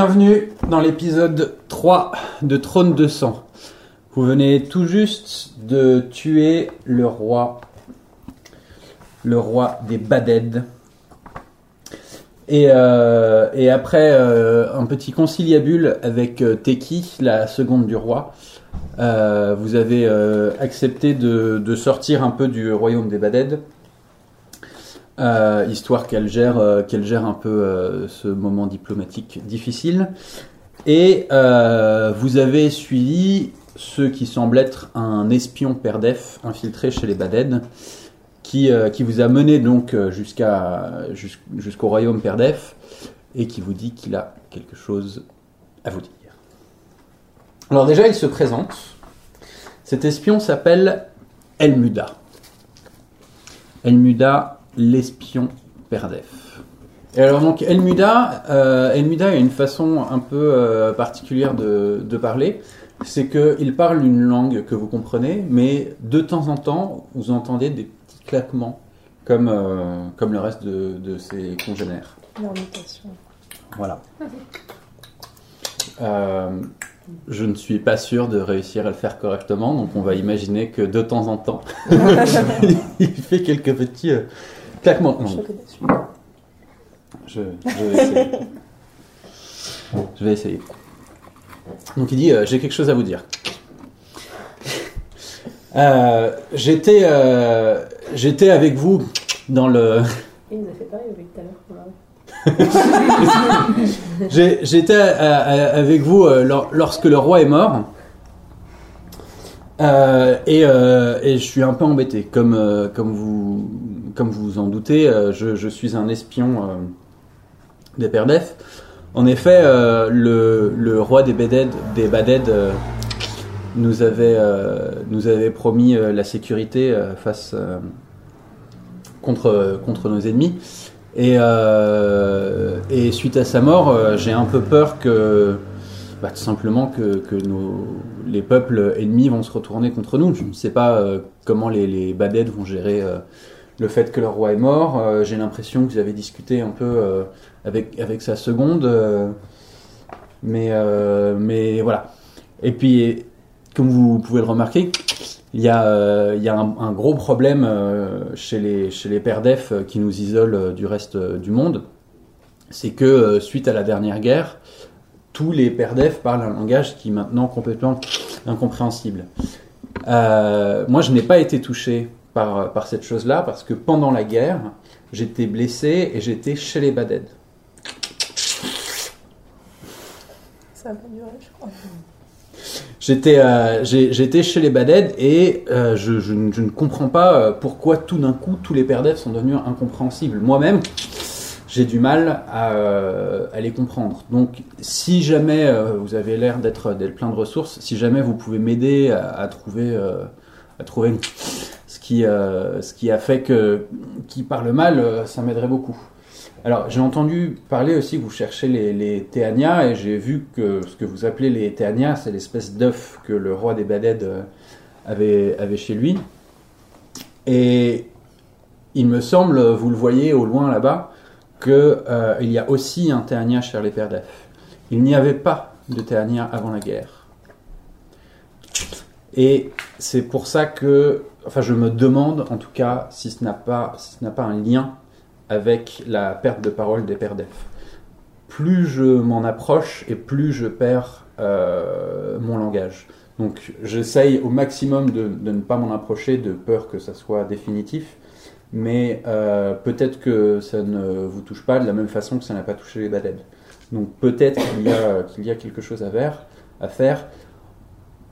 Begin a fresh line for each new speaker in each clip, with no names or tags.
Bienvenue dans l'épisode 3 de Trône de Sang. Vous venez tout juste de tuer le roi, le roi des Baded. Et, euh, et après euh, un petit conciliabule avec euh, Teki, la seconde du roi, euh, vous avez euh, accepté de, de sortir un peu du royaume des Baded, euh, histoire qu'elle gère, euh, qu'elle gère un peu euh, ce moment diplomatique difficile. Et euh, vous avez suivi ce qui semble être un espion perdef infiltré chez les Baded, qui, euh, qui vous a mené donc euh, jusqu'à, jus- jusqu'au royaume perdef et qui vous dit qu'il a quelque chose à vous dire. Alors déjà, il se présente. Cet espion s'appelle Elmuda. Elmuda, l'espion perdef. Et alors donc Elmuda, euh, Elmuda a une façon un peu euh, particulière de, de parler. C'est qu'il parle une langue que vous comprenez, mais de temps en temps, vous entendez des petits claquements, comme, euh, comme le reste de, de ses congénères.
L'orientation.
Voilà. Euh, je ne suis pas sûr de réussir à le faire correctement, donc on va imaginer que de temps en temps, il fait quelques petits euh, claquements.
Je
Non,
connais celui
je, je vais essayer. Je vais essayer. Donc il dit euh, J'ai quelque chose à vous dire. Euh, J'étais euh, j'étais avec vous dans le.
Il nous a fait pareil avec tout à l'heure. voilà.
J'ai- J'étais à- à- avec vous euh, lor- lorsque le roi est mort. Euh, et, euh, et je suis un peu embêté. Comme, euh, comme, vous, comme vous vous en doutez, euh, je, je suis un espion euh, des Perdef. En effet, euh, le, le roi des Baded, des Baded, euh, nous, avait, euh, nous avait promis euh, la sécurité euh, face, euh, contre, contre nos ennemis. Et, euh, et suite à sa mort, euh, j'ai un peu peur que, bah, tout simplement, que, que nos, les peuples ennemis vont se retourner contre nous. Je ne sais pas euh, comment les, les Badettes vont gérer euh, le fait que leur roi est mort. Euh, j'ai l'impression que vous avez discuté un peu euh, avec, avec sa seconde. euh, mais, euh, mais voilà. Et puis, comme vous pouvez le remarquer, il y a, euh, il y a un, un gros problème euh, chez les, chez les perdef euh, qui nous isolent euh, du reste euh, du monde. C'est que euh, suite à la dernière guerre, tous les perdef parlent un langage qui est maintenant complètement incompréhensible. Euh, moi, je n'ai pas été touché par, par cette chose-là parce que pendant la guerre, j'étais blessé et j'étais chez les Baded.
Ça a pas duré, je crois.
J'étais euh, j'ai- j'étais chez les Baded et euh, je, je ne- je ne comprends pas euh, pourquoi tout d'un coup tous les pères d'Ève sont devenus incompréhensibles. Moi-même, j'ai du mal à, euh, à les comprendre. Donc, si jamais euh, vous avez l'air d'être d'être plein de ressources, si jamais vous pouvez m'aider à, à trouver euh, à trouver ce qui euh, ce qui a fait que qui parle mal, euh, ça m'aiderait beaucoup. Alors, j'ai entendu parler aussi que vous cherchez les, les Théania, et j'ai vu que ce que vous appelez les Théania, c'est l'espèce d'œuf que le roi des Baded euh, avait, avait chez lui. Et il me semble, vous le voyez au loin là-bas, qu'il il y a aussi un Théania chez les Pères d'Ef. Il n'y avait pas de Théania avant la guerre. Et c'est pour ça que, enfin, je me demande en tout cas si ce n'a pas, si ce n'a pas un lien avec la perte de parole des pères d'Ef. Plus je m'en approche et plus je perds euh, mon langage. Donc j'essaye au maximum de, de ne pas m'en approcher de peur que ça soit définitif, mais euh, peut-être que ça ne vous touche pas de la même façon que ça n'a pas touché les badèdes. Donc peut-être qu'il y, a- qu'il y a quelque chose à faire. À faire.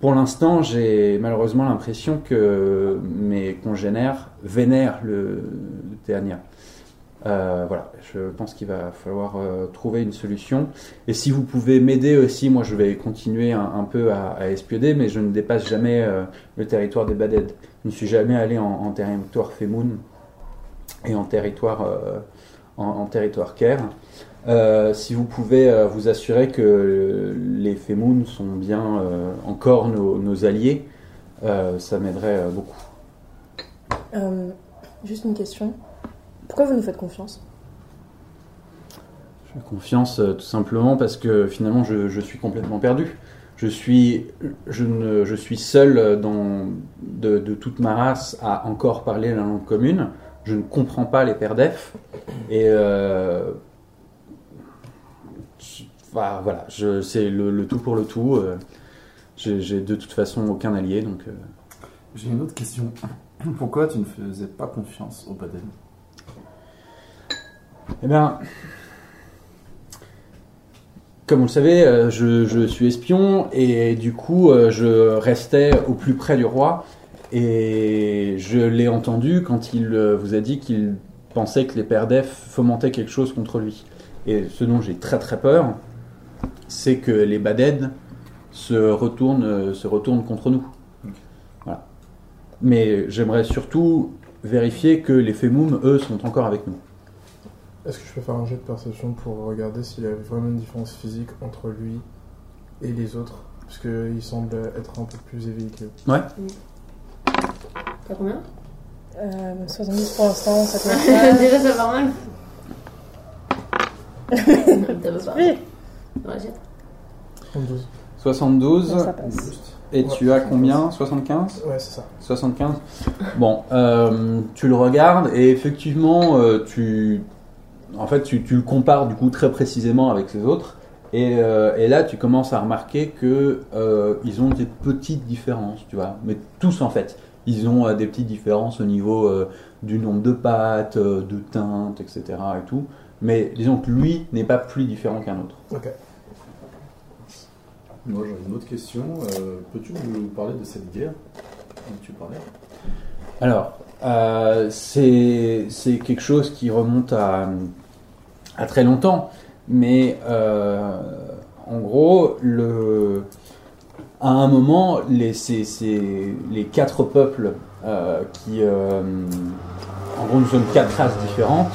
Pour l'instant, j'ai malheureusement l'impression que mes congénères vénèrent le, le Théania. Euh, voilà, je pense qu'il va falloir euh, trouver une solution. Et si vous pouvez m'aider aussi, moi je vais continuer un, un peu à, à espionner, mais je ne dépasse jamais euh, le territoire des Baded. Je ne suis jamais allé en, en territoire Femoun et en territoire, euh, en, en territoire Caire. Euh, si vous pouvez euh, vous assurer que euh, les Femoun sont bien euh, encore nos, nos alliés, euh, ça m'aiderait euh, beaucoup.
Euh, juste une question. Pourquoi vous nous faites confiance
Je La confiance, euh, tout simplement parce que finalement, je, je suis complètement perdu. Je suis, je ne, je suis seul euh, dans, de, de toute ma race à encore parler la langue commune. Je ne comprends pas les pères d'EF. Et euh, je- bah, voilà, je- c'est le, le tout pour le tout. euh, J'ai j'ai de toute façon aucun allié, donc euh,
J'ai une autre question. Pourquoi tu ne faisais pas confiance au Baden
Eh bien, comme vous le savez, euh, je, je suis espion et du coup, euh, je restais au plus près du roi et je l'ai entendu quand il euh, vous a dit qu'il pensait que les pères d'Ef fomentaient quelque chose contre lui. Et ce dont j'ai très très peur, c'est que les Baded se retournent, euh, se retournent contre nous.
Ok.
Voilà. Mais j'aimerais surtout vérifier que les Femoum, eux, sont encore avec nous.
Est-ce que je peux faire un jet de perception pour regarder s'il y a vraiment une différence physique entre lui et les autres Parce qu'il semble être un peu plus éveillé que
T'as combien
Euh, 70 pour l'instant, ça commence pas.
Déjà, ça va mal. T'as pas parlé.
Oui.
Dans la jette.
32.
72
Donc, ça passe.
et tu as combien 75
Ouais, c'est ça.
75 Bon, euh, tu le regardes et effectivement, euh, tu, en fait, tu, tu le compares du coup très précisément avec les autres. Et, euh, et là, tu commences à remarquer que euh, ils ont des petites différences, tu vois, mais tous en fait. Ils ont euh, des petites différences au niveau euh, du nombre de pattes, euh, de teintes, etc. et tout. Mais disons que lui n'est pas plus différent qu'un autre.
Ok.
Moi, j'ai une autre question. Euh, Peux-tu nous parler de cette guerre dont tu parlais
Alors, euh, c'est c'est quelque chose qui remonte à, à très longtemps, mais euh, en gros, le, à un moment, les, ces- ces- les quatre peuples euh, qui. euh, en gros, nous sommes quatre races différentes.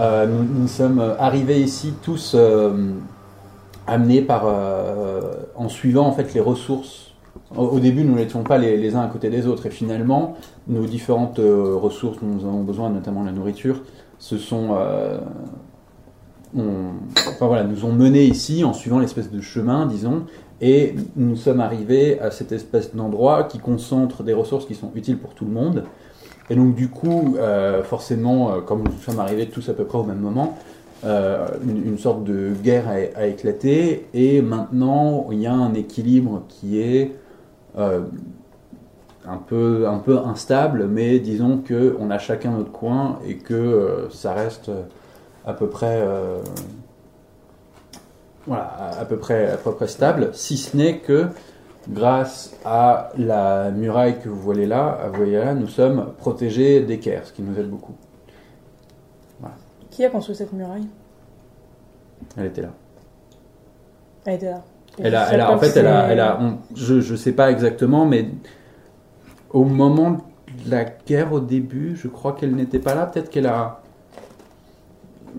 Euh, nous, nous sommes arrivés ici tous euh, amenés par. euh, en suivant en fait les ressources. Au, au début, nous n'étions pas les, les uns à côté des autres, et finalement nos différentes euh, ressources dont nous avons besoin, notamment la nourriture, se sont, euh, ont- enfin voilà, nous ont menés ici en suivant l'espèce de chemin, disons, et nous sommes arrivés à cette espèce d'endroit qui concentre des ressources qui sont utiles pour tout le monde. Et donc du coup, euh, forcément, euh, comme nous sommes arrivés tous à peu près au même moment, euh, une, une sorte de guerre a, a éclaté, et maintenant il y a un équilibre qui est euh, un peu, un peu instable, mais disons que on a chacun notre coin et que euh, ça reste euh, à peu près, euh, voilà, à- à peu près, à peu près stable, si ce n'est que grâce à la muraille que vous voyez là, à- vous voyez là, nous sommes protégés d'équerre, ce qui nous aide beaucoup.
Qui a construit cette muraille
Elle était là.
Elle était là. Et
Elle a,
ça
elle a- en
peut que
fait, elle a,
c'est-
elle a- on- je, je sais pas exactement, mais au moment de la guerre au début, je crois qu'elle n'était pas là. Peut-être qu'elle a.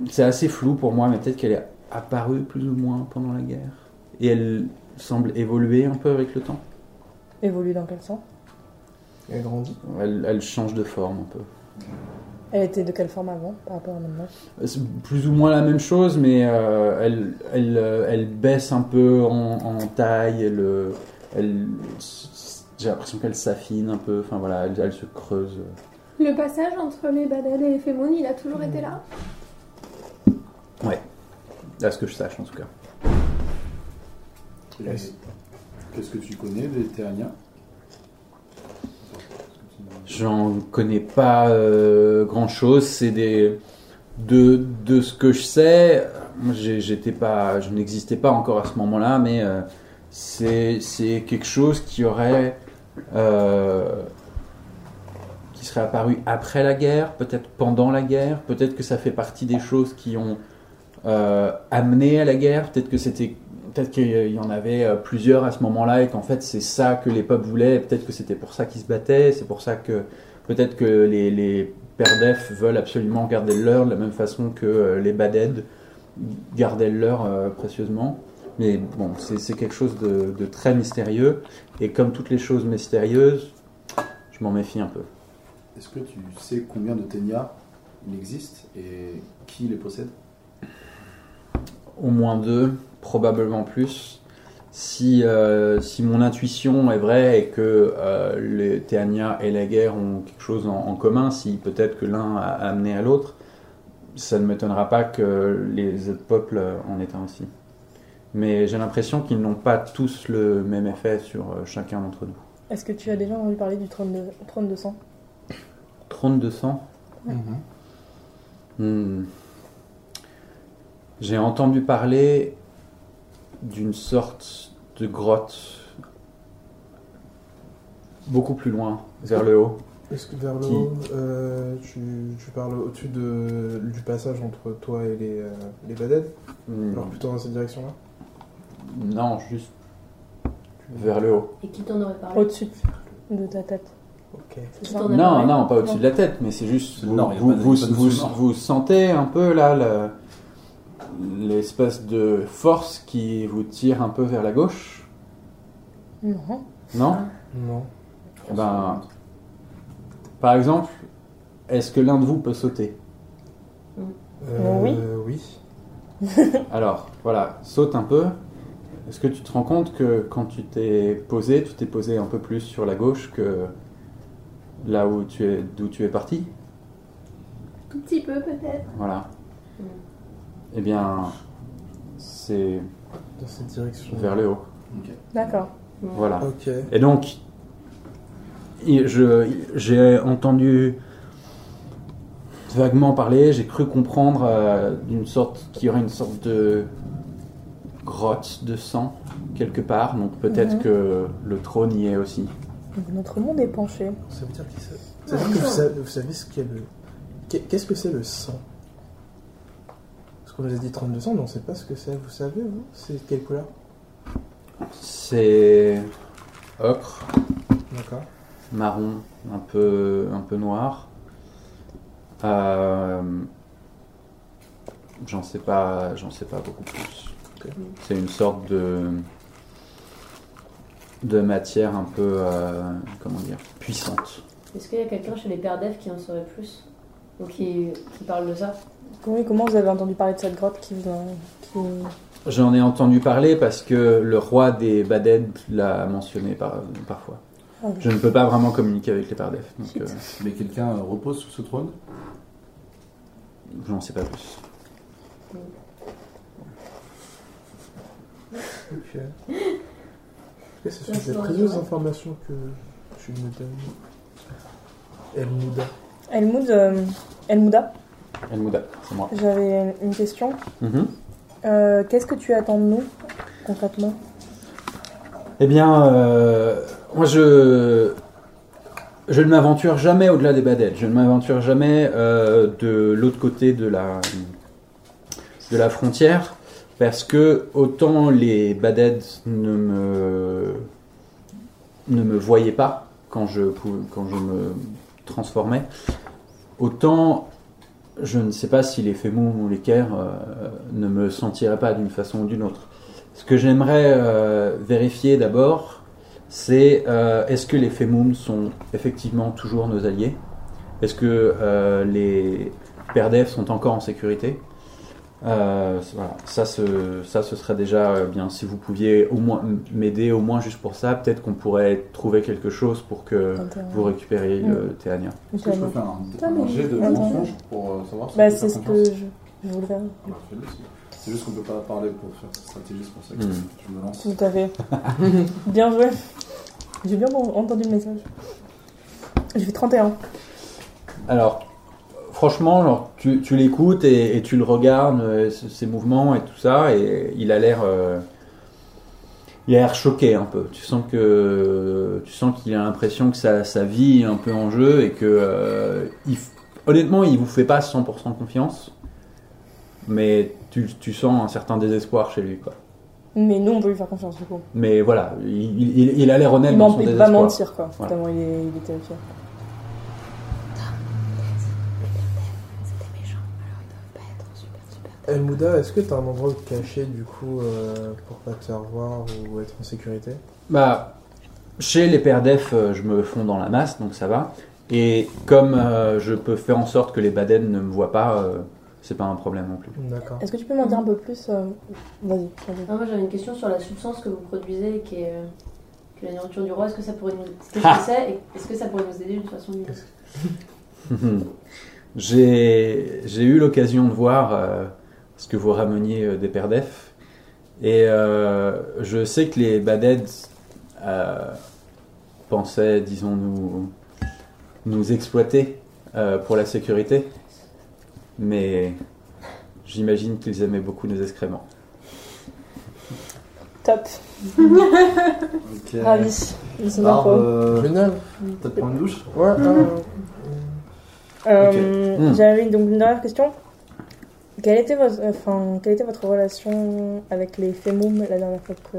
C'est assez flou pour moi, mais peut-être qu'elle est apparue plus ou moins pendant la guerre. Et elle semble évoluer un peu avec le temps.
Évolue dans quel sens
Il a grandi.
Elle, elle change de forme un peu.
Elle était de quelle forme avant par rapport à maintenant
C'est plus ou moins la même chose, mais euh, elle, elle, euh, elle baisse un peu en, en taille. Elle, euh, elle- j'ai l'impression qu'elle s'affine un peu. Enfin voilà, elle, elle se creuse. euh,
Le passage entre les Badal et les Fémon, il a toujours été là.
À ce que je sache en tout cas.
Et
Yes.
Qu'est-ce que tu connais des Terriens
J'en connais pas grand chose. C'est des de, de ce que je sais. moi, j'ai- J'étais pas, je n'existais pas encore à ce moment-là, mais euh, c'est c'est quelque chose qui aurait euh, qui serait apparu après la guerre, peut-être pendant la guerre, peut-être que ça fait partie des choses qui ont euh, amené à la guerre. Peut-être que c'était Peut-être qu'il y en avait euh, plusieurs à ce moment-là et qu'en fait c'est ça que les peuples voulaient, et peut-être que c'était pour ça qu'ils se battaient, c'est pour ça que peut-être que les, les pères d'EF veulent absolument garder le leur de la même façon que euh, les Baded gardaient le leur euh, précieusement. Mais bon, c'est c'est quelque chose de, de très mystérieux et comme toutes les choses mystérieuses, je m'en méfie un peu.
Est-ce que tu sais combien de Ténias il existe et qui les possède
au moins deux, probablement plus. Si, euh, si mon intuition est vraie et que euh, les Théania et la guerre ont quelque chose en, en commun, si peut-être que l'un a amené à l'autre, ça ne m'étonnera pas que les autres peuples euh, en aient un aussi. Mais j'ai l'impression qu'ils n'ont pas tous le même effet sur euh, chacun d'entre nous.
Est-ce que tu as déjà entendu parler du trône de, trône de sang
32 sang
Mhm.
Hmm. J'ai entendu parler d'une sorte de grotte beaucoup plus loin, vers le haut.
Est-ce que vers le
Qui-
haut, euh, tu, tu parles au-dessus de, du passage entre toi et les, euh, les badades
Hmm.
Alors plutôt dans cette direction-là
Non, juste vers le haut.
Et qui t'en aurait parlé
Au-dessus de ta tête
Ok.
C'est
Qui
ça
t'en a
Non,
parlé
non, pas au-dessus de la tête, mais c'est juste. Vous,
Non, il y a
vous,
pas de-
vous,
il y a pas de
vous-
dessous, non.
vous sentez un peu là le- l'espèce de force qui vous tire un peu vers la gauche
Non.
Non
Non.
Ben, Par exemple, est-ce que l'un de vous peut sauter
Euh, oui.
Alors, voilà, saute un peu. Est-ce que tu te rends compte que quand tu t'es posé, tu t'es posé un peu plus sur la gauche que là où tu es, d'où tu es parti
Tout petit peu peut-être.
Voilà.
Mm.
Eh bien, c'est
Dans cette direction.
vers le haut.
D'accord.
Voilà.
Ok.
Et donc, il- je- j'ai entendu vaguement parler, j'ai cru comprendre euh, d'une sorte qu'il y aurait une sorte de grotte de sang quelque part, donc peut-être
Mhm.
que le trône y est aussi.
Donc, Notre monde est penché.
Ça veut dire qu'il sa- ça veut dire que vous savez, vous savez ce qu'est le. qu'est- Qu'est-ce que c'est le sang Parce qu'on nous a dit 32 sang, mais on ne sait pas ce que c'est. Vous savez, vous C'est quelle couleur
C'est ocre,
D'accord.
marron, un peu, un peu noir. Euh, j'en sais pas, j'en sais pas beaucoup plus.
Ok.
C'est une sorte de de matière un peu, euh, comment dire, puissante.
Est-ce qu'il y a quelqu'un chez les pères d'Ef qui en saurait plus Ou qui, qui parle de ça
Oui, comment vous avez entendu parler de cette grotte qui vous a... qui-
J'en ai entendu parler parce que le roi des Baded l'a mentionné par- parfois.
Ah oui.
Je ne peux pas vraiment communiquer avec les Pardef, donc euh,
Mais quelqu'un euh, repose sur ce trône
j'en sais pas plus.
Ok. Et ce
Merci,
sont des
bonjour.
précieuses informations que tu me donnes. El Mouda.
Elmoud, euh, Elmouda,
Elmouda, c'est moi.
j'avais une question.
Mhm.
Euh, Qu'est-ce que tu attends de nous, concrètement
Eh bien, euh, moi je je ne m'aventure jamais au-delà des badettes. Je ne m'aventure jamais euh, de l'autre côté de la de la frontière parce que autant les badettes ne me ne me voyaient pas quand je pou- quand je me transformais, autant je ne sais pas si les fémons ou les Caire euh, ne me sentiraient pas d'une façon ou d'une autre. Ce que j'aimerais euh, vérifier d'abord, c'est euh, est-ce que les Femoum sont effectivement toujours nos alliés Est-ce que euh, les Perdef sont encore en sécurité Euh, voilà. ça, ce, ça, ce serait déjà euh, bien. Si vous pouviez au moins m- m'aider, au moins juste pour ça, peut-être qu'on pourrait trouver quelque chose Euh, pour que
Quand t'es-
vous récupériez le Théania.
Est-ce que je peux faire un,
Toi, mais-
un jet de
Attends.
mensonge pour euh, savoir si
Bah,
on peut
c'est
faire
ce que
confiance
je, je voulais faire.
Ah bah, fais-le aussi. C'est juste qu'on peut pas parler pour faire cette stratégie, c'est pour ça que
Hmm.
je me lance.
Tout à fait. bien joué. J'ai bien bon- entendu le message. J'ai fait 31.
Alors, franchement, genre, tu, tu l'écoutes et, et tu le regardes, euh, ses ses mouvements et tout ça, et il a l'air, euh, il a l'air choqué un peu. Tu sens que, tu sens qu'il a l'impression que sa, sa vie est un peu en jeu et que, euh, il f- honnêtement, il vous fait pas 100% confiance, mais tu, tu sens un certain désespoir chez lui, quoi.
Mais nous, on peut lui faire confiance, du coup.
Mais voilà, il, il- il a l'air honnête
Il
dans
m'en
son
peut
désespoir.
pas mentir, quoi.
Voilà.
Tellement il est, il est terrifié.
El Mouda, est-ce que t'as un endroit caché du coup euh, pour pas te faire voir ou être en sécurité
Bah, chez les pères def, euh, je me fonds dans la masse, donc ça va. Et comme euh, je peux faire en sorte que les baden ne me voient pas, euh, c'est pas un problème non plus.
D'accord.
Est-ce que tu peux m'en dire un peu plus euh, Vas-y, vas-y.
Non, moi j'avais une question sur la substance que vous produisez qui est, euh, qui est la nourriture du roi. Est-ce que ça pourrait nous qu'est-ce
Ah.
que c'est et est-ce que ça pourrait nous aider d'une façon ou d'une autre
J'ai j'ai eu l'occasion de voir euh, ce que vous rameniez euh, des perdefs. Et euh, je sais que les Badeds euh, pensaient, disons, nous, nous exploiter euh, pour la sécurité. Mais j'imagine qu'ils aimaient beaucoup nos excréments.
Top,
Euh,
Ok.
ravi. Ils sont
Barbe,
affreux.
euh,
Génial.
peut-être prendre une douche
Ouais. euh,
Euh,
ok. Hmm.
J'avais donc une dernière question. Quelle était, votre, enfin, quelle était votre relation avec les Fémoum la dernière fois que.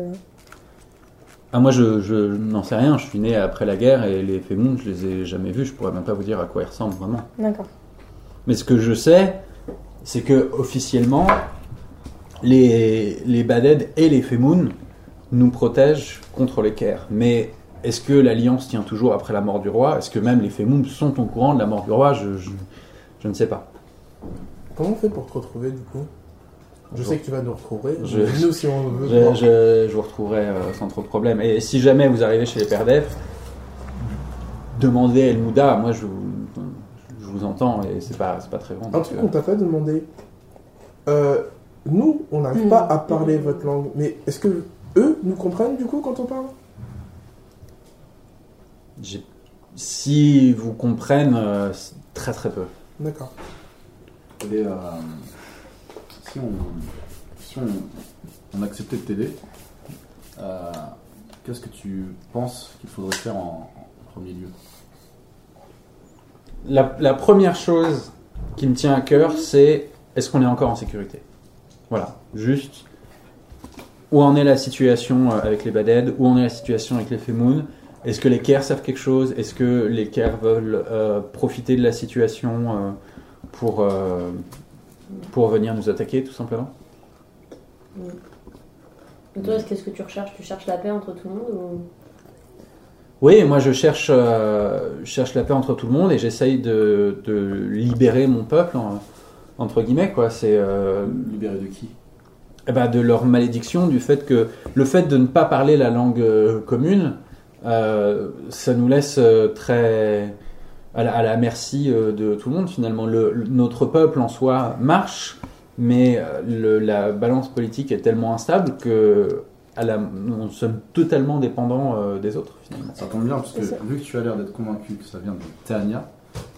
Ah, moi, je, je n'en sais rien. Je suis né après la guerre et les Fémons, je les ai jamais vus. Je pourrais même pas vous dire à quoi ils ressemblent vraiment.
D'accord.
Mais ce que je sais, c'est que officiellement, les, les Baded et les Femoun nous protègent contre les Caire. Mais est-ce que l'alliance tient toujours après la mort du roi Est-ce que même les Femoun sont au courant de la mort du roi je, je- je ne sais pas.
Comment on fait pour te retrouver du coup Je sais que tu vas nous retrouver.
Je-
mais Nous si on veut. te
Je,
voir.
je- je vous retrouverai euh, sans trop de problèmes. Et si jamais vous arrivez chez les Pères d'Ef, demandez El Mouda. Moi, je vous, je vous entends et c'est pas, c'est pas très grand.
Un
donc,
truc
euh,
qu'on t'a pas demandé. Euh, nous, on n'arrive
Mm.
pas à parler votre langue, mais est-ce que eux nous comprennent du coup quand on parle
j'ai- si vous comprennent, euh, c'est très très peu.
D'accord.
Et, euh, si on, si on, on acceptait de t'aider, euh, qu'est-ce que tu penses qu'il faudrait faire en, en premier lieu
La, la première chose qui me tient à cœur, c'est est-ce qu'on est encore en sécurité Voilà, juste où en est la situation euh, avec les Baded, où en est la situation avec les Femoun Est-ce que les Caire savent quelque chose Est-ce que les Caire veulent euh, profiter de la situation euh, pour, euh, pour venir nous attaquer, tout simplement
Et toi, est-ce qu'est-ce que tu recherches Tu cherches la paix entre tout le monde
Oui, moi je cherche, euh, je cherche la paix entre tout le monde et j'essaye de, de libérer mon peuple, en- entre guillemets, quoi. C'est. euh,
Libéré de qui
Eh ben, de leur malédiction, du fait que le fait de ne pas parler la langue euh, commune, euh, ça nous laisse euh, très à la, à la merci euh, de tout le monde finalement. Le, le- notre peuple en soi marche, mais euh, le- la balance politique est tellement instable que à la, nous sommes totalement dépendants euh, des autres finalement.
Ça tombe bien, parce que
C'est ça.
vu que tu as l'air d'être convaincu que ça vient de Tania,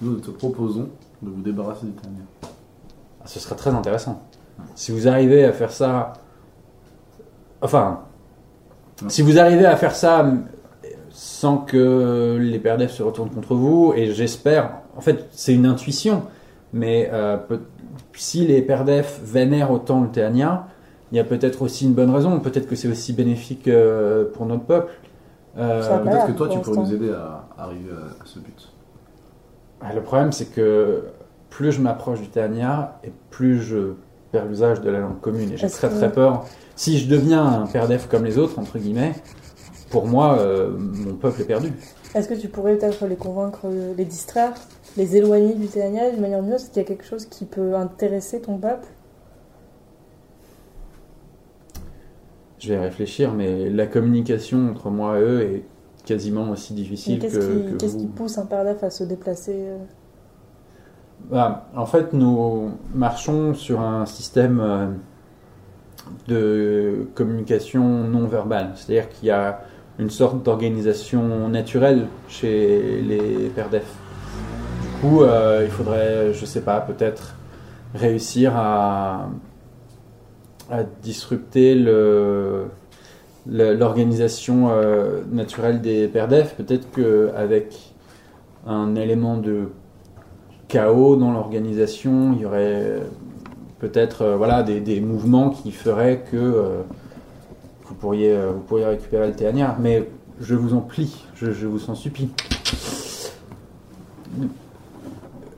nous nous te proposons de vous débarrasser de Tania.
Ah, Ce sera très intéressant. Si vous arrivez à faire ça. Enfin.
Ouais.
Si vous arrivez à faire ça euh, sans que les pères d'Ef se retournent contre vous, et j'espère. En fait, c'est une intuition, mais euh, peut- si les pères d'Ef vénèrent autant le Théania, il y a peut-être aussi une bonne raison. Peut-être que c'est aussi bénéfique euh, pour notre peuple. Euh,
Ça va.
Peut-être
Voilà,
que toi, tu
Ah, pour
pourrais
l'instant.
nous aider à arriver à ce but.
Ah, Le problème, c'est que plus je m'approche du Tania et plus je perds l'usage de la langue commune. Et j'ai
Est-ce
très
que-
très peur. Si je deviens un père d'EF comme les autres, entre guillemets, pour moi, euh, mon peuple est perdu.
Est-ce que tu pourrais peut-être les convaincre, euh, les distraire, les éloigner du Théania d'une manière ou d'une autre Est-ce qu'il y a quelque chose qui peut intéresser ton peuple
Je vais réfléchir, mais la communication entre moi et eux est quasiment aussi
Et
difficile que,
Qu'est-ce qui,
que
qu'est-ce qui
vous.
pousse un père d'Af à se déplacer euh
Bah, en fait, nous marchons sur un système euh, de communication non verbale. C'est-à-dire qu'il y a une sorte d'organisation naturelle chez les pères d'EF. Du coup, euh, il faudrait, je sais pas, peut-être réussir à, à disrupter le- le- l'organisation euh, naturelle des pères d'EF. Peut-être qu'avec un élément de chaos dans l'organisation, il y aurait euh, peut-être euh, voilà, des, des mouvements qui feraient que euh, vous, pourriez, euh, vous pourriez récupérer le Théania. Mais je vous en plie, je, je vous en supplie.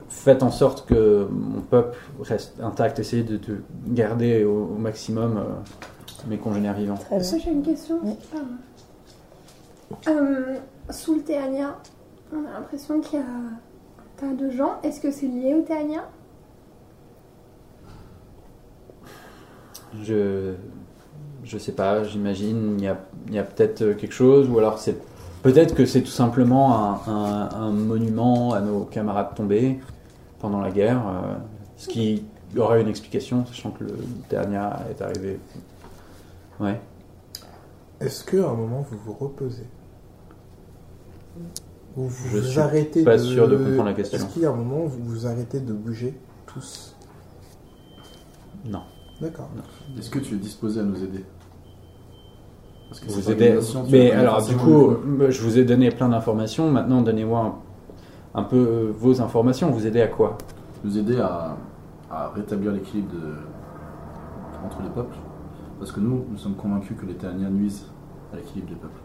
Faites en sorte que mon peuple reste intact, essayez de, de garder au, au maximum euh, mes congénères vivants.
Très bien.
Moi j'ai une question.
Oui.
Ah. Euh, sous le Théania, on a l'impression qu'il y a un tas de gens. Est-ce que c'est lié au Théania
Je, je sais pas, j'imagine, il y a, il y a peut-être euh, quelque chose, ou alors c'est peut-être que c'est tout simplement un, un- un monument à nos camarades tombés pendant la guerre, euh, ce qui aurait une explication, sachant que le Ternia est arrivé. Ouais.
Est-ce que à un moment vous vous reposez Ou vous
Je
vous
suis
arrêtez
pas sûr de comprendre la question.
Est-ce qu'il y a un moment vous vous arrêtez de bouger tous
Non.
D'accord.
Est-ce que tu es disposé à nous aider Parce que
Vous
cette
aidez-
organisation, tu
Mais
la connais
alors, du
forcément
coup,
mieux que
euh, je vous ai donné plein d'informations. Maintenant, donnez-moi un, un peu euh, vos informations. Vous aidez à quoi
nous. nous aider à, à rétablir l'équilibre de- entre les peuples. Parce que nous, nous sommes convaincus que les Terniens nuisent à l'équilibre des peuples.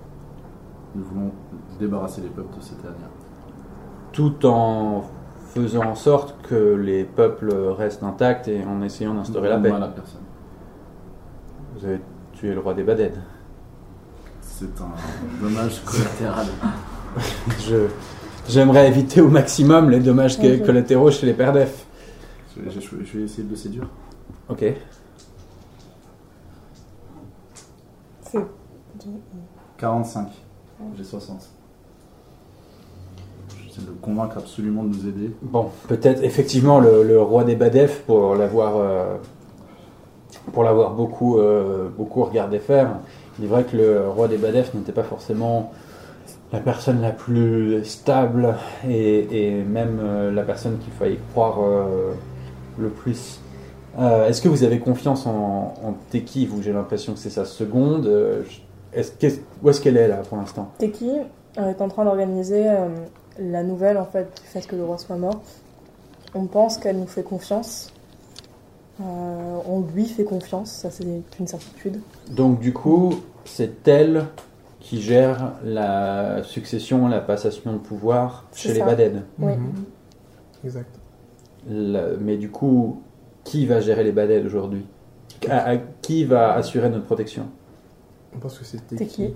Nous voulons débarrasser les peuples de ces Terniens.
Tout en faisant en sorte que les peuples restent intacts et en essayant d'instaurer la paix.
Moi, la personne.
Vous avez tué le roi des Badèdes.
C'est un dommage collatéral.
Je... J'aimerais éviter au maximum les dommages que-
Ok.
collatéraux chez les pères d'EF.
je, vais- je vais- je vais essayer de le séduire.
Ok.
C'est
45. J'ai 60. J'essaie de le convaincre absolument de nous aider.
Bon, peut-être effectivement le, le roi des Badef pour l'avoir euh, pour l'avoir beaucoup euh, beaucoup regardé faire. Il est vrai que le roi des Badef n'était pas forcément la personne la plus stable et, et même euh, la personne qu'il fallait croire euh, le plus. Euh, Est-ce que vous avez confiance en, en Teki Vous, j'ai l'impression que c'est sa seconde. Euh, je- Est-ce qu'est- où est-ce qu'elle est là pour l'instant
Teki euh, est en train d'organiser euh, la nouvelle en fait du fait que le roi soit mort. On pense qu'elle nous fait confiance. Euh, on lui fait confiance, ça c'est une certitude.
Donc du coup, c'est elle qui gère la succession, la passation de pouvoir
C'est
chez les
ça.
Baded.
Oui.
Mhm. Exact.
La- Mais du coup, qui va gérer les Baded aujourd'hui À- à- Qui va assurer notre protection
On pense que c'était
T'es qui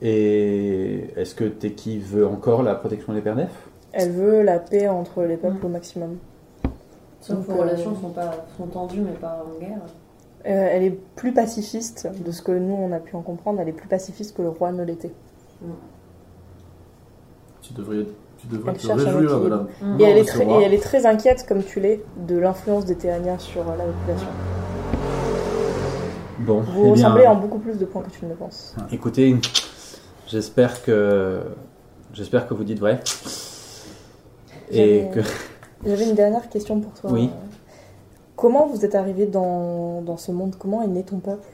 Et est-ce que Teki veut encore la protection des Pères Nefs
Elle veut la paix entre les peuples au maximum.
Sauf que
Donc,
vos
euh,
relations sont, pas, sont tendues, mais pas en guerre.
Euh, elle est plus pacifiste, de ce que nous on a pu en comprendre, elle est plus pacifiste que le roi ne l'était.
Tu devrais, tu devrais
Elle
te
cherche un
réjouir de la
équilibre.
Mm.
Et, elle est
ce
très-
roi.
et elle est très inquiète, comme tu l'es, de l'influence des Théaniens sur euh, la population.
Bon,
Vous
eh bien,
ressemblez en beaucoup plus de points que tu ne le penses.
écoutez, j'espère que j'espère que vous dites vrai et
J'avais-
que
J'avais une dernière question pour toi.
Oui.
Euh, Comment vous êtes arrivé dans, dans ce monde Comment est né ton peuple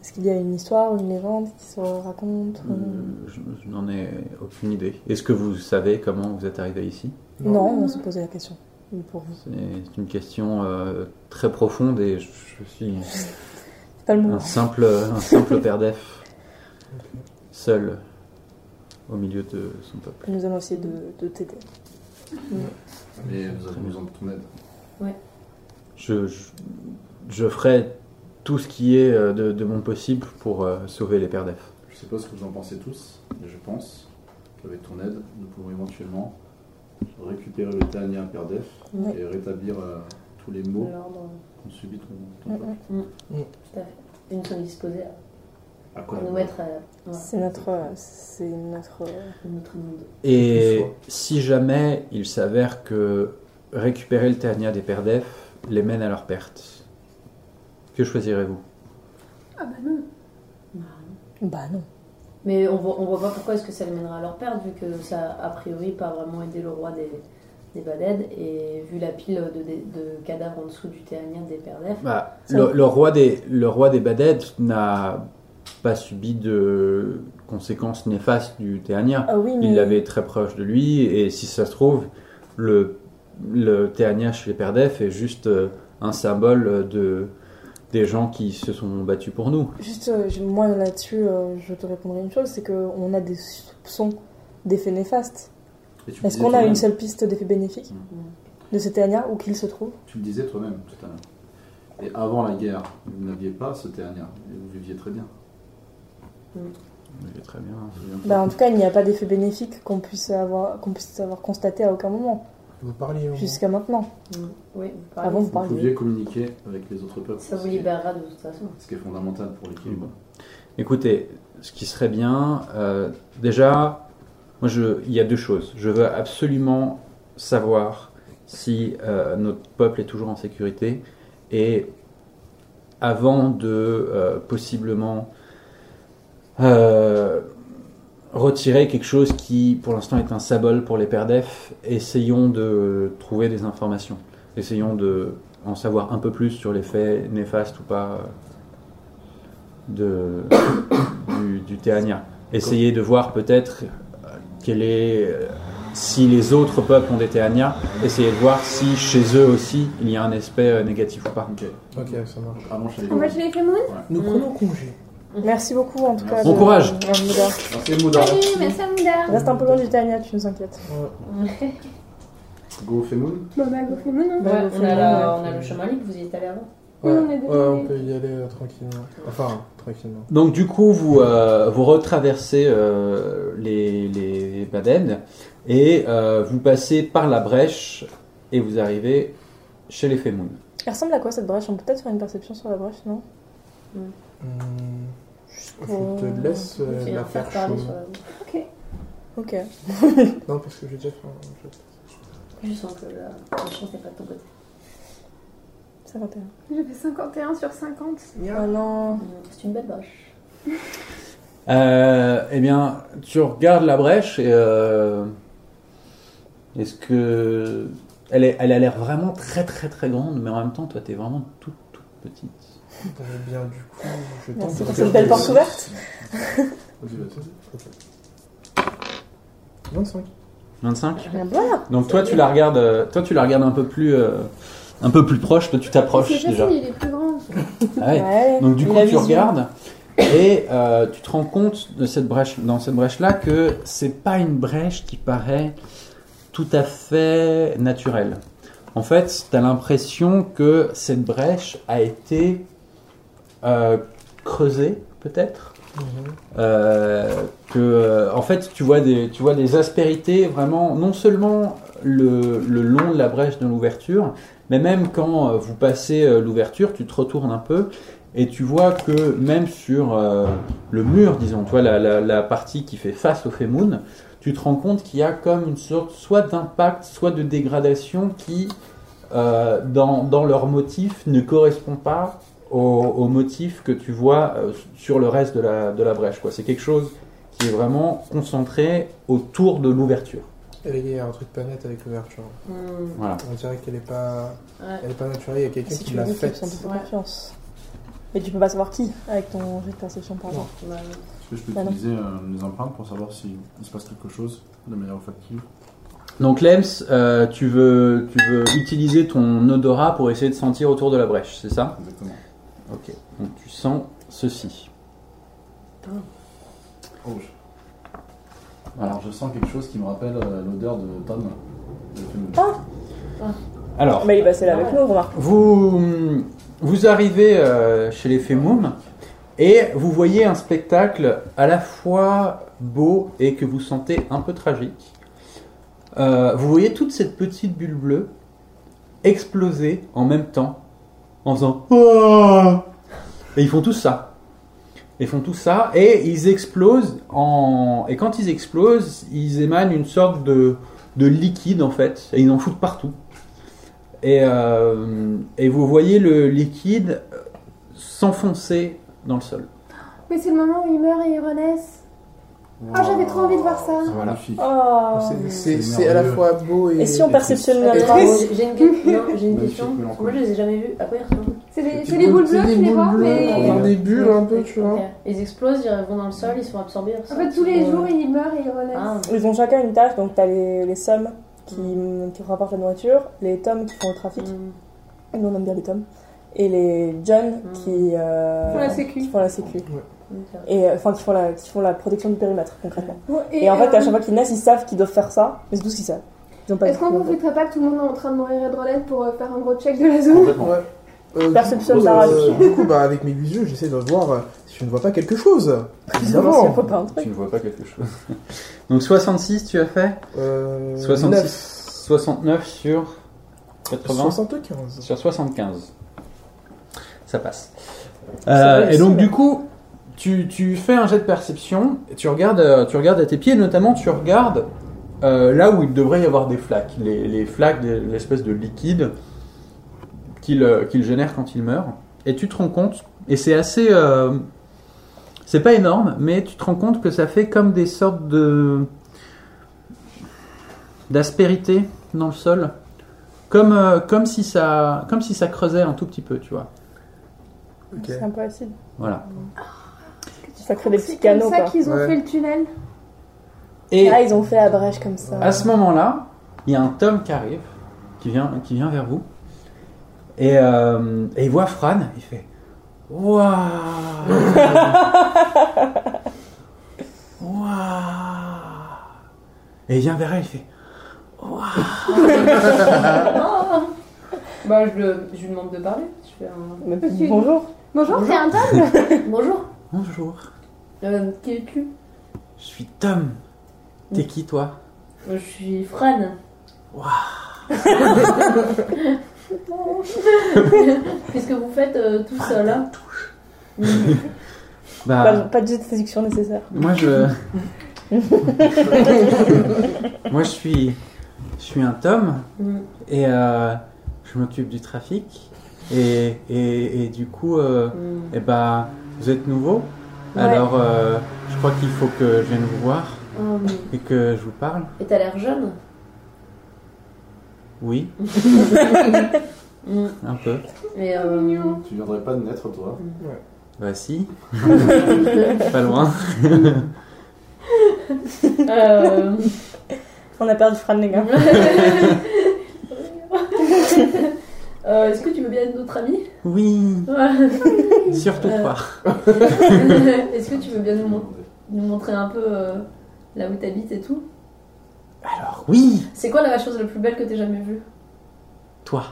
Est-ce qu'il y a une histoire, une légende qui se raconte
Euh, je, je n'en ai aucune idée. Est-ce que vous savez comment vous êtes arrivé ici
Non, on se posait la question. Mais Pour vous.
C'est une question euh, très profonde et je, je suis
C'est pas le moment.
un simple, un simple père d'EF, seul au milieu de son peuple.
Nous allons essayer de, de t'aider.
Mais nous avons besoin de ton aide.
Je, je, je ferai tout ce qui est euh, de, de mon possible pour euh, sauver les pères d'EF.
Je sais pas ce que vous en pensez tous, mais je pense qu'avec ton aide, nous pouvons éventuellement récupérer le dernier Perdef
Oui.
et rétablir euh, tous les maux
L'ordre,
qu'on subit ton, ton
Mm,
peuple.
mm.
tout à fait. Et nous sommes disposés
À
à
quoi
nous
bon
mettre à voilà,
C'est notre. euh, C'est notre. euh,
notre monde.
Et
Une fois.
si jamais il s'avère que récupérer le Ternia des pères d'EF les mène à leur perte, que choisirez-vous
Ah bah non.
Bah non.
Mais on voit, on voit pas pourquoi est-ce que ça les mènera à leur perte, vu que ça a priori pas vraiment aidé le roi des, des Baded, et vu la pile de, de- de cadavres en dessous du Théanien des Perdef.
Bah,
Ça
le,
va.
le roi des, le roi des Baded n'a pas subi de conséquences néfastes du Théania.
Ah oui, mais.
Il l'avait très proche de lui, et si ça se trouve, le, le Théania chez les Perdef est juste euh, un symbole euh, de, des gens qui se sont battus pour nous.
Juste, euh, j'ai- moi là-dessus, euh, je te répondrai une chose c'est qu'on a des soupçons d'effets néfastes.
Et tu le
Est-ce
disais
qu'on a
toi-même.
une seule piste d'effet bénéfique
Mm.
de ces Théania où qu'il se trouve
Tu le disais toi-même tout à l'heure. Et avant la guerre, vous n'aviez pas ce dernier, et vous viviez très bien.
Oui, Très bien.
Vous aviez un
Bah, en tout cas, il n'y a pas d'effet bénéfique qu'on puisse avoir, qu'on puisse avoir constaté à aucun moment.
Vous parliez au moins.
Jusqu'à maintenant.
Mm. Oui, vous parlez.
Avant, vous
Vous
parliez.
pouviez communiquer avec les autres peuples. ce
Ça
bah.
vous
qui est-
libérera de toute façon.
Ce qui est fondamental pour
Mm.
l'équilibre.
Écoutez, ce qui serait bien, euh, déjà, moi, je, il y a deux choses. Je veux absolument savoir si euh, notre peuple est toujours en sécurité et avant de euh, possiblement euh, retirer quelque chose qui, pour l'instant, est un symbole pour les perdef, essayons de trouver des informations. Essayons de en savoir un peu plus sur les faits néfastes ou pas euh, de, du, du Théania. Essayez de voir peut-être euh, quel est, euh, si les autres peuples ont des Théania, essayez de voir si chez eux aussi il y a un aspect euh, négatif ou pas.
Ok.
Ok, ça marche.
Donc, allons chez les
On va chez les Clémones
Nous
Mm.
prenons congé.
Merci beaucoup en tout cas.
Bon
de-
courage.
de Moudar.
Merci, Moudar.
Salut, merci à Moudar.
Reste un peu loin du Tania, tu nous inquiètes.
Go Femoun.
Bon, bah, go Clémones, hein.
Ouais,
Ouais,
vous
on, a
faites
la-
bien,
on a le chemin libre, vous y êtes allé avant.
Oui, on est
ouais, on
désolé.
peut y aller euh, tranquillement. Enfin, tranquillement.
Donc du coup, vous, euh, vous retraversez euh, les, les Baden et euh, vous passez par la brèche et vous arrivez chez les Femoun.
Elle ressemble à quoi cette brèche On peut peut-être faire une perception sur la brèche, non
Hum,
Oh.
Je te laisse euh,
Vous allez
la
leur faire
faire
parler
chaud.
sur la-
Ok.
Non, parce que j'ai déjà fait un jet.
Je sens que la, la chance n'est pas de ton côté.
51.
J'ai fait 51 sur 50.
Ah non.
Mm. C'est une belle vache.
Euh, eh bien, tu regardes la brèche et euh, est-ce que elle, est- elle a l'air vraiment très très très grande, mais en même temps, toi, t'es vraiment toute toute petite.
Eh bien, du coup, je tente
Merci
de
pour
faire
cette belle
des-
porte ouverte.
Vas-y, vas-y.
25.
25.
Bien, voilà.
Donc toi, tu la regardes, euh, toi, tu la regardes un peu plus, euh, un peu plus proche. Toi, tu
C'est
t'approches
facile,
déjà.
il est plus grand.
Ah ouais.
Ouais.
Donc du
Et
coup,
la
tu
vision.
regardes et euh, tu te rends compte de cette brèche, dans cette brèche-là, que c'est pas une brèche qui paraît tout à fait naturelle. En fait, tu as l'impression que cette brèche a été euh, creusée, peut-être,
Mm-hmm.
euh, que euh, en fait tu vois des tu vois des aspérités vraiment non seulement le, le long de la brèche de l'ouverture mais même quand euh, vous passez euh, l'ouverture tu te retournes un peu et tu vois que même sur euh, le mur disons tu vois la, la, la partie qui fait face au Femoun tu te rends compte qu'il y a comme une sorte soit d'impact soit de dégradation qui euh, dans, dans leur motif ne correspond pas au, au motif que tu vois euh, sur le reste de la, de la brèche. quoi. C'est quelque chose qui est vraiment concentré autour de l'ouverture.
Elle il y a un truc pas net avec l'ouverture.
Mm.
On dirait qu'elle est pas,
Ouais.
elle est pas naturelle. Il y a quelqu'un
Ah, Si
qui
tu veux,
l'a
tu peux
faite.
te
Ouais.
confiance. Mais tu peux pas savoir qui avec ton jet de perception par exemple.
Bah,
Est-ce que je peux
Voilà.
utiliser euh, les empreintes pour savoir s'il se passe quelque chose de manière olfactive
Donc Lems, euh, tu, veux, tu veux utiliser ton odorat pour essayer de sentir autour de la brèche, c'est ça
Exactement.
Ok. Donc tu sens ceci.
Oh, je- Alors, je sens quelque chose qui me rappelle euh, l'odeur de Tom. de Femoun.
Ah!
Alors,
Mais il est passé là avec nous, remarque.
vous, vous arrivez euh, chez les Femoum et vous voyez un spectacle à la fois beau et que vous sentez un peu tragique. Euh, vous voyez toute cette petite bulle bleue exploser en même temps en faisant Ah et ils font tout ça. Ils font tout ça et ils explosent en et quand ils explosent, ils émanent une sorte de, de liquide en fait et ils en foutent partout. Et, euh, et vous voyez le liquide euh, s'enfoncer dans le sol.
Mais c'est le moment où ils meurent et ils renaissent. Ah, j'avais trop envie de voir ça.
Voilà.
Magnifique.
Oh.
C'est-
C'est
C'est c'est à la
merveilleux.
fois beau et.
Et si on perceptionne la
Et
attends,
triste.
j'ai- J'ai une, que- non, j'ai une
Magnifique,
question. Parce que Moi, je les ai jamais vus. À hein. quoi ils ressemblent
C'est
Les
les, c'est
petites
les boules
C'est
bleues,
des
tu les
boules
vois,
bleues,
mais.
dans des bulles un peu, tu vois.
Ok. Ils explosent, ils vont dans le sol, ils sont absorbés.
En fait, tous les jours, ils meurent et ils renaissent.
Ah,
Ils ont chacun une tâche, donc t'as les, les sommes qui, qui rapportent la nourriture, les tomes qui font le trafic,
mm.
nous on aime bien les tomes, et les johns
Mm.
qui, euh,
Font la sécu.
qui font la sécu.
Ok.
Et euh, enfin, qui, font la, qui font la protection du périmètre, concrètement. Et,
Et,
en fait,
euh,
à chaque fois qu'ils naissent, ils savent qu'ils doivent faire ça, mais c'est tout ce qu'ils savent. Ils ont pas
Est-ce qu'on
d'idée.
profiterait pas que tout le monde est en train de mourir et de renaître pour euh, faire un gros check de la zone
Complètement.
Ouais. Euh,
Perception
du coup,
d'Arabi.
euh, Du coup, bah, avec mes visions, j'essaie de voir euh, si je ne vois pas quelque chose.
Évidemment,
Évidemment.
Ah, c'est pas un truc.
ne vois pas quelque chose. Donc 66, tu as fait
Euh,
66.
neuf.
69 sur 80
75.
sur 75. Ça passe.
Ça
Euh,
va,
et
ça
donc
va.
du coup, tu, tu fais un jet de perception, et tu regardes, euh, tu regardes à tes pieds, et notamment tu regardes euh, là où il devrait y avoir des flaques, les, les flaques, de- l'espèce de liquide qu'il euh, qu'il génère quand il meurt. Et tu te rends compte, et c'est assez... euh, c'est pas énorme, mais tu te rends compte que ça fait comme des sortes de... d'aspérité dans le sol. Comme, euh, comme, si ça, comme si ça creusait un tout petit peu, tu vois.
Ok.
C'est un peu acide.
Voilà.
Ça crée des petits
C'est comme
canaux,
ça
quoi.
qu'ils ont
Ouais.
fait le tunnel.
Et Ah,
Là, ils ont fait la brèche comme ça.
à ce moment-là, il y a un Tom qui arrive, qui vient, qui vient vers vous, et, euh, et il voit Fran, il fait Waouh Waouh Et il vient vers elle, il fait
Bah, je, le- je lui demande de parler. Je fais un...
Mais Bonjour.
Bonjour, c'est un top
Bonjour.
Bonjour,
Euh, qui es-tu
je suis Tom. T'es qui toi
Je suis Fran.
Waouh.
Qu'est-ce que vous faites euh, tout seul là
Pas,
Bah,
pas de jet de séduction nécessaire.
moi je. moi je suis. Je suis un Tom.
Mm.
Et euh, je m'occupe du trafic. Et, et, et du coup, euh,
Mm.
eh ben, vous êtes nouveau.
Ouais.
Alors, euh, je crois qu'il faut que je vienne vous voir
Hum.
et que je vous parle.
Et t'as l'air jeune
Oui,
Mm.
un peu.
Et, euh,
mignon.
Tu viendrais pas de naître, toi
Bah si. Pas loin.
euh,
On a perdu Fran, les gars.
euh, Est-ce que tu veux bien être notre ami
Oui, surtout
Euh.
pas.
Est-ce que tu veux bien nous, mon- nous montrer un peu euh, là où t'habites et tout
Alors oui,
C'est quoi la chose la plus belle que t'aies jamais vue
toi.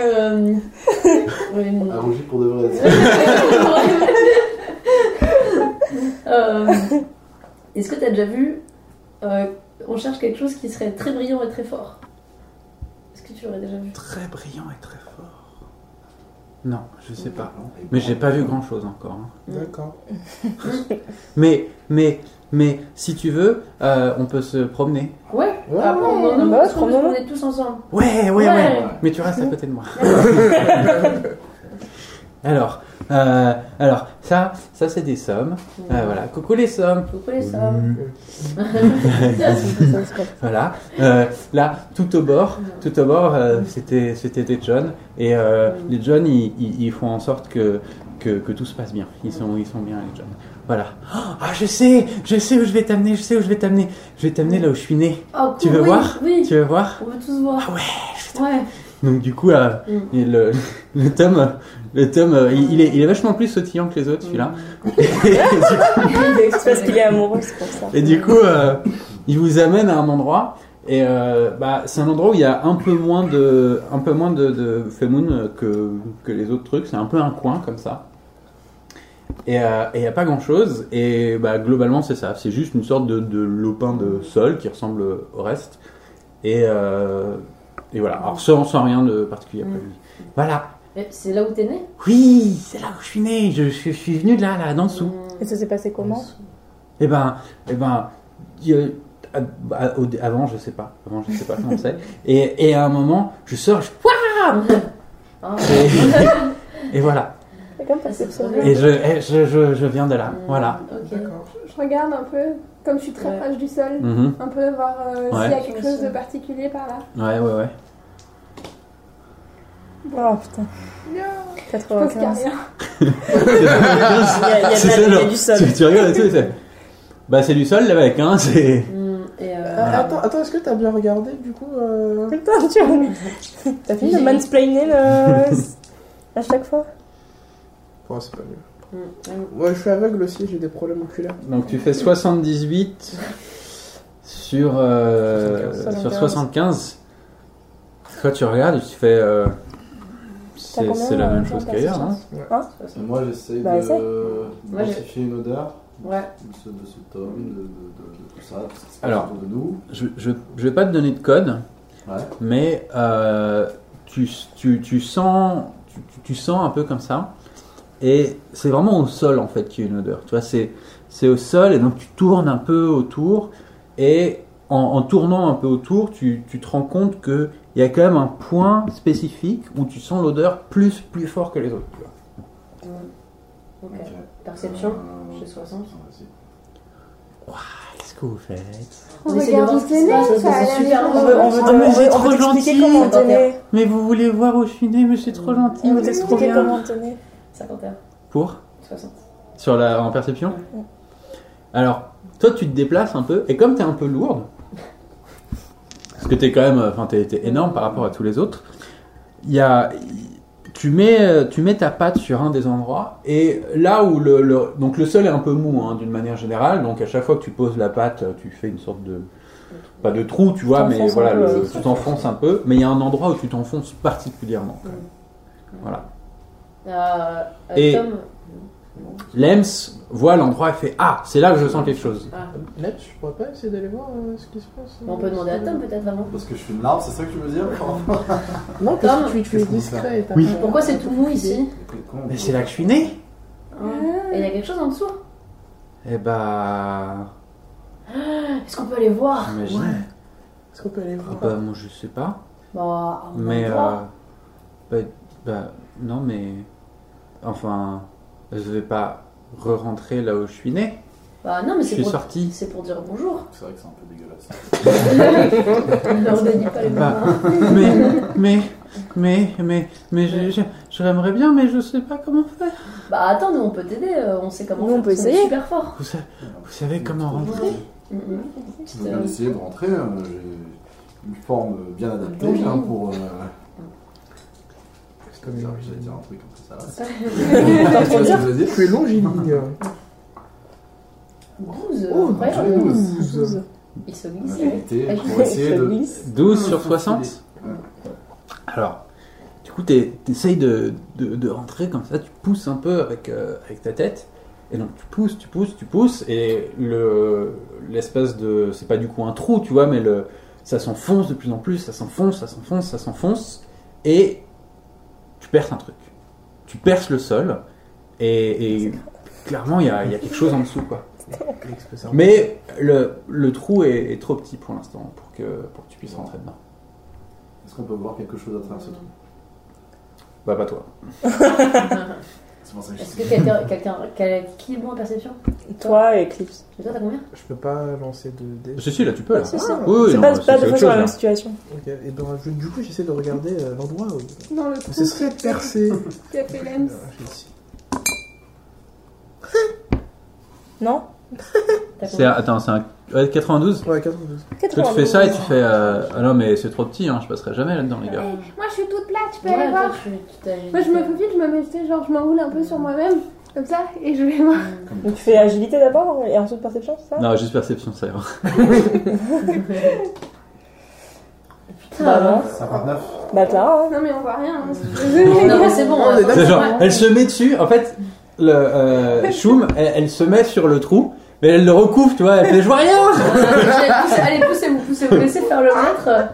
euh... oui, non.
Ah.
À rougir Ah, pour de vrai.
Euh, Est-ce que t'as déjà vu euh, On cherche quelque chose qui serait très brillant et très fort. Est-ce que tu l'aurais déjà vu
Très brillant et très fort. Non, je sais pas.
Et
Mais j'ai pas vu grand chose encore. hein.
D'accord.
Mais, mais, mais, si tu veux, euh, on peut se promener.
Ouais.
Ouais.
Ah, promenons-nous,
bah,
parce qu'on
promenons-nous.
on est tous ensemble.
Ouais, ouais, ouais.
Ouais.
Mais tu restes à côté de moi. alors, euh, alors ça, ça c'est des sommes. Euh, voilà, Mmh. coucou les sommes.
Vous connaissez ça
Voilà. Euh, là, tout au bord, tout au bord, euh, c'était, c'était des John. Et euh, les John, ils, ils- ils font en sorte que, que, que tout se passe bien. Ils sont, ils sont bien les John. Voilà. Ah, je sais, je sais où je vais t'amener, je sais où je vais t'amener. Je vais t'amener là où je suis né.
Oh, cool,
Tu veux
oui,
voir
Oui.
Tu veux voir
On veut tous voir.
Ah ouais,
Ouais.
Donc du coup, euh,
Mm.
et le, le tome, euh, le tome, euh, il, il est, il est vachement plus sautillant que les autres, celui-là. Et du
Mm.
coup-
C'est parce qu'il est amoureux, c'est pour ça.
Et du coup, euh, il vous amène à un endroit. Et euh, bah, c'est un endroit où il y a un peu moins de, un peu moins de, de Femoun que, que les autres trucs. C'est un peu un coin comme ça. Et euh, et il n'y a pas grand chose. Et bah, globalement, c'est ça. C'est juste une sorte de, de lopin de sol qui ressemble au reste. Et, euh, et voilà. Alors, sans, sans rien de particulier.
Mm.
Voilà.
Et Eh, C'est là où t'es né
Oui, c'est là où je suis né. Je, je- je suis venu de là, là, d'en dessous.
Mmh.
Et ça s'est passé comment
Eh ben, eh ben, il y a- à- à- au- avant, je sais pas. Avant, je sais pas comment c'est. Et, et à un moment, je sors, je.
Ah.
Et, et voilà.
C'est comme passé
C'est trop
Et je, et je, je, je viens de là. Voilà.
Ok.
D'accord.
Je regarde un peu, comme je suis très
Ouais.
proche du sol,
Mhm.
un peu voir euh, s'il y a
Ouais.
quelque chose de particulier par là.
Ouais, ouais, ouais.
Oh putain.
Je pense qu'il y a
95.
rien.
Il y a, il y a
C'est ça,
de la- il y a
genre,
du sol.
Tu, tu regardes et tout, et c'est- Bah, c'est du sol, les mecs, hein. C'est.
Mm, Et euh,
Ah, Attends, attends est-ce que t'as bien regardé du coup euh...
Putain, tu as- T'as fini de mansplainer le... à chaque fois
Ouais, c'est pas mieux.
mm, mm.
Ouais, je suis aveugle aussi, j'ai des problèmes oculaires.
Donc, tu fais 78 sur, euh,
75.
sur 75. Toi, tu regardes et tu fais. euh,
T'as
C'est
combien
c'est la
en
même
temps,
chose
t'as
qu'ailleurs.
six
hein.
chances
mm,
Et moi, j'essaie
Bah, essaie.
de
Moi, j'ai-
identifier une odeur
mm. Ouais.
de ce, de ce tome, de, de- de- de tout ça, tout ce qui se passe
Alors.
autour de nous.
Je, je, je vais pas te donner de code,
Ouais.
mais euh, tu, tu, tu sens tu, tu- tu sens un peu comme ça. Et c'est vraiment au sol en fait qu'il y a une odeur. Tu vois, c'est c'est au sol et donc tu tournes un peu autour et en, en tournant un peu autour, tu, tu te rends compte que il y a quand même un point spécifique où tu sens l'odeur plus plus fort que les autres. tu vois.
Mm. Ok.
Ok.
Perception
Euh,
J'ai 60.
vas-y.
Qu'est-ce que vous faites
On
On
essaie de voir
regarde
Oh, ce qui
les nègres,
se passe, parce que
ça a
c'est
l'air
super-
d'être-
On veut, on veut,
Ah, mais
on
j'ai
veut-
trop
on veut t'expliquer
gentil.
comment tenez.
Mais vous voulez voir où je suis né, mais c'est trop gentil.
On veut
Trop
t'expliquer
bien.
comment tenez.
51.
Pour
60.
Sur la, en perception
Ouais.
Alors, toi, tu te déplaces un peu, et comme tu es un peu lourde, parce que tu es quand même, enfin, tu es, énorme par rapport à tous les autres, il y a, tu, mets, euh, tu mets ta patte sur un des endroits, et là où le, le- donc le sol est un peu mou, hein, d'une manière générale, donc à chaque fois que tu poses la patte, tu fais une sorte de. Pas de trou, tu vois, mais
T'enfonces un
voilà,
peu,
le-
ouais.
tu t'enfonces un peu, mais il y a un endroit où tu t'enfonces particulièrement. quand même. Voilà.
Euh, euh,
Et-
Tom,
Lems voit l'endroit et fait Ah, c'est là que je sens quelque chose.
Là, Euh, je pourrais pas essayer d'aller voir euh, ce qui se passe.
Ah. on peut demander à Tom peut-être avant.
Parce que je suis une larve, c'est ça que tu veux dire
Non,
parce
parce
que
que tu,
es
es discret.
Oui.
Pourquoi c'est tout mou ici
Mais c'est là que je suis né
Et il y a quelque chose en dessous
Eh bah.
Est-ce qu'on peut aller voir
J'imagine.
Est-ce qu'on peut aller
Ah
voir
bah, moi je sais pas.
Bah, on
Mais.
va
Euh,
voir.
bah, bah, non, mais. Enfin. Je vais pas re-rentrer là où je suis né.
Bah, non, mais
Je
c'est
suis
pour...
sorti.
c'est pour dire bonjour.
C'est vrai que c'est un peu dégueulasse.
On leur dit pas hein. les
Bah,
bonjour.
Mais, mais, mais, mais, mais, je- je- j'aimerais bien, mais je sais pas comment faire.
Bah, attends, nous on peut t'aider, euh, on sait comment
Nous, on
faire,
peut
parce qu'on est
essayer.
super fort.
Vous savez, vous savez comment rentrer
Mm, mm.
Je veux bien essayer de rentrer. euh, J'ai une forme bien adaptée
Oui.
hein, pour. euh,
C'est
J'allais dire un truc un peu ça.
Tu
Tu vois ce que je veux dire
es longiligne.
12,
Oh,
incroyable.
joli.
Il se
La
glisse.
vérité,
Ouais.
pour essayer
Ça
de.
glisse.
12 sur 60
Ouais.
Alors, du coup, t'es- t'essayes de, de, de rentrer comme ça, tu pousses un peu avec, euh, avec ta tête. Et donc, tu pousses, tu pousses, tu pousses. Et le- l'espèce de. C'est pas du coup un trou, tu vois, mais le, ça s'enfonce de plus en plus, ça s'enfonce, ça s'enfonce, ça s'enfonce. Et tu perces un truc. Tu perces le sol. Et, et clairement, il y a, il y a quelque chose en dessous, quoi. Mais le, le trou est, est trop petit pour l'instant pour que, pour que tu puisses rentrer dedans.
Est-ce qu'on peut voir quelque chose à travers ce truc
Bah, pas toi.
C'est pour ça que je
Est-ce que quelqu'un. quelqu'un quel- qui est bon en perception
Toi, Eclipse.
Et toi, t'as combien
Je peux pas lancer de dés.
Si, si, là, tu peux, là.
Si, si.
Ah,
Oui,
C'est
non,
pas
mais
c'est pas
c'est autre
deux fois
chose, hein.
sur la même
là.
situation.
Ok, et ben, je- du coup, j'essaie de regarder euh, l'endroit où.
Dans le
Ce
trou
serait percé. Ah,
qu'a fait l'âme.
Non
T'as
C'est,
combien
attends, c'est un ouais, 92
Ouais, 92.
Toi, tu fais ça et tu fais. euh, Ah non, mais c'est trop petit, hein, je passerai jamais là-dedans, les gars.
Moi, je suis toute plate, tu peux
Ouais,
aller
toi,
voir.
tu- tu t'as-
Moi, je me faufile, je me mets, tu sais, genre, je m'enroule un peu sur moi-même, comme ça, et je vais voir.
Donc tu fais agilité d'abord et ensuite perception, c'est ça
Non, juste perception, ça ira.
Putain,
Bah non.
59.
Bah t'as un, hein.
Non, mais on voit rien. hein.
bah, Non, mais c'est bon.
Non, mais
attends,
C'est genre,
ouais.
elle se met dessus, en fait, le euh, Choum, elle, elle se met sur le trou, mais elle le recouvre, tu vois, elle fait Je vois rien
Ah, j'ai- Allez, poussez-vous, poussez-vous, laissez faire le maître.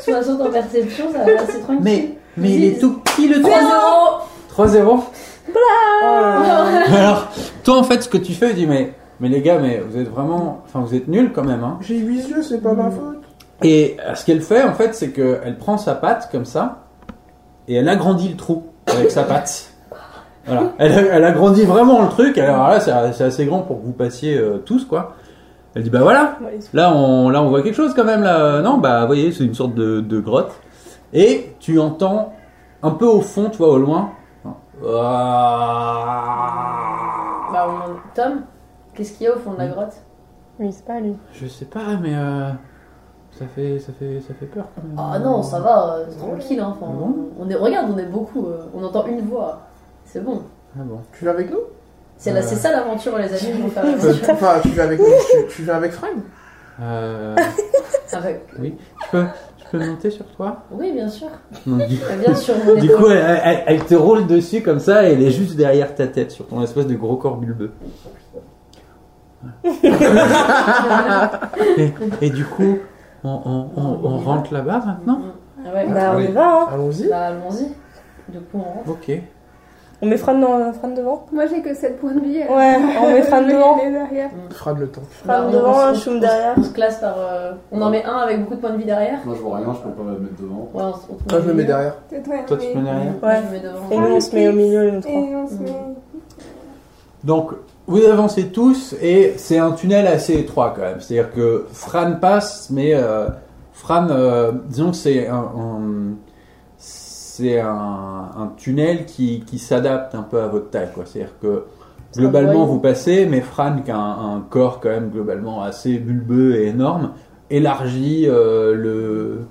Sur la sorte en perception, ça va, c'est tranquille.
Mais, mais il est tout petit, le
3
trou
0
3-0
Oh là
Bah,
là.
Alors, toi, en fait, ce que tu fais, tu dis Mais, mais les gars, mais vous êtes vraiment. Enfin, vous êtes nuls quand même, hein.
J'ai 8 yeux, c'est pas ma faute.
Et euh, ce qu'elle fait, en fait, c'est qu'elle prend sa patte comme ça, et elle agrandit le trou avec sa patte. Voilà. Elle, elle agrandit vraiment le truc. Alors là, c'est c'est assez grand pour que vous passiez euh, tous, quoi. Elle dit, bah voilà,
Ouais, ils sont-
là on, là, on voit quelque chose quand même, là. Euh, Non, bah, vous voyez, c'est une sorte de, de grotte. Et tu entends un peu au fond, tu vois, au loin. Ah.
Bah, on en- Tom, qu'est-ce qu'il y a au fond de la grotte
Oui, c'est pas lui.
Je sais pas, mais euh, ça, fait, ça, fait, ça fait peur quand même.
Ah non, ça va, euh, c'est tranquille. Hein. Enfin,
Non.
on est, regarde, on est beaucoup, euh, on entend une voix. C'est bon.
Ah bon.
Tu viens avec nous
C'est la-
Euh.
c'est ça l'aventure, les amis. ils vont faire
Euh,
l'aventure.
Enfin, tu viens avec nous, tu, tu viens avec Fred
Euh,
Ah aveugle.
Je peux, je peux monter sur toi
Oui, bien sûr.
Non.
Bien sûr, mon
Du
écho.
coup, elle, elle- elle te roule dessus comme ça et elle est juste derrière ta tête, sur ton espèce de gros corps bulbeux. et, et du coup, on, on- on- on rentre là-bas maintenant
Ah ouais, bah,
Bah, on
oui.
y va, hein.
Allons-y.
bah, allons-y. Du coup, on rentre.
Ok.
On met Fran, dans- Fran devant
Moi j'ai que 7 points de vie. euh, alors.
Ouais, on met Fran
Je vais
devant.
y aller derrière.
Fran le temps.
Bah,
Fran
on-
devant,
on-
Choum derrière.
On se classe par. euh, on en met un avec beaucoup de points de vie derrière.
Moi je vois rien, je peux pas me mettre devant.
Ouais, on, se- on se
Moi je
au
me mets
milieu.
derrière.
C'est toi,
Toi, tu te
mais-
mets derrière.
Moi, je me mets devant.
Et nous, on se met au milieu, les nous trois.
Et on se met.
Donc, vous avancez tous et c'est un tunnel assez étroit quand même. C'est-à-dire que Fran passe, mais euh, Fran, euh, disons que c'est un, un- c'est un, un tunnel qui, qui s'adapte un peu à votre taille. quoi. C'est-à-dire que
C'est un
globalement
voyou.
vous passez, mais Fran, qui a un, un corps quand même globalement assez bulbeux et énorme, élargit euh, le,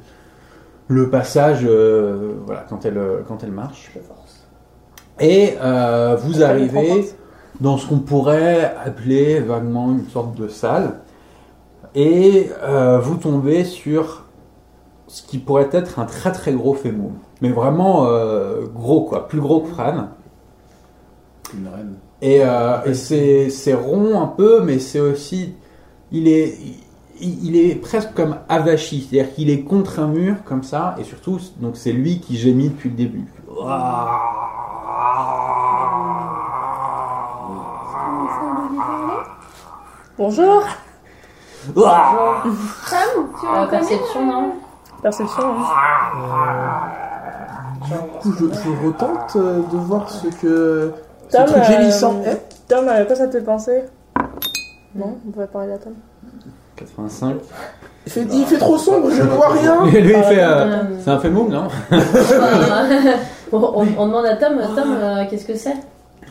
le passage euh, voilà, quand, elle, quand elle marche.
Je force.
Et euh, vous
Elle prend les trois
arrivez
portes.
dans ce qu'on pourrait appeler vaguement une sorte de salle. Et euh, vous tombez sur ce qui pourrait être un très très gros fémur. Mais vraiment euh, gros quoi, plus gros que Fran.
Une reine.
Et, euh, et c'est c'est rond un peu, mais c'est aussi. Il est, il, il est presque comme avachi, c'est-à-dire qu'il est contre un mur comme ça, et surtout, donc c'est lui qui gémit depuis le début.
Bonjour
Sam, tu
Ah,
reconnais
perception, non
Perception, hein.
Euh, Du coup, je, je retente euh, de voir ce que ce
Tom,
truc
euh,
gémissant hein. est.
Tom, à quoi ça te fait penser Non, on pourrait parler à Tom.
85.
Il fait, il fait trop sombre, bah, je vois rien.
Et lui, il fait. euh,
Euh,
c'est un fémur, non
on, on- on demande à Tom, Tom, euh, qu'est-ce que c'est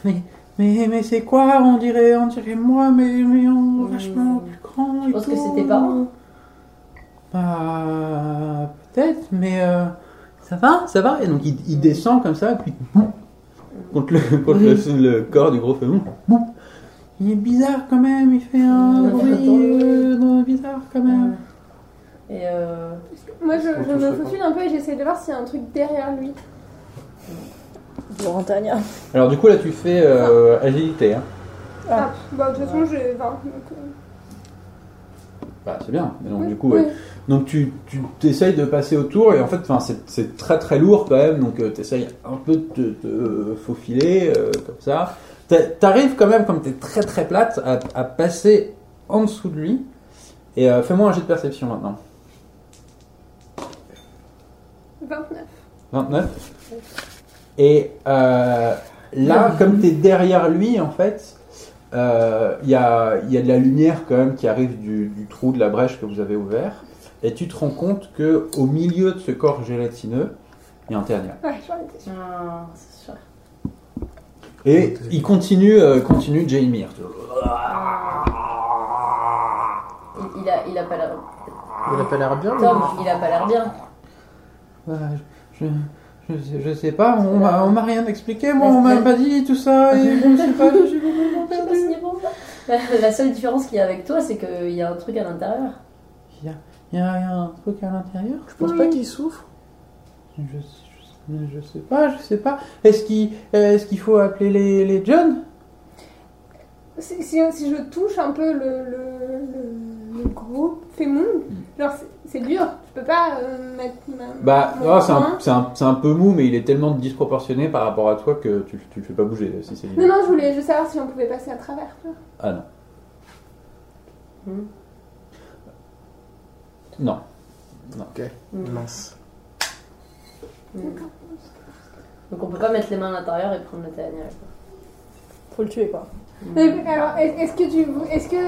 Mais, mais c'est quoi On dirait, on dirait moi, mais, mais en
Hmm.
vachement plus grand.
Je pense que c'est tes parents.
Bah, peut-être, mais euh, ça va, ça va. Et donc il, il descend comme ça, puis boum, contre le, contre le, le corps du gros fémur. boum. Il est bizarre quand même, il fait un
Ouais,
bruit
attends.
euh, non, bizarre quand même.
Et euh,
Moi je, je me
Touche pas.
faufile un peu et j'essaie de voir s'il y a un truc derrière lui.
Bonjour, Tania.
Alors du coup là tu fais euh, agilité, hein.
Ah, bah de toute façon j'ai 20. donc, euh,
Bah c'est bien. Mais donc
oui,
du coup, ouais.
oui.
donc tu tu t'essayes de passer autour et en fait, enfin c'est- c'est très très lourd quand même, donc tu t'essayes un peu de te te, euh, faufiler euh, comme ça. T'a- T'arrives quand même, comme t'es très très plate, à, à passer en dessous de lui. Et euh, fais-moi un jet de perception maintenant.
29.
29. Et euh, là, comme tu es derrière lui, en fait, euh, il y, a, il y a de la lumière quand même qui arrive du, du trou de la brèche que vous avez ouvert. Et tu te rends compte que au milieu de ce corps gélatineux, il y a un ternia.
Ouais, j'en étais sûre.
ah, c'est sûr.
Et il continue, euh, continue de gémir.
Il, il a, il a pas l'air.
Il a pas l'air bien,
Tom, il a pas l'air bien.
Euh, je, je, sais- je sais pas, on m'a on m'a rien expliqué, moi on m'a pas dit tout ça, et je sais pas, je suis complètement
Je sais pas
perdu.
s'il est bon ou pas. La seule différence qu'il y a avec toi, c'est qu'il y a un truc à l'intérieur.
Il y a, il y a un truc à l'intérieur
Je pense pas qu'il souffre.
Je, je- je sais pas, je sais pas. Est-ce qu'il est qu'il faut appeler les, les jeunes
Si, si- si je touche un peu le, le, le- le gros fémon, genre c'est- c'est dur. Je peux pas euh, mettre ma.
Hmm. Bah,
mon
non, c'est un,
poing.
c'est un- c'est un peu mou, mais il est tellement disproportionné par rapport à toi que tu, tu le fais pas bouger si c'est
Non, non, je voulais juste savoir si on pouvait passer à travers. tu vois.
Ah non.
Hmm.
Non.
Mince.
Donc Mm. on peut pas mettre les mains à l'intérieur et prendre le dernière.
Faut le tuer, quoi.
Mais Alors, est- est-ce que tu, est-ce que,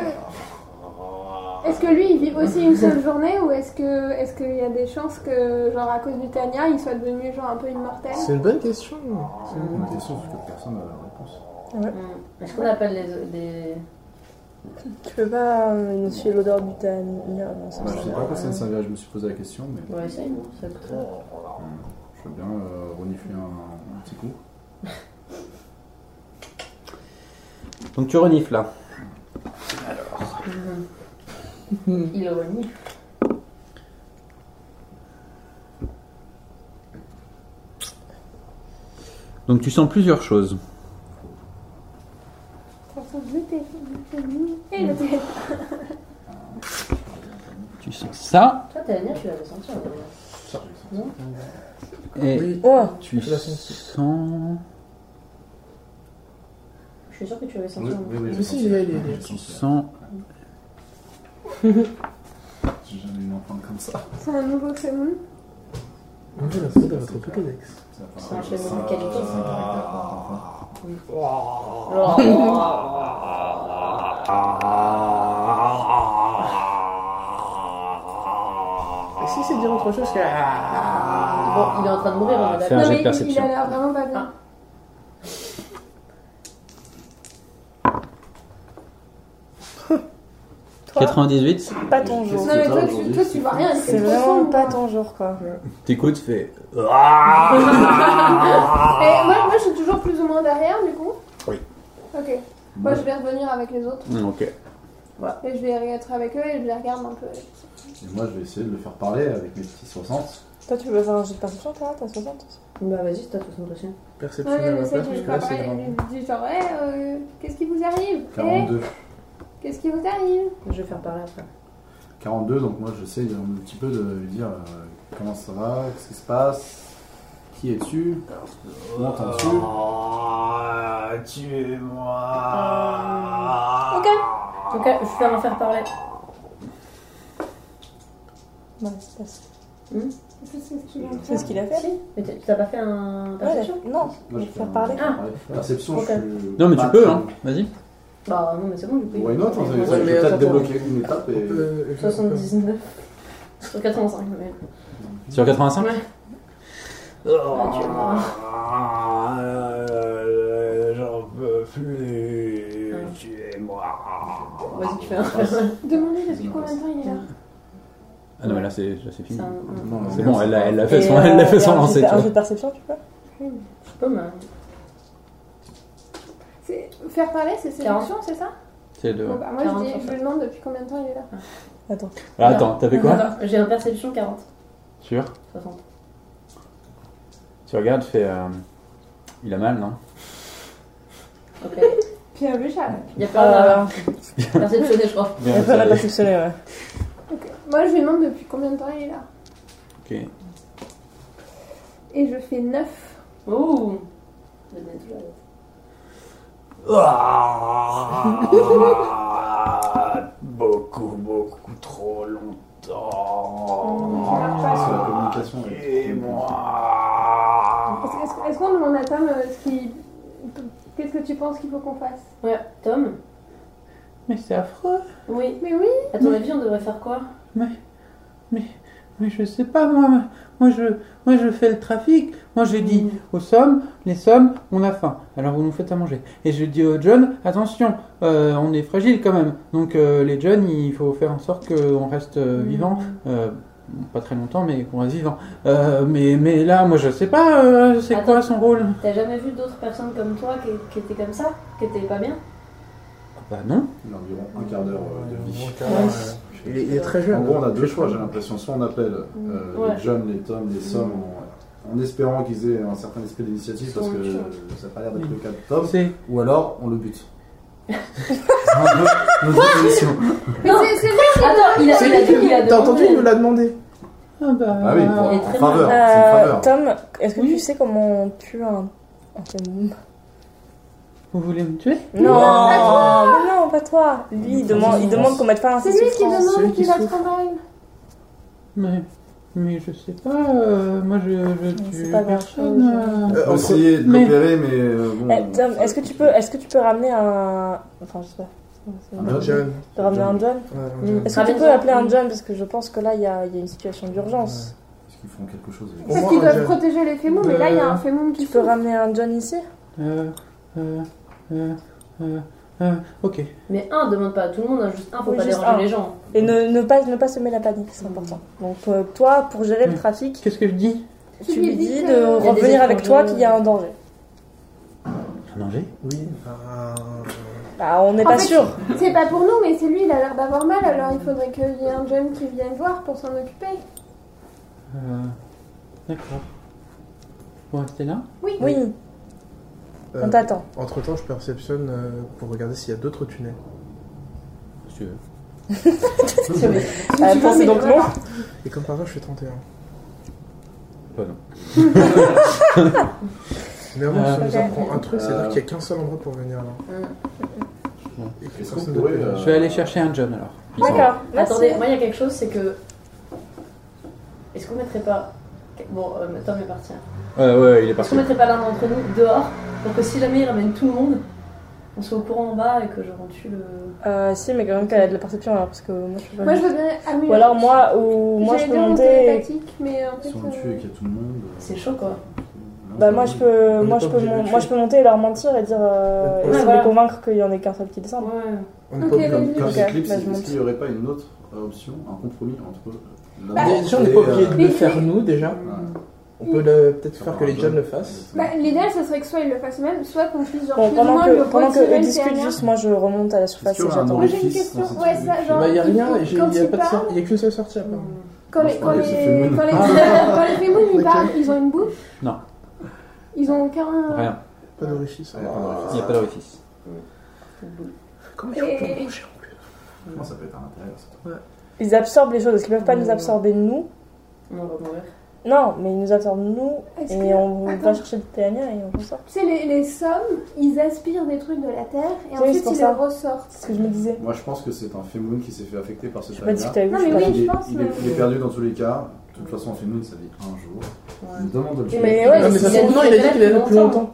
est-ce que lui, il vit aussi une seule journée ou est-ce que, est-ce qu'il y a des chances que, genre, à cause du Tania, il soit devenu genre un peu immortel
C'est une bonne question.
C'est une question parce que personne n'a la réponse.
Est-ce qu'on appelle les, les...
Tu peux pas euh, initier l'odeur du Tania dans ce
Bah, je sais
sens.
pas quoi ça ne servirait, je me suis posé la question, mais
Ouais, essaye, non ça coûte rien.
je veux bien euh, renifler un, un petit coup.
Donc tu renifles là.
Il renifle.
Donc tu sens plusieurs choses.
Ça sent le téléphone et le téléphone.
Tu sens ça
Toi, t'as l'air, tu l'avais senti. hein, d'ailleurs.
et
Oui.
Oh
tu
Je la sens.
sens.
Je suis sûre que tu l'avais senti.
Oui,
hein.
oui, oui.
Mais si, il est- il est- il est-
Tu sens.
J'ai jamais eu une empreinte comme ça.
C'est un nouveau Fremon.
On dirait la soude à votre Pokédex.
C'est un chemin de qualité, c'est un caractère.
Ah. Oh.
Oh.
Et si c'est dire autre chose que.
Bon, il est en train de mourir, on est
Fais un
Ah,
d'accord.
jet de
il- il
perception.
a l'air vraiment pas bien.
Ah. Toi,
98
pas ton jour.
Non mais toi, tu,
aujourd'hui,
toi, tu vois rien. il fait
C'est
trop
vraiment
sombre.
pas ton jour, quoi.
T'écoutes, fais. Ah
Et moi, moi, je suis toujours plus ou moins derrière, du coup.
Oui.
Ok. Moi, je vais revenir avec les autres.
Mm, Ok.
Et je vais être avec eux et je les regarde un peu.
Et moi, je vais essayer de le faire parler avec mes petits 60.
Toi, tu veux faire un jeu de perception, toi hein, T'as 60 aussi
Bah vas-y, c'est à 60 aussi.
Perception
Ouais,
à ma
j'essaie
place,
de lui
parce que là,
parler.
c'est grave.
Je dis genre, ouais, euh, qu'est-ce qui vous arrive Eh,
42.
qu'est-ce qui vous arrive
Je vais faire parler après.
42, donc moi, j'essaie un petit peu de lui dire euh, comment ça va, qu'est-ce qui se passe, qui es-tu, comment t'en-tu. Ah.
Ok.
En tout cas, je vais en faire parler.
Non, c'est pas ça.
Je sais ce qu'ils vont
C'est
faire.
ce qu'il a fait
Mais t'as- t'as pas fait un
Ouais,
perception
Non,
Moi,
il
je
faut
fais un-
faire parler.
Ah.
Perception,
Ok.
je suis.
Non, mais tu
pas
peux,
très-
hein. Vas-y.
Bah non, mais c'est bon, du coup. il-
Why not hein,
il-
ça- ça
Ouais,
peut
mais
peut-être
attends.
débloquer une étape
On
et.
peut- Euh, je-
79. Sur 85, mais.
Sur 85
Ouais.
Bah,
Ah, tu vois.
euh, J'en peux plus,
Ouais.
tuez-moi.
Vas-y, tu fais un.
Demandez depuis combien de temps il est là.
Ah non, mais là, c'est là, c'est fini.
C'est un- un-
Non,
C'est bon, elle l'a elle l'a fait
Et,
sans
euh,
elle l'a fait
et
sans
un jeu
lancer, tu
de- Un
vois.
jeu de perception, tu peux
Je sais pas, mais.
C'est- Faire parler, c'est séduction, c'est ça
C'est le-
Bon, bah, Moi, je,
40,
dis, je lui demande depuis combien de temps il est là.
Attends.
Ah, Attends, t'as fait quoi
J'ai un perception 40.
Sur
60.
Tu regardes, fais. euh, Il a mal, non
Ok.
Bien vu, Charles.
Y'a
Ah, Euh.
pas à perceptionner, je crois.
Il faut la perceptionner, ouais.
Ok. Moi, je lui demande depuis combien de temps il est là.
Ok.
Et je fais 9.
Ouh Je vais mettre là.
Ah, beaucoup, beaucoup trop
Oh,
longtemps.
Sur la communication.
Et moi.
Est-ce est-ce- est-ce qu'on demande à Tom euh, ce qu'il- Qu'est-ce que tu penses qu'il faut qu'on fasse
Ouais, Tom
Mais c'est affreux.
Oui.
Mais oui
À ton avis, on devrait faire quoi
Mais je sais pas, moi. Moi, je, moi, je fais le trafic. Moi, je dis aux sommes, les sommes, on a faim. Alors, vous nous faites à manger. Et je dis aux jeunes, attention, euh, on est fragile quand même. Donc, euh, les jeunes, il faut faire en sorte qu'on reste
Hmm.
euh, vivant. Euh, pas très longtemps, mais qu'on reste vivant. Euh, mais, mais là, moi, je sais pas, euh, c'est quoi son rôle
T'as jamais vu d'autres personnes comme toi qui, qui étaient comme ça Qui étaient pas bien
Bah, non.
Il a environ un quart d'heure euh, de vie.
Mon quart, euh, Il est- il est très
En
jeune.
gros, on a deux choix, j'ai l'impression. Soit on appelle
Mm.
euh,
Ouais.
les jeunes, les tomes, les sommes, en, en espérant qu'ils aient un certain esprit d'initiative, parce que
Soit on le
euh, ça n'a pas l'air
Mm.
d'être le cas de Tom,
C'est.
ou alors on le bute. C'est un peu notre solution.
Mais c'est- c'est vrai
Attends, Ah il a, il a dit qu'il a
T'as entendu, il nous
demandé.
l'a demandé.
Ah bah.
Ah oui, pour-
Il est
en
très
faveur.
mal.
C'est une
Euh,
faveur.
Tom, est-ce que
Oui.
tu sais comment on tue un. un Kaboom
Vous voulez me tuer
Non,
Pas
mais non, pas toi. Lui, il demande, il demande qu'on mette pas un
Ah, C'est lui qui
souffrance.
celui
demande
qui
qu'il a
souffre.
30 balles.
Mais, mais je sais pas, euh, moi je, je
c'est
tue
pas
personne.
grand-chose. hein.
euh.
On
Euh,
peut
entre-
essayer de
mais-
l'opérer, mais euh, bon.
Eh, Tom, est-ce que tu peux, est-ce que tu peux ramener un, enfin, je sais pas. Tu
Un autre
John.
peux ramener un John
Ouais, un
Mm.
John.
Est-ce que tu
Ramène-en.
peux appeler un John parce que je pense que là il y a, il y a une situation d'urgence.
Est-ce qu'ils font quelque chose avec-
Au
Parce
moins,
qu'ils
un
doivent
jeune.
protéger les fémons, mais là il y a un
Euh,
fémon
Tu
qui
peux
souffre.
ramener un John ici
Euh, euh, euh, euh, euh, ok.
Mais un, demande pas à tout le monde, hein, juste un, faut
Oui,
pas
juste
déranger
un.
les gens.
Et ne, ne pas ne pas semer la panique, c'est important. Donc euh, toi, pour gérer le trafic,
Qu'est-ce que je dis
Tu
tu
lui
lui
dis
dis
que-
de
Il y a
des
revenir avec toi
étrangers.
qu'il y a un danger.
Un danger
Oui. Ah,
Bah, on n'est
En
pas
fait,
sûr.
C'est pas pour nous, mais c'est lui, il a l'air d'avoir mal, alors il faudrait qu'il y ait un jeune qui vienne voir pour s'en occuper.
euh, D'accord. Vous restez là
Oui.
Euh,
On t'attend.
entre temps, je perceptionne euh, pour regarder s'il y a d'autres tunnels.
si tu veux.
Ah, attends, c'est donc long.
Et comme par hasard, je fais 31.
Pas non.
Généralement,
Ah,
Euh,
ça nous
ok.
apprend un truc, c'est-à-dire
Euh,
qu'il n'y a qu'un seul endroit pour venir là.
Mmh.
Et que
Est-ce
personne
qu'on pourrait,
ne peut
euh,
Je vais aller chercher un John alors. Il s'en va.
D'accord. merci.
Attendez, moi il y a quelque chose, c'est que. Est-ce qu'on mettrait pas. Bon, euh, Tom est parti. hein.
Euh, ouais, il est
Est-ce
parti.
qu'on mettrait pas l'un d'entre nous dehors pour que si jamais il ramène tout le monde, on soit au courant en bas et que genre on tue le.
Euh, si, mais quand même qu'elle a de la perception alors, parce que moi je suis pas.
Moi, je veux bien amulette.
Ou alors moi, ou moi je
J'allais
peux
dire en
monter.
télépathique, mais en fait.
Si on le tue et
euh,
qu'il y a tout le monde. euh,
C'est chaud quoi.
non,
Bah
c'est
moi
pas
je
bon.
peux,
On
moi
est
je
pas
peux,
obligé de
mon-
le
moi
tuer.
je peux monter et leur mentir et dire, euh,
Ouais,
essayer de
voilà.
les convaincre qu'il y en ait qu'un seul qui descend.
Ouais.
On est
Ok,
pas
vas-y.
obligé.
Comme
Ok,
Eclipse,
bah, je
est-ce
monte.
qu'il n'y aurait pas une autre option, un compromis entre la
Bah,
mort
Déjà, on n'est pas
et, euh,
obligé de le
Mais-
faire nous déjà.
Mmh.
Ouais.
On peut le- peut-être faire que les
Ouais.
jeunes le fassent.
Bah, l'idéal, ça serait que soit ils le fassent eux-mêmes, soit qu'on puisse genre
Bon,
plus ou
pendant
moins
que,
le
pendant que
retirer,
eux
le
discutent
dernier.
juste, moi je remonte à la
Est-ce
surface
qu'il y
et
aura un
j'attends.
Moi, j'ai une
orifice
question.
dans cette
Ouais, ça,
vidéo
genre-
Bah, il n'y a rien,
Quand
il n'y a,
il
pas de
parle-
sortie- y a qu'une seule sortie à part.
Quand
Moi,
les
je
quand
crois que c'est
les
féminin.
quand les quand les fémous, ils
Ok.
parlent, ils ont une bouche
Non.
Ils ont aucun.
Rien.
Pas d'orifice.
Ouais, pas d'orifice.
Il n'y a pas d'orifice.
Comment
Et-
ils font pour bouger en plus
Comment ça peut être à l'intérieur ça
Ils absorbent les choses, parce qu'ils peuvent pas nous
Euh.
Mm.
absorber nous.
On va mourir.
Non, mais ils nous absorbent nous
Est-ce
et
que-
on va
Attends.
chercher le TNA et on ressort.
Tu sais, les, les sommes, ils aspirent des trucs de la terre et
Oui, c'est
ensuite
pour
ils
ça.
les ressortent.
C'est ce que je me disais.
Moi je pense que c'est un Femoon qui s'est fait affecter par ce
Je peux pas
chagrin.
discuter avec
Non,
vous.
mais
je suis
oui.
pas-
Il est,
je pense,
il,
mais-
est, il est perdu dans tous les cas. De toute façon, un Femoon ça vit un jour. Il me demande de le tuer.
Mais
Non,
ouais,
mais
c'est-
ça
il y a
se trouve, non, il a dit qu'il allait plus longtemps.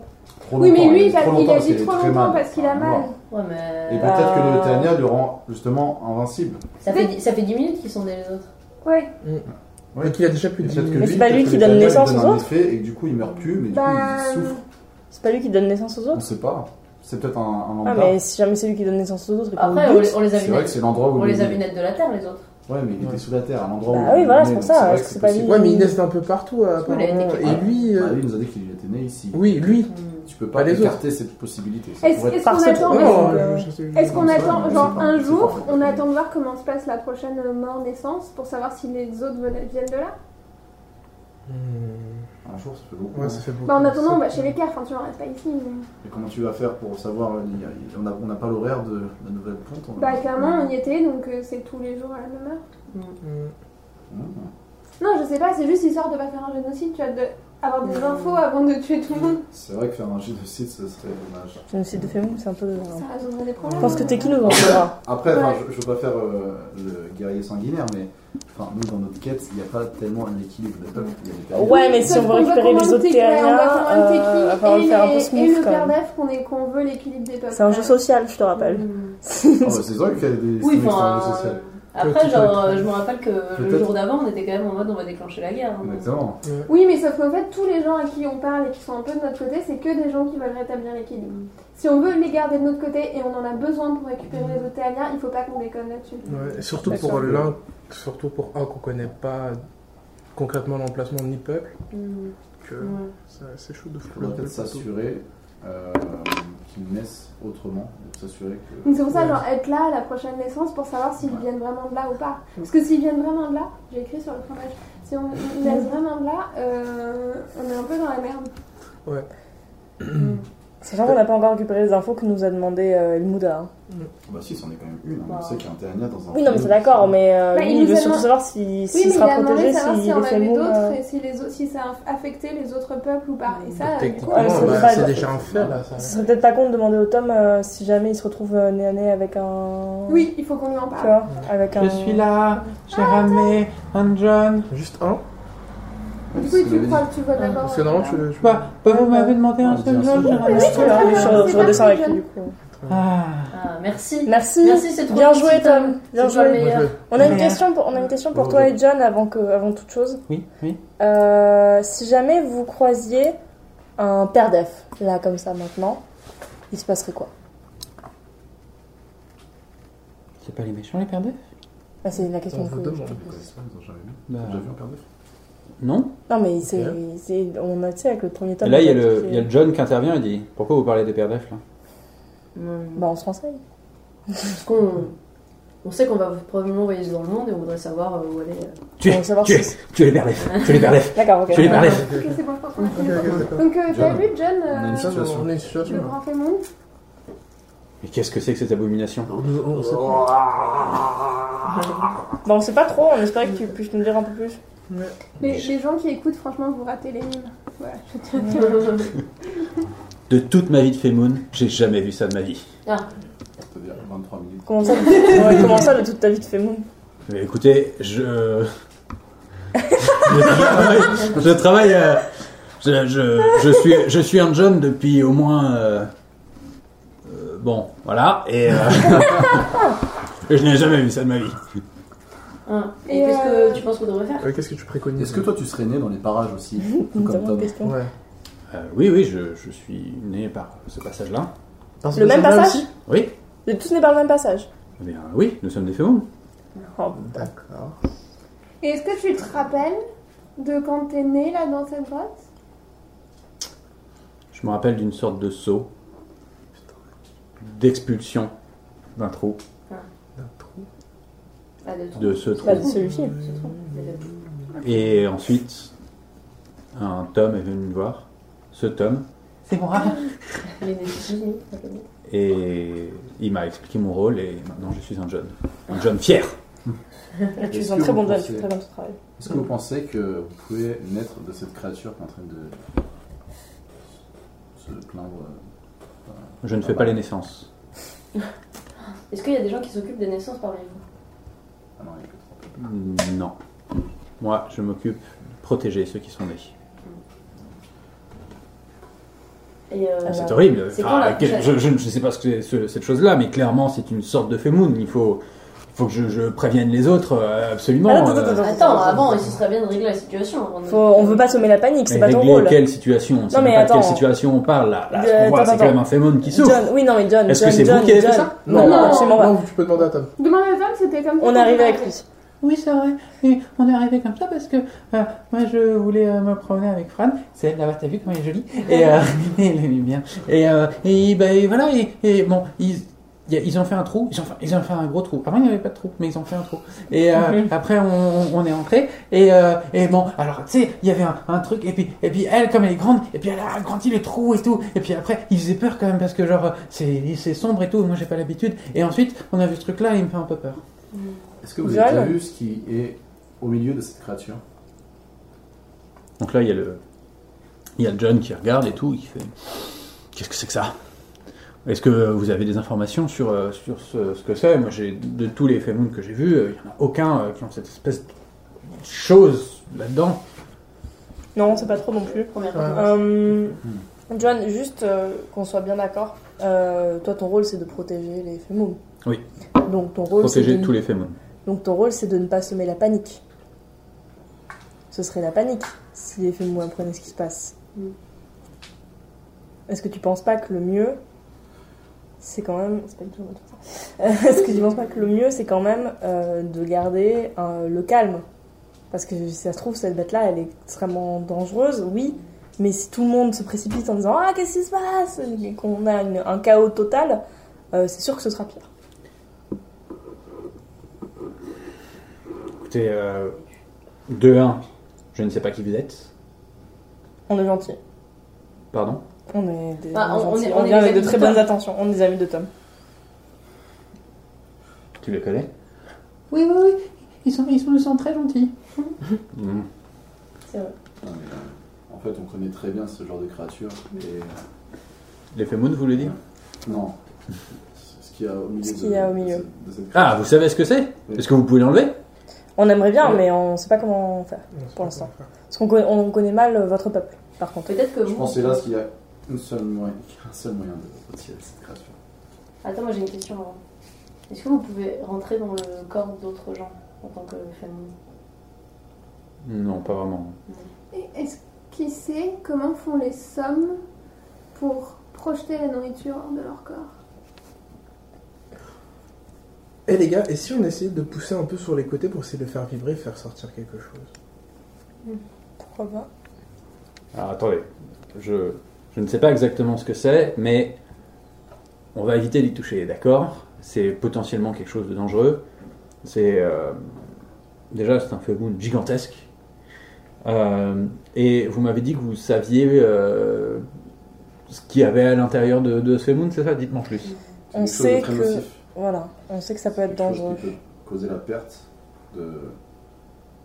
Trop
Oui, mais
longtemps,
lui,
est
il, a-
trop
il
longtemps
a
parce
dit
qu'il est
trop
très
longtemps
mal. Ah,
parce qu'il a mal.
Ouais,
Et
mais.
bah-
peut-être que le Tania le rend justement invincible.
Ça, fait, ça fait 10 minutes qu'ils sont nés les autres.
Ouais.
Ouais.
Donc il a déjà plus
Et
de
peut-être
10
que
Mais
minutes.
c'est pas
peut-être
lui
que
qui
le
donne
Tania lui
naissance
donne
aux
un
autres
effet et que du coup il meurt plus, mais du
Bah,
coup il souffre.
C'est pas lui qui donne naissance aux
On
autres.
sait pas. C'est peut-être un, un
Ah,
lambda.
mais si jamais c'est lui qui donne naissance aux autres et qu'on
Après,
le
on
bute,
les, on les a
c'est
vus
vrai que
naître.
c'est l'endroit où
On
il
les a
est.
vus naître de la terre, les autres.
Ouais, mais il
Ouais.
était sous la terre, à l'endroit
Bah
où.
oui,
il
voilà,
est,
c'est pour
donc
ça,
vrai
est-ce
que
que c'est pas
possible.
Ouais, mais il naissent d'un peu partout
Oui, il a
apparemment.
été
Et lui.
Bah,
euh,
lui, il nous a dit qu'il était né ici.
Oui, lui.
Hmm.
Tu peux
Pas
pas
les autres.
écarter cette possibilité. Ça
Est-ce
pourrait être-
est-ce
Par
qu'on
ce-
attend,
Ouais,
Non,
c'est-
euh, je sais-
est-ce qu'on
Ouais,
attend
mais
genre
c'est pas-
un
c'est
jour,
pas-
on attend de voir comment se passe la prochaine mort-naissance pour savoir si les autres venaient- viennent de là
Hmm.
Un jour, ça fait beaucoup.
Ouais, ça fait beaucoup.
Bah en attendant, on va
Ça-
chez les cœurs, enfin tu vois, on reste pas ici. mais-
Et comment tu vas faire pour savoir euh, il y a- il- On n'a on n'a pas l'horaire de la nouvelle ponte. on a-
Bah clairement, on y était, donc euh, c'est tous les jours à la même heure.
Hmm.
Hmm.
Non, je sais pas, c'est juste histoire de pas faire un génocide, tu vois, de avoir des
Mm.
infos avant de tuer tout le monde.
C'est vrai que faire un génocide, ce serait dommage.
C'est une site de féminin, c'est un peu.
Ça résoudrait des
Je
problèmes.
pense que t'es qui nous en saura.
Après, enfin,
Ouais.
je, je veux pas faire euh, le guerrier sanguinaire, mais enfin, nous, dans notre quête, il n'y a pas tellement un équilibre de peuple. il y a des périodes.
Ouais, mais si
Sauf
on veut
qu'on
récupérer
convaincre
les autres
Teki- ouais, on va convaincre
terriens,
Teki
euh, il va falloir le
et
faire un peu
les-
smooth,
Et le
quand
père
même.
d'Ef qu'on est- qu'on veut l'équilibre des peuples.
C'est un jeu social, je te rappelle.
Hmm.
Ah, bah, c'est vrai qu'il y a des
Oui,
systèmes
enfin.
extrêmement sociaux.
euh, Après,
Petit
genre,
peu.
euh, je me rappelle que le
Peut-être.
jour d'avant, on était quand même en mode on va déclencher la guerre. hein.
Exactement.
Oui, mais sauf qu'en fait, tous les gens à qui on parle et qui sont un peu de notre côté, c'est que des gens qui veulent rétablir l'équilibre. Si on veut les garder de notre côté et on en a besoin pour récupérer les autres terriens, il faut pas qu'on déconne là-dessus.
Ouais, et surtout
D'accord.
pour l'un, surtout pour un qu'on connaît pas concrètement l'emplacement ni peuple,
Hmm.
que
Mm.
Ouais.
ça- c'est chaud de
Il
fou.
faudrait
là,
peut-être
le plateau.
s'assurer euh, qu'ils naissent autrement. Donc, s'assurer que.
Hmm.
Donc c'est pour ça,
Ouais.
genre, être là à la prochaine naissance pour savoir s'ils
Ouais.
viennent vraiment de là ou pas. Parce que s'ils viennent vraiment de là, j'ai écrit sur le fromage, si on on naît vraiment de là, euh, on est un peu dans la merde.
Hmm.
Sachant qu'on n'a pas encore récupéré les infos que nous a demandé euh, Ilmouda. hein.
Bah, si, c'en est quand même une. hein.
Bah.
On sait qu'il y a un Théania dans un.
Oui, non, mais c'est
film.
d'accord, mais euh,
Bah,
lui,
il
il
nous
veut
a
surtout
demandé-
savoir s'il
Oui,
s'il
mais il
sera
a demandé
protégé,
de savoir
s'il
si
est
on avait
féminin.
d'autres
euh,
et si, les autres, si ça a affecté les autres peuples ou pas. Et
Donc,
ça, euh, du coup,
Techniquement,
Ouais, c'est
bah,
pas-
c'est déjà un fait là. ça.
Ce serait peut-être pas con de demander au Tom euh, si jamais il se retrouve euh, nez à nez avec un.
oui, il faut qu'on lui en
Tu
parle.
vois, avec un.
Je suis là, j'ai
Ah,
ramené un John.
Juste un
Du
C'est
coup,
ce
tu
que
crois que tu vois d'abord.
Ah,
euh,
Parce que normalement, tu le. tu-
Bah, bah, vous m'avez demandé un
Ah,
seul
bien
John, j'ai
sûr.
ramené
Je,
un seul
oui,
John.
je- je redescends
C'est pas
avec
très
lui du coup.
Ah,
Ah, merci.
Merci.
Merci, c'est trop
Bien
gentil,
joué, Tom. Bien
C'est toi le
joué.
Moi, je-
euh,
meilleur.
On a une
Ouais.
question pour, on a une question pour
Ouais.
toi et John avant, que, avant toute chose.
oui, oui.
Euh, si jamais vous croisiez un père d'EF, là comme ça maintenant, il se passerait quoi
C'est pas les méchants, les pères d'œufs
Ah, C'est la
On
question
vous
que je
demande.
te
Ils
pose.
connaissent pas, ils ont jamais vu.
Bah.
T'as
Ah.
déjà vu un père d'œuf
Non
Non mais c'est, c'est- on a, tu sais, avec le premier
Et
tome.
là, il y, a
on
le,
dit-
il y a le John qui intervient et dit Pourquoi vous parlez des pères d'œufs là
Hmm.
Bah on se renseigne.
Est-ce qu'on On sait qu'on va probablement voyager dans le monde et on voudrait savoir euh, où aller. euh.
Tu
On
es,
veut savoir
tu es,
si c'est-
tu es les Berdef, tu es les Berdef,
D'accord, ok.
tu es les Berdef.
Ok, c'est bon, je pense qu'on a
Ok,
fini.
ok, d'accord.
Donc, euh, t'as
John.
vu, John,
On a une
euh,
situation.
On est une
le
situation. hein.
grand fémon
Mais qu'est-ce que c'est que cette abomination
On- on- on sait pas.
Ah.
Bah, on sait pas trop, on espérait que tu puisses nous dire un peu plus.
les, les gens qui écoutent, franchement, vous ratez les mimes. Voilà, je tiens à dire.
De toute ma vie de Femoun, j'ai jamais vu ça de ma vie.
C'est-à-dire 23 minutes.
Comment ça, ouais, comment ça de toute ta vie de Fémoun
Mais écoutez, je. je travaille. Je, travaille, euh, je, je- je suis, je suis un John depuis au moins. euh, euh, bon, voilà. Et. euh, et je n'ai jamais vu ça de ma vie.
Hein.
Et
Et qu'est-ce
euh,
que tu penses qu'on devrait faire
Ouais, Qu'est-ce que tu préconises
Est-ce que toi tu serais né dans les parages aussi tout
Nous
comme
avons une
Tom
question.
Ouais.
Euh, oui, oui, je, je suis né par ce passage-là.
Parce
Le
que
même
ça va
passage
aussi
Oui.
Mais tous n'est pas le même passage.
Eh bien, oui, nous sommes des Femoun.
Oh,
D'accord.
Et est-ce que tu te rappelles de quand t'es né, là, dans cette grotte
Je me rappelle d'une sorte de saut. D'expulsion d'un trou.
Un trou.
Ah, de tout.
De ce trou.
pas de Bah, celui-ci.
Ce trou.
Mmh.
Mais de-
Et ensuite, un tome est venu me voir. Ce tome. C'est moi.
mais des petits, ça peut être.
Et il m'a expliqué mon rôle et maintenant je suis un jeune. Un jeune fier.
Là, tu
Est-ce
es un
que
très bon
vous
jeune, tu fais
pensez-
très bien ton travail.
Est-ce que vous pensez que vous pouvez naître de cette créature qui est en train de se plaindre euh,
Je ne fais pas les naissances.
Est-ce qu'il y a des gens qui s'occupent des naissances parmi vous
Ah non, il y a que trois.
Non. Moi, je m'occupe de protéger ceux qui sont nés.
Et
Ah,
euh,
bah,
C'est horrible.
C'est
Enfin,
quoi, là
quel- je, je ne sais pas ce que c'est ce- cette chose-là, mais clairement, c'est une sorte de fémoun. Il faut, il faut que je, je prévienne les autres, euh, absolument.
Ah, attends,
Euh,
attends,
Attends, avant, ce serait bien de régler la situation. avant de-
Faut- on veut pas semer la panique, c'est
mais
pas ton
régler
rôle.
quelle situation On sait
Non, mais
même pas de quelle
attends.
situation on parle là. Là, ce
Euh,
qu'on voit,
attends,
c'est quand
attends.
même un fémoun qui souffre.
John, oui, non, mais John,
Est-ce
John,
que c'est vous
John,
qui avez fait
John.
ça
Non,
Non.
absolument pas.
Non, tu peux demander à Tom.
Demain à Tom, c'était comme ça.
On est arrivé avec lui.
Oui, c'est vrai. Et on est arrivé comme ça parce que euh, moi, je voulais euh, me promener avec Fran. C'est elle là-bas, t'as vu comment elle est jolie Et euh, elle est bien. Et, euh, et, bah, et voilà, et, et bon, ils, y a- ils ont fait un trou. Ils ont fait, ils ont fait un gros trou. Avant, il n'y avait pas de trou, mais ils ont fait un trou. Et euh, après, on, on est entré. Et, euh, et bon, alors, tu sais, il y avait un, un truc. Et puis, et puis, elle, comme elle est grande, et puis elle a agrandi le trou et tout. Et puis après, il faisait peur quand même parce que, genre, c'est c'est sombre et tout. Moi, j'ai pas l'habitude. Et ensuite, on a vu ce truc-là et il me fait un peu peur.
Est-ce que vous avez
John
déjà vu ce qui est au milieu de cette créature
Donc là, il y a le, il y a le John qui regarde et tout, il fait Qu'est-ce que c'est que ça Est-ce que vous avez des informations sur, euh, sur ce, ce que c'est Moi, j'ai de tous les Femoon que j'ai vus, euh, il n'y en a aucun euh, qui ont cette espèce de chose là-dedans.
Non, on sait pas trop non plus.
Première
Ouais.
fois.
Euh,
Hmm.
John, juste euh, qu'on soit bien d'accord, euh, toi ton rôle c'est de protéger les fémons.
Oui.
Donc ton
Oh,
rôle c'est
Protéger
de-
tous les Femoon.
donc ton rôle c'est de ne pas semer la panique. Ce serait la panique si les fémons apprenaient ce qui se passe.
Mm.
Est-ce que tu penses pas que le mieux c'est quand même c'est pas du tout le mot de ça. Est-ce que tu penses pas que le mieux c'est quand même euh, de garder euh, le calme parce que si ça se trouve cette bête là elle est extrêmement dangereuse, oui, mais si tout le monde se précipite en disant Ah, qu'est-ce qui se passe et qu'on a une- un chaos total, euh, c'est sûr que ce sera pire.
Écoutez, euh, de 1, je ne sais pas qui vous êtes.
On est gentil.
Pardon
On est des
Ah, on-
on est
on
gentils.
est-
On
on est
vient
les
avec de
amis
très
de Tom.
bonnes intentions. On est des amis de Tom.
Tu le connais
Oui, oui, oui. Ils, sont, ils sont, ils sont très gentils.
Mm.
C'est vrai.
Non, mais, euh, En fait, on connaît très bien ce genre de créature. Et... euh,
Les Femoon, vous voulez dire
Non. Ce qu'il y a au milieu,
Ce
de,
qu'il y a au
de
milieu.
cette- de cette
Ah,
créature.
vous savez ce que c'est
Oui.
Est-ce que vous pouvez l'enlever
On aimerait bien, mais on sait pas comment faire.
Non, c'est
Pour
pas
l'instant.
grave.
Parce qu'on connaît, on connaît mal euh, votre peuple, par contre.
Peut-être que vous.
Je pensais là qu'il y a une seule moyen, un seul moyen de retirer cette créature.
Attends, moi j'ai une question avant. Est-ce que vous pouvez rentrer dans le corps d'autres gens en tant que famille
Non, pas vraiment.
Et Est-ce qu'il sait comment font les sommes pour projeter la nourriture hors de leur corps
Eh les gars, et si on essayait de pousser un peu sur les côtés pour essayer de le faire vibrer, faire sortir quelque chose
Pourquoi pas
Alors attendez, je, je ne sais pas exactement ce que c'est, mais on va éviter d'y toucher, d'accord c'est potentiellement quelque chose de dangereux. C'est euh, déjà c'est un phénomène gigantesque. Euh, et vous m'avez dit que vous saviez euh, ce qu'il y avait à l'intérieur de, de ce phénomène, c'est ça Dites-moi plus.
C'est
On
quelque chose de
sait
très
que-
nocif.
Voilà, on sait que ça peut être
Quelque chose
dangereux.
qui peut causer la perte de,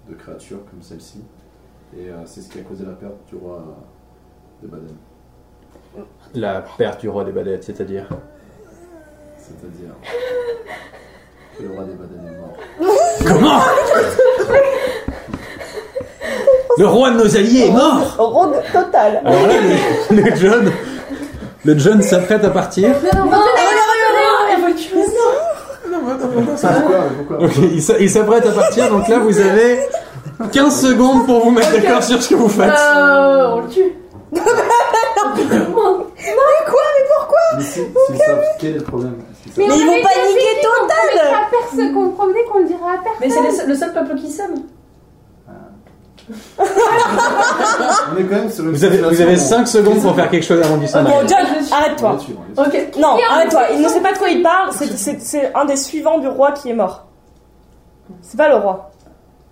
de créatures comme celle-ci. Et euh, c'est ce qui a causé la perte du roi euh, de Baden.
La perte du roi des badettes, c'est-à-dire.
C'est-à-dire que le roi des Baden est mort.
Comment Le roi de nos alliés est mort
Ronde totale.
Alors là, le, le John, le John s'apprête à partir.
Non, non, non, non, non,
Pourquoi Pourquoi
Ok, il s'a- il s'apprête à partir, donc là vous avez 15 secondes pour vous mettre d'accord sur ce que vous faites.
Euh, on le tue.
Mais si, s'ils savent quel est le problème s'ils savent-
Mais
ils
on
vont
avait
paniquer
expliqué qu'on promettra à personne, qu'on promet qu'on le dira à personne.
Mais c'est le, seul- le seul peuple qui s'aime.
On est quand même sur une
Vous avez, vous avez 5 secondes pour faire quelque chose avant du son
Bon,
arrive.
John,
chose.
arrête-toi.
Ok.
Non, arrête-toi. Il ne sait pas de quoi il parle. C'est- C'est c'est un des suivants du roi qui est mort. C'est pas le roi.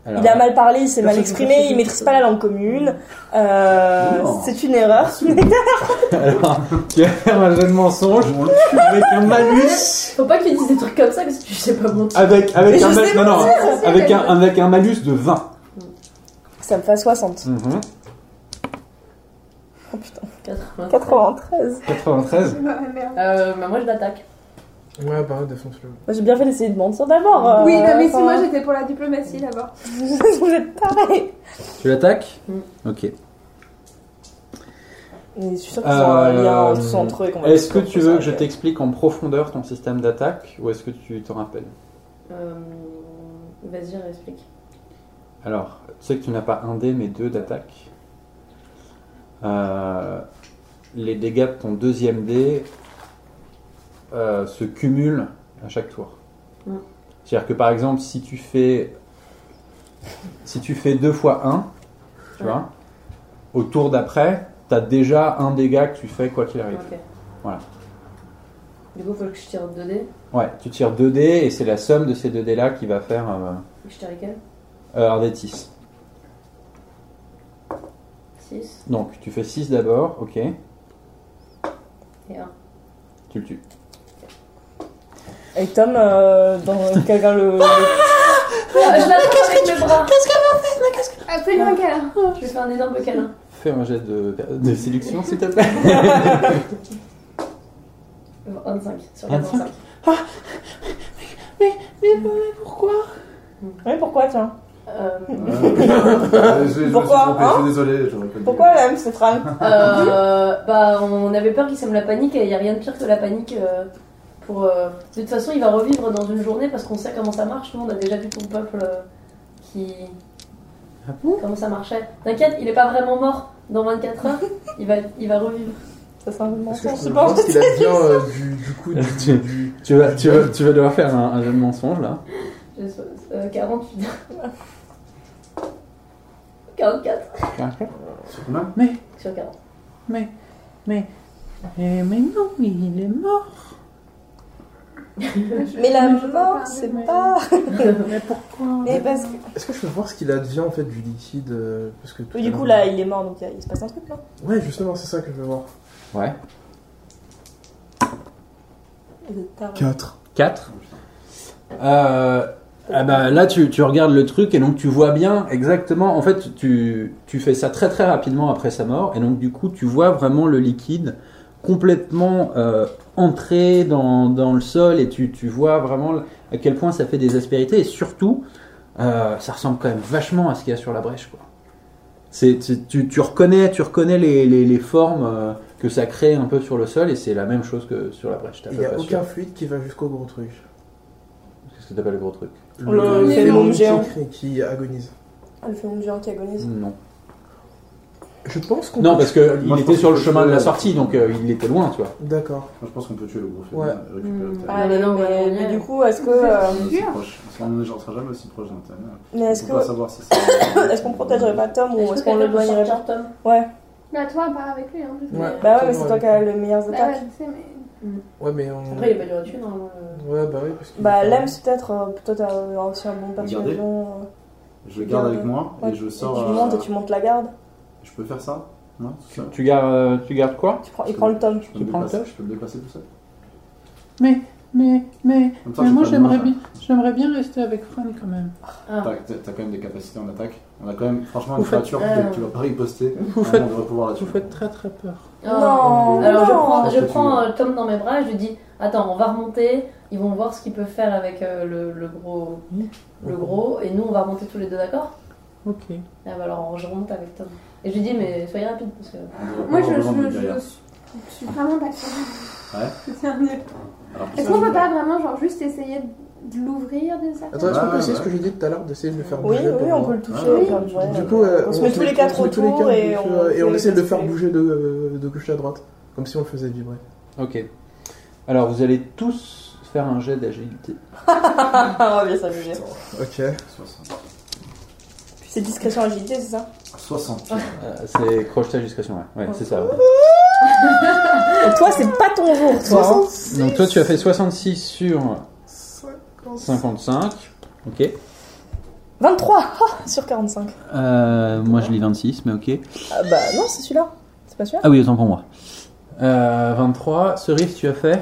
Alors,
Il a mal parlé, il s'est mal
Personne-
exprimé, il maîtrise pas la langue commune. Euh,
Non.
c'est une erreur.
alors, tu vas faire un jeu de mensonge avec un malus.
Faut pas qu'il dise des trucs comme ça parce que tu sais pas bon.
Avec, avec,
Mais
un,
je
ma-
sais
non, non,
c'est
avec, un,
tellement-
avec un malus de 20.
Ça me fait 60.
Mhm.
Oh putain,
80.
93.
93.
Ah, merde.
Euh, bah moi je l'attaque.
Ouais, bah défonce-le.
Moi, J'ai bien fait d'essayer de mentir d'abord. euh,
Oui, non, mais si
enfin,
moi j'étais pour la diplomatie d'abord.
Vous êtes pareil.
Tu l'attaques
Mm.
Ok.
Mais je suis sûre qu'ils ont un
Euh,
lien en dessous entre eux. et qu'on va-
Est-ce que tu veux que je
Ok.
t'explique en profondeur ton système d'attaque ou est-ce que tu te rappelles
Euh, Vas-y, réexplique.
Alors, tu sais que tu n'as pas un dé mais deux d'attaque. Euh, les dégâts de ton deuxième dé euh, se cumulent à chaque tour.
Mm.
C'est-à-dire que par exemple, si tu fais si tu fais 2 fois 1, tu
Ouais.
vois, au tour d'après, tu as déjà un dégât que tu fais quoi qu'il arrive.
Ok.
Voilà.
Du coup, faut que je tire 2 dés.
Ouais, tu tires 2 dés et c'est la somme de ces deux dés là qui va faire euh,
Faut que je tire lesquels
euh, un dé de 6.
6
Donc tu fais 6 d'abord, ok,
et 1.
tu le tues.
Et Tom, euh, dans- quelqu'un le. le-
Ah, je l'attaque avec mes bras.
Appelle-moi un câlin.
Je lui fais un énorme câlin.
Fais un jet de, de séduction, s'il te plaît.
25 sur
25.
45.
Pourquoi
Oui, pourquoi, tiens
Euh,
Pourquoi, hein
Je suis désolé, j'aurais pas dû.
Pourquoi la même cette phrase
Ah,
euh, bah, on avait peur qu'il sème la panique et il n'y a rien de pire que la panique. euh, pour, euh, De toute façon, il va revivre dans une journée parce qu'on sait comment ça marche. Nous, on a déjà vu ton peuple euh, qui.
Ah bon
Comment ça marchait. T'inquiète, il n'est pas vraiment mort. Dans 24 heures, il va, il va revivre.
Ça, c'est un
Parce que
mensonge,
je
je
peux voir
pense.
qu'il a bien euh, du, du coup du,
Tu-
du-
tu, vas, tu, vas, tu vas devoir faire un, un jeu de mensonge là.
J'ai so- euh, 48. 44
Sur combien
sur 40.
Mais, mais, mais, Eh, mais non, il est mort.
Mais la mort, c'est pas.
Mais pourquoi
Mais parce que.
Est-ce que je peux voir ce qu'il advient en fait du liquide euh, parce que tout
Oui, Du
à
coup, là,
l'heure-
il est mort, donc il y a- il se passe un truc, non
Ouais, justement, c'est ça que je veux voir.
Ouais.
Il est tard.
4.
4. ah bah, là, tu, tu regardes le truc et donc tu vois bien exactement. En fait, tu, tu fais ça très très rapidement après sa mort et donc du coup, tu vois vraiment le liquide complètement euh, entrer dans, dans le sol et tu, tu vois vraiment à quel point ça fait des aspérités et surtout, euh, ça ressemble quand même vachement à ce qu'il y a sur la brèche. Quoi. C'est, c'est- tu, tu reconnais, tu reconnais les, les- les formes euh, que ça crée un peu sur le sol et c'est la même chose que sur la brèche. t'as
Il
pas
n'y a
pas
aucun fluide qui va jusqu'au gros truc.
sûr. Qu'est-ce que t'appelles le gros truc
Le phénomène
qui
géant.
crie- qui agonise.
Ah, Le film géant qui agonise.
Non.
Je pense qu'on
Non,
peut-
parce que il
Moi, je
était
pense
sur le
que je
chemin de la
peux-
sortie, donc euh, il était loin, tu vois.
D'accord.
Moi, je pense qu'on peut tuer le gros
Ouais.
féminin et récupérer
Hmm.
le
Ah,
terrier.
Allez,
mais non,
mais,
ouais,
mais
ouais.
du coup, est-ce que. euh,
On est aussi proche. Parce qu'on ne sera jamais aussi proche d'un terrier.
mais est-ce
On peut pas
que.
savoir si c'est.
Est-ce qu'on protégerait pas Tom ou
Est-ce
est-ce
que
qu'on
quelqu'un peut
l'éloignerait
sortir
pas
Tom
Ouais.
Mais à toi, on part avec lui. Hein, je sais.
Ouais.
Bah ouais, mais c'est toi qui as les meilleures
Bah ouais,
attaques.
je sais, mais.
Ouais, mais on.
Après, il est pas dur à tuer, normalement. euh. le-
Ouais, bah oui, parce que.
Bah, Lems, peut-être, euh, toi, t'as aussi un bon persuasion. euh,
Je le garde
Garde.
avec moi
Ouais.
et je
et
sors.
tu
euh,
montes et tu montes la garde.
Je peux faire ça Non tout seul
Tu gardes, euh, tu gardes quoi
Tu prends, il prend le tome.
Je peux me
prends le
déplacer-
tas
Je peux me déplacer tout seul.
Mais, mais, mais,
Comme
mais
ça,
moi
j'ai pas de main,
j'aimerais
là.
bien, j'aimerais bien rester avec Fran quand même.
Ah,
T'as t'as quand même des capacités en attaque. On a quand même, franchement,
Vous
une
faites-
créature
euh,
que tu vas pas riposter.
Vous
Vraiment,
faites-
On devrait pouvoir la
Vous
tuer.
faites très très peur.
Oh.
Non,
Ah, Alors je
Oh, non.
prends,
Parce
je
que tu
prends
veux.
euh, Tom dans mes bras et je lui dis Attends, on va remonter, ils vont voir ce qu'ils peuvent faire avec euh, le, le gros. Le gros, et nous on va remonter tous les deux, d'accord
Ok.
Ah bah alors je remonte avec Tom. Et je lui dis Mais soyez rapide parce que.
On devrait
Moi,
pas
je,
avoir besoin de
je,
lui derrière.
je suis- je suis vraiment pas sûre.
Ouais.
Je tiens à dire.
Alors,
Est-ce
ça,
qu'on
je-
peut pas vraiment, genre, juste essayer de l'ouvrir de ça
Attends, est-ce qu'on
Ouais,
peut essayer
ouais.
ce que j'ai dit tout à l'heure d'essayer de le faire
Oui,
bouger
oui,
pour
on
voir
peut le toucher.
Ah,
et
oui.
faire- ouais.
le-
Du coup, euh,
On se met tous les
on
quatre
se met tous les
autour
quatre
et
dessus,
on
euh, et
fait
on
les
essaie de le faire
tester.
bouger de, de gauche à droite, comme si on le faisait vibrer.
Ok. Alors vous allez tous faire un jet d'agilité.
on
Ah,
va bien s'amuser.
Ok.
60.
C'est discrétion agilité, c'est ça
60.
Euh, c'est crochetage discrétion, ouais. Ouais, c'est ça. ouais.
Et toi, c'est pas ton jour, toi. hein.
Donc toi tu as fait 66 sur
55.
55. Ok.
23 ah, sur 45.
Euh, moi je lis 26, mais ok.
Ah, bah non, c'est celui-là. C'est pas celui-là
Ah oui, autant pour moi. Euh, 23, Cerise, tu as fait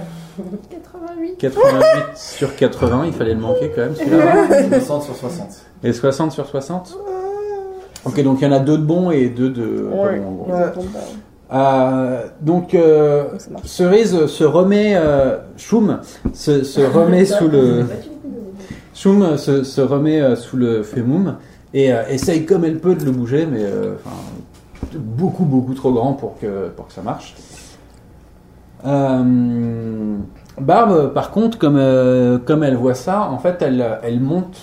88.
88 sur 80, il fallait le manquer quand même celui-là.
60 sur 60.
Et 60 sur 60 Ok, donc il y en a deux de bons et deux de. pas bons, en gros.
Ouais.
Donc, bah,
Euh, donc, euh,
donc ça marche.
Cerise se remet, euh, Choum se, se remet sous le. Choum se, se remet euh, sous le fémum et euh, essaye comme elle peut de le bouger, mais euh, enfin, beaucoup, beaucoup trop grand pour que, pour que ça marche. Euh, Barbe, par contre, comme, euh, comme elle voit ça, en fait, elle, elle monte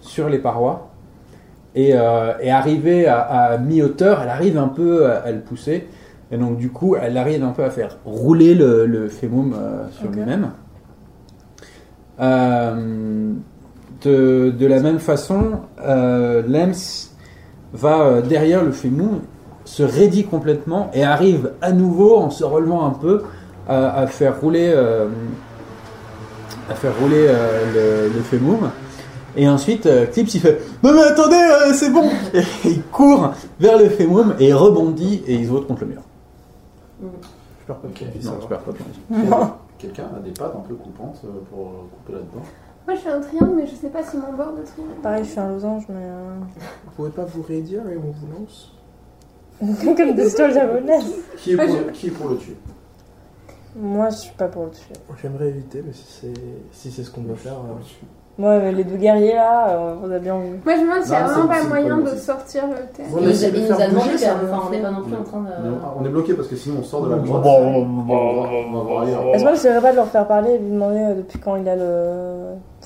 sur les parois et, euh, et arrivée à, à mi-hauteur, elle arrive un peu à, à le pousser. Et donc, du coup, elle arrive un peu à faire rouler le, le fémum euh, sur
Ok.
lui-même. Euh, de, de la même façon, euh, Lems va euh, derrière le fémur, se raidit complètement et arrive à nouveau en se relevant un peu à, à faire rouler, euh, à faire rouler euh, le, le fémur. Et ensuite, euh, Clips il fait Non, mais attendez, euh, c'est bon Et il court vers le fémur et il rebondit et ils sautent contre le mur.
Je perds pas de
Ok.
pied.
Non, je perds pas de temps.
Quelqu'un a des pattes un peu coupantes euh, pour couper là-dedans
Moi, je fais un triangle, mais je sais pas si mon bord de triangle.
Pareil, je fais un losange, mais. euh,
Vous pouvez pas vous réédire et on vous lance
Comme des histoires japonaises.
qui est,
Ouais,
pour, qui est pour le tuer
Moi, je suis pas pour le tuer.
J'aimerais éviter, mais si c'est si c'est ce qu'on doit faire. euh,
Moi, mais les deux guerriers là, euh, on a bien vu.
Moi, je me demande s'il y a
Non,
vraiment
c'est-
pas
c'est
moyen
une
de
bonne
sortir le thème.
On
Il nous a-
essaie de
il
faire
nous a demandé,
bouger, ça
quand même.
me
enfin on n'est
fait-
pas non plus en train de.
Mais on, on est bloqué parce que sinon on sort de la grotte. On va ailleurs.
Est-ce que moi, je devrais pas de leur faire parler et lui demander euh, depuis quand il a le.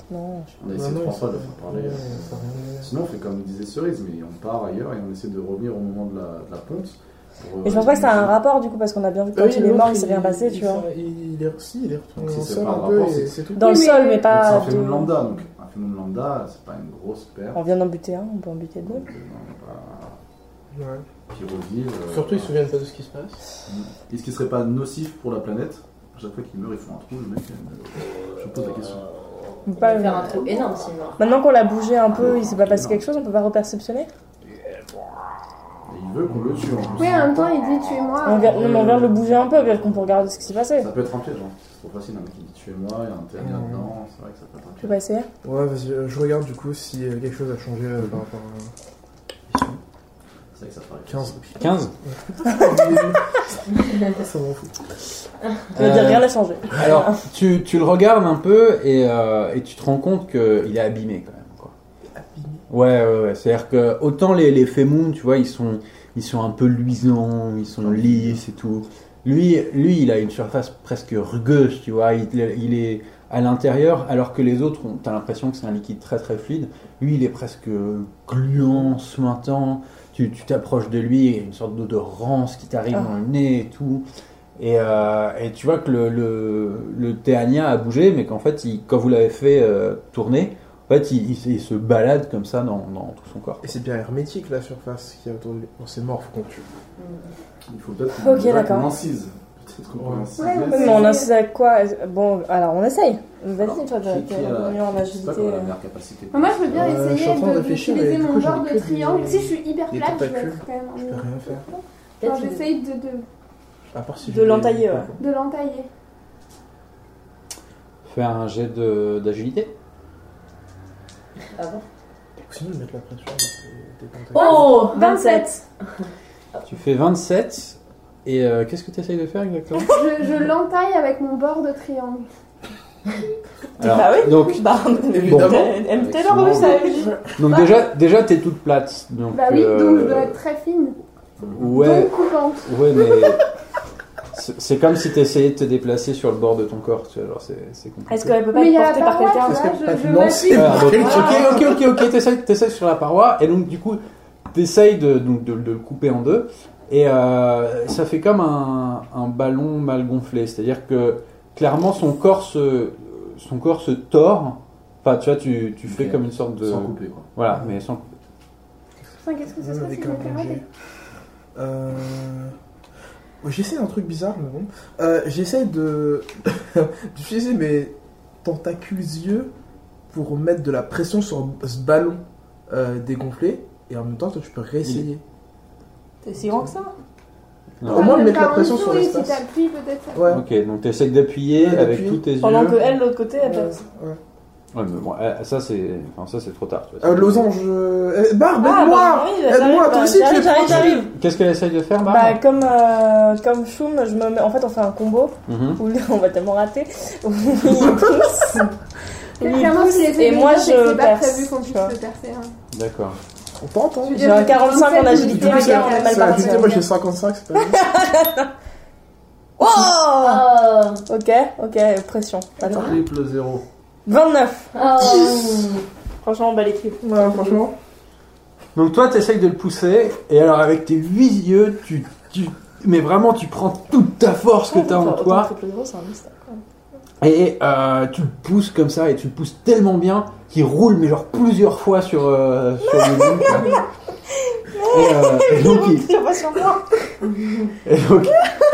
Non, je-
On a essayé
Bah Ah non,
trois
ça-
fois de faire parler. euh.
ouais, ça a rien à dire.
Sinon, on fait comme disait Cerise, mais on part ailleurs et on essaie de revenir au moment de la, de la ponte. pour, euh,
Mais je pense pas que ça a un rapport du coup, parce qu'on a bien vu que quand
Ah Oui,
il est mort,
l'autre,
il s'est rien passé,
il-
tu vois.
Il il est si, il est retourné
Donc,
dans le
c'est
sol
pas un
un peu
rapport,
et
c'est-
c'est tout.
Dans le
Oui,
sol,
mais-
mais
Donc, c'est
pas.
un phénomène
de-
lambda, donc un phénomène lambda, c'est pas une grosse perte. Euh,
On vient d'en buter un, on peut en buter deux.
Donc, euh, non,
Ouais.
pas pyroville, euh,
Surtout, ils se
voilà.
souviennent pas de ce qui se passe.
Est-ce qu'il serait pas nocif pour la planète À Chaque fois qu'ils meurent, ils font un trou, le mec. euh, Je pose la question.
On peut
Il va
pas-
faire un trou énorme sinon.
Maintenant qu'on l'a bougé un peu, il s'est pas passé quelque chose, on peut pas reperceptionner
Et il veut qu'on le tue en plus.
Oui, en même temps, il dit tuez-moi.
on vient, Non, mais on vient de le bouger un peu, peut-être qu'on peut regarder ce qui s'est passé.
Ça peut être un piège, hein. c'est trop facile. Un mec qui dit tuez-moi, il y a un terrien
Ouais.
dedans, c'est vrai que ça peut être un
Tu peux
piège.
pas essayer
Ouais, vas-y, euh, je regarde du coup si euh, quelque chose a changé euh, par rapport à.
C'est vrai que ça paraît.
15.
15
Ça m'en fout.
Ça veut dire
Euh,
rien n'a changé.
Alors, tu, tu le regardes un peu et, euh, et tu te rends compte qu'il est abîmé quand même. Quoi. Ouais, ouais, ouais. C'est-à-dire que autant les, les fémons, tu vois, ils sont, ils sont un peu luisants, ils sont lisses et tout. Lui, lui, il a une surface presque rugueuse, tu vois. Il, il est à l'intérieur, alors que les autres, ont- t'as l'impression que c'est un liquide très très fluide. Lui, il est presque gluant, suintant. Tu tu t'approches de lui, il y a une sorte de rance qui t'arrive
Ah.
dans le nez et tout. Et, euh, et tu vois que le, le, le Théania a bougé, mais qu'en fait, il- quand vous l'avez fait euh, tourner, en fait, il, il- il se balade comme ça dans, dans tout son corps.
Et c'est bien hermétique la surface qui a autour de lui. Bon, c'est mort, faut qu'on tue.
Il faut peut-être
Ok,
déjà
d'accord.
qu'on incise. Peut-être qu'on peut insister.
Ouais,
Oui, mais on insiste à quoi Bon, alors on essaye. Vas-y, toi,
Qui- qui
t'es
a la-
mieux en
je sais
agilité.
pas
euh.
qu'on a la meilleure capacité.
Mais Ah, Moi, je veux bien
Euh, je suis en
essayer
train de
de-
réfléchir, mais
d'utiliser
du
mon
coup,
genre
j'ai
de
que des-
triangle. Si je suis hyper
des
plate, je vais
tentacules.
être quand même.
Je peux
en-
rien faire.
Enfin,
Peut-être une-
J'essaye de, de,
À part si
De
je-
l'entailler, ouais.
de l'entailler.
Faire un jet de- d'agilité.
Ah bon
Sinon, je vais mettre la pression euh, avec des, des tentacules.
Oh
27.
Tu fais 27. Et euh, qu'est-ce que tu essayes de faire exactement
Je, je l'entaille avec mon bord de triangle.
bah oui.
donc,
Bah,
Évidemment.
elle
Avec
t'es
son
dans le
angle.
savage.
donc déjà, déjà t'es toute plate. Donc,
Bah oui, donc je
euh,
dois être très fine.
Ouais,
Donc coupante.
ouais, mais c'est c'est comme si t'essayais de te déplacer sur le bord de ton corps. Tu vois, genre c'est c'est compliqué.
Est-ce qu'elle peut pas
Mais il y
être
a la
portée par
paroi,
quelqu'un
Est-ce
tu vois,
que
je-
t'as
je
lancé
m'appuie.
Ah, donc,
Quel
ok, ok, ok, ok, t'essayes, t'essayes sur la paroi, et donc du coup, t'essayes de, donc, de, de le couper en deux, et euh, ça fait comme un, un ballon mal gonflé, c'est-à-dire que clairement son corps se, son corps se tord, enfin tu vois, tu, tu fais
Ok.
comme une sorte de.
Sans couper, quoi.
Voilà, mais sans couper.
Putain, Qu'est-ce que ce
Même
serait si
avec
je
un
me fais rater
danger. Euh... Ouais, j'essaie un truc bizarre, mais bon. Euh, j'essaie de... d'utiliser mes tentacules yeux pour mettre de la pression sur ce ballon euh, dégonflé. Et en même temps, toi, tu peux réessayer.
T'es si grand que ça
Non.
Au moins,
Ouais,
mettre la
par en
pression
dessous,
sur
oui,
l'espace.
Si t'appuies, peut-être ça.
Ouais.
Ok, donc t'essayes d'appuyer
Ouais,
avec
d'appuyer.
tous tes
Pendant
yeux.
que elle, de l'autre côté, elle
Euh,
passe.
ouais.
Ouais, mais bon, euh, ça c'est, enfin, ça c'est trop tard. tu vois.
Euh, losange... euh, eh,
Ah,
Barbe, aide-moi
bah, oui,
Aide-moi, toi aussi, tu
j'arrive,
es
j'arrive, j'arrive.
Qu'est-ce qu'elle essaye de faire, Barbe
Bah, comme, euh, comme Shum, je me mets- en fait, on fait un combo
Mhm.
où on va tellement rater. Où il pousse. Où il
Clairement,
pousse,
si les
et
éléments,
moi,
c'est que
je
c'est pas
perce.
prévu qu'on
tu
puisse
vois.
le percer. hein.
D'accord.
On tente, hein
Je veux
J'ai
dire,
un 45 en
27,
agilité,
du coup,
regarde,
c'est
on est mal hein.
Ça,
parti.
dis-moi, j'ai 55, c'est pas bien.
Oh
Ah
Ok, ok, pression. Attends.
Triple zéro.
29.
Ah
Franchement, on bat les clips.
Ouais, franchement.
Donc toi, tu essayes de le pousser, et alors avec tes huit yeux, tu, tu- mais vraiment, tu prends toute ta force que tu as en toi,
hein,
et euh, tu le pousses comme ça, et tu le pousses tellement bien qu'il roule, mais genre plusieurs fois sur, euh, sur le mur. Et, euh, et donc, il- et donc,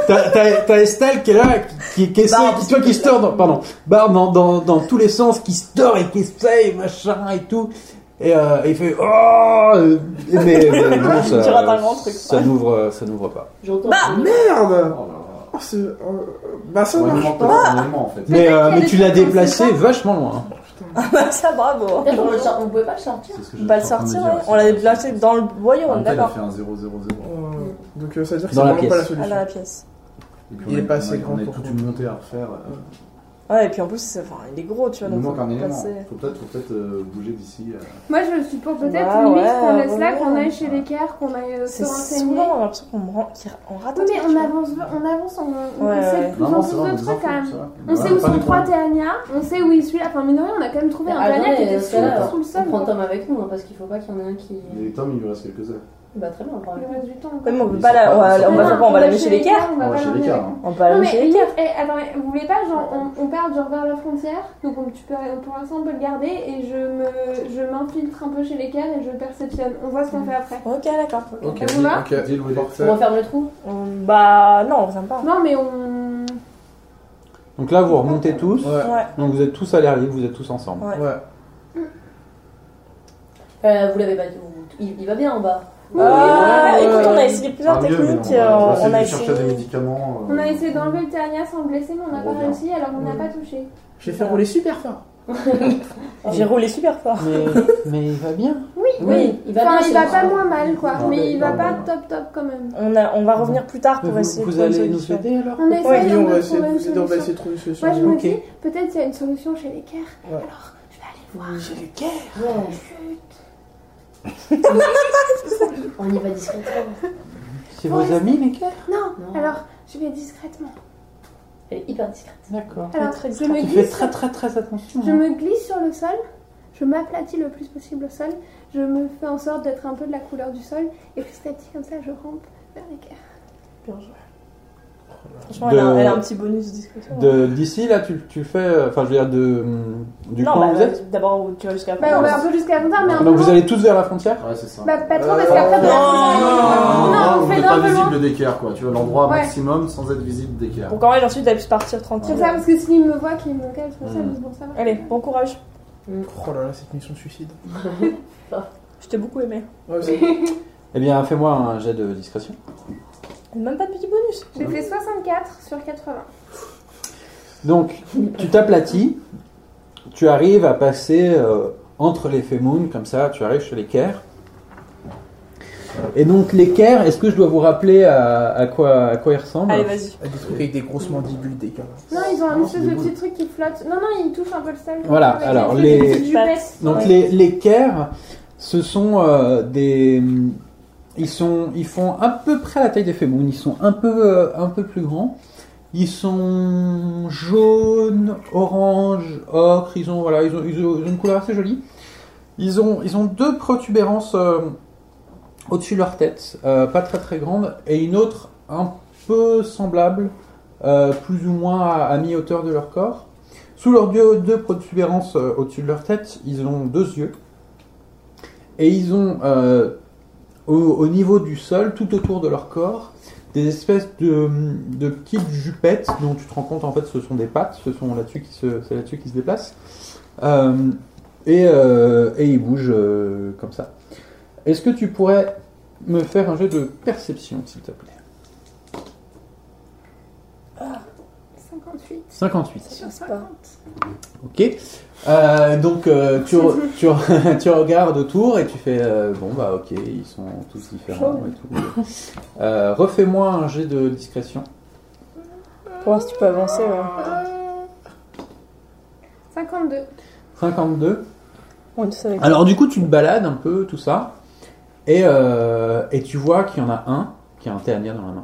t'as- t'as t'as Estelle qui est là, qui, qui, qui essaie, qui, tu vois, qui se tord, dans, pardon, barre dans, dans, dans tous les sens, qui se tord et qui essaye, machin et tout. Et euh, il fait Oh euh, Mais, mais non, ça,
Tu rates un grand truc,
ça
ouais.
n'ouvre euh, ça n'ouvre pas.
J'entends.
Ah,
Oh
Merde
là là.
Oh, c'est... euh, Bah, ça
On va
marche
demander
pas
un élément, en fait.
Mais, euh,
qu'il y a
mais
des
tu l'as
trucs comme
déplacé
ça.
vachement loin.
Ça, bravo.
Peut-être on, le sort- on pouvait pas le sortir.
C'est ce que
On va le
j'étais en train de
sortir,
dire,
ouais.
c'est
On l'a
ça.
déplacé dans le
En
boyau, on
même
est
temps, il a
d'accord.
fait un 0-0-0.
Euh, Donc, euh, ça veut dire que
Dans
c'est
la
vraiment pas la
pièce.
Ah,
solution.
dans la pièce.
Et puis,
Il
on
est
a-
pas
on a-
assez grand
On a
pour
toute
qu'on-
une montée à refaire. euh,
Ouais, et puis en plus, c'est- enfin, il est gros, tu
Il
vois.
nous
donc
manque un
faut
élément.
passer.
Faut peut-être faut peut-être, euh, bouger d'ici. euh.
Moi, je suis pour peut-être
Bah,
limite
ouais,
qu'on laisse là,
ouais.
qu'on aille chez l'équerre, qu'on aille euh, se
C'est
renseigner.
souvent, on a l'impression qu'on me rend- qu'il- on rate
Oui,
un
mais
truc, tu
on
vois.
avance, on avance, on, on
Ouais,
sait
ouais.
de plus
Non,
en
c'est
plus
vrai, on a
de
des
trucs
infos,
quand même.
ça va. Ah,
On sait
a
où
pas
sont
des
trois
points.
Théania, on sait où il suit. Enfin, mine de rien, on a quand même trouvé un
Ah,
Théania qui
attendez,
était
dans ce
sous,
cas-là,
sous le sol.
On prend Tom avec nous, hein, parce qu'il faut pas qu'il y en ait un qui.
Mais Tom, il lui reste quelques heures.
Bah très bien, on prend
Le
avec nous.
reste du temps.
Ouais, mais on peut
Ils
pas
sont
la,
pas-
on va-
ils sont
on va-
pas-
on va la mettre chez l'équerre.
l'écart,
On va
pas
chez
l'emmener
l'écart.
avec
hein.
On va la
Non
mettre chez
mais
l'équerre.
Elliot, eh, attends, mais vous voulez pas genre on, on perd genre vers la frontière donc on- tu peux, pour l'instant on peut le garder et je me je m'infiltre un peu chez les cales et je perceptionne. On voit ce qu'on fait après.
Ok, d'accord.
Ok,
Ça vous va
ok,
Deal with it.
On referme le trou
Hum, Bah, non, on referme pas.
Non mais on
Donc là,
Ah,
vous remontez tous.
Ouais,
Ouais.
Donc vous êtes tous à l'air libre, vous êtes tous ensemble.
Ouais.
ouais.
Euh, Vous l'avez pas dit. Il, il va bien en bas.
Oui,
Ah,
oui, oui,
écoute,
oui.
on a essayé plusieurs
Ah, mieux, mais non,
techniques.
on va-
euh, On
on va essayer
a
de chercher des
essayé.
médicaments. euh,
on a essayé d'enlever le Théania sans le blesser mais on n'a
On
pas
revient.
réussi alors on n'a
Ouais.
pas touché.
J'ai fait rouler super fort.
J'ai roulé super fort.
Mais, mais il va bien.
Oui, il va
Enfin
bien.
il
c'est
va
bon.
pas moins mal quoi
Non,
mais
mais
il va
non,
pas
non.
top top quand même.
On, a- on va revenir plus tard
Vous,
pour essayer
vous
de trouver
allez
une
nous
solution.
aider alors
On essaye
Nous, on va
de
essayer
trouver une
de- on va
solution.
essayer de trouver une solution.
Moi je me
Ok.
dis peut-être il y a une solution chez les cales.
Ouais.
Alors je vais aller voir.
Ouais, on y va discrètement.
C'est vos
Ouais.
amis, les gars
Non,
Non.
alors je vais discrètement.
Elle est hyper discrète.
D'accord.
Alors
très
je
discrète.
me
Tu fais
glisse
très très très attention.
Je
hein.
me glisse sur le sol, je m'aplatis le plus possible au sol, je me fais en sorte d'être un peu de la couleur du sol, et petit à petit, comme ça, je rampe vers l'équerre.
Bien joué. Franchement, elle, a,
De-
elle a un petit bonus de discrétion.
De- D'ici là, tu, tu fais. euh, Enfin, je veux dire, de, du
Non,
coin
bah,
où vous êtes.
d'abord, tu vas jusqu'à la
Bah, on va
fin.
un peu jusqu'à la frontière, mais un peu.
Donc vous
loin.
allez tous vers la frontière
Ouais, c'est ça.
Bah, pas trop,
Euh,
parce qu'après,
non,
on va-
non,
non,
non,
on fait
pas
un peu
visible,
loin
visible d'équerre, quoi. Tu vois, l'endroit
Ouais.
maximum sans être visible d'équerre.
Bon courage, ensuite, elle puisse partir
C'est
tranquille.
ça, parce que s'il me voit, qu'il me cache, pour ça,
Mm.
c'est pour ça.
Allez, bon courage.
Oh là là, cette mission suicide.
Je t'ai beaucoup aimé.
Ouais, c'est-
Eh bien, fais-moi un jet de discrétion.
Même pas de petit bonus.
J'ai fait 64 sur 80.
Donc, tu t'aplatis, tu arrives à passer euh, entre les Femoun, comme ça, tu arrives chez l'équerre. Et donc, l'équerre, est-ce que je dois vous rappeler à, à quoi, à quoi il ressemble
Allez, vas-y.
Des trucs avec des grosses mandibules dégueulasses.
Non, ils ont un
Non,
espèce
c'est
de
des
petit truc qui flotte. Non, non, ils touchent un peu le sol.
Voilà,
Avec
alors,
des espèces de
les-
petites jupettes.
Donc
Ouais.
les, les Caire, ce sont euh, des... Ils, sont, ils font à peu près la taille des Fémoun, ils sont un peu, euh, un peu plus grands. Ils sont jaunes, orange, ocre, ils ont, voilà, ils ont, ils ont- ils ont une couleur assez jolie. Ils ont, ils ont deux protubérances euh, au-dessus de leur tête, euh, pas très très grandes, et une autre un peu semblable, euh, plus ou moins à- à mi-hauteur de leur corps. Sous leurs deux, deux protubérances euh, au-dessus de leur tête, ils ont deux yeux. Et ils ont, euh, au, au niveau du sol, tout autour de leur corps, des espèces de, de petites jupettes dont tu te rends compte, en fait, ce sont des pattes, ce sont là-dessus qui se, c'est là-dessus qui se déplacent. Euh, et, euh, et ils bougent euh, comme ça. Est-ce que tu pourrais me faire un jeu de perception, s'il te plaît
58
58.
sur
passe pas.
50.
Ok. Euh, donc euh, tu, re- tu, re- tu regardes autour et tu fais euh, bon bah ok ils sont tous différents et tout. Euh, Refais-moi un jet de discrétion.
Pour voir si tu peux avancer. ouais.
Euh, 52.
52.
On est tous avec
Alors du coup tu te balades un peu tout ça et, euh, et tu vois qu'il y en a un qui a un Théania dans la main.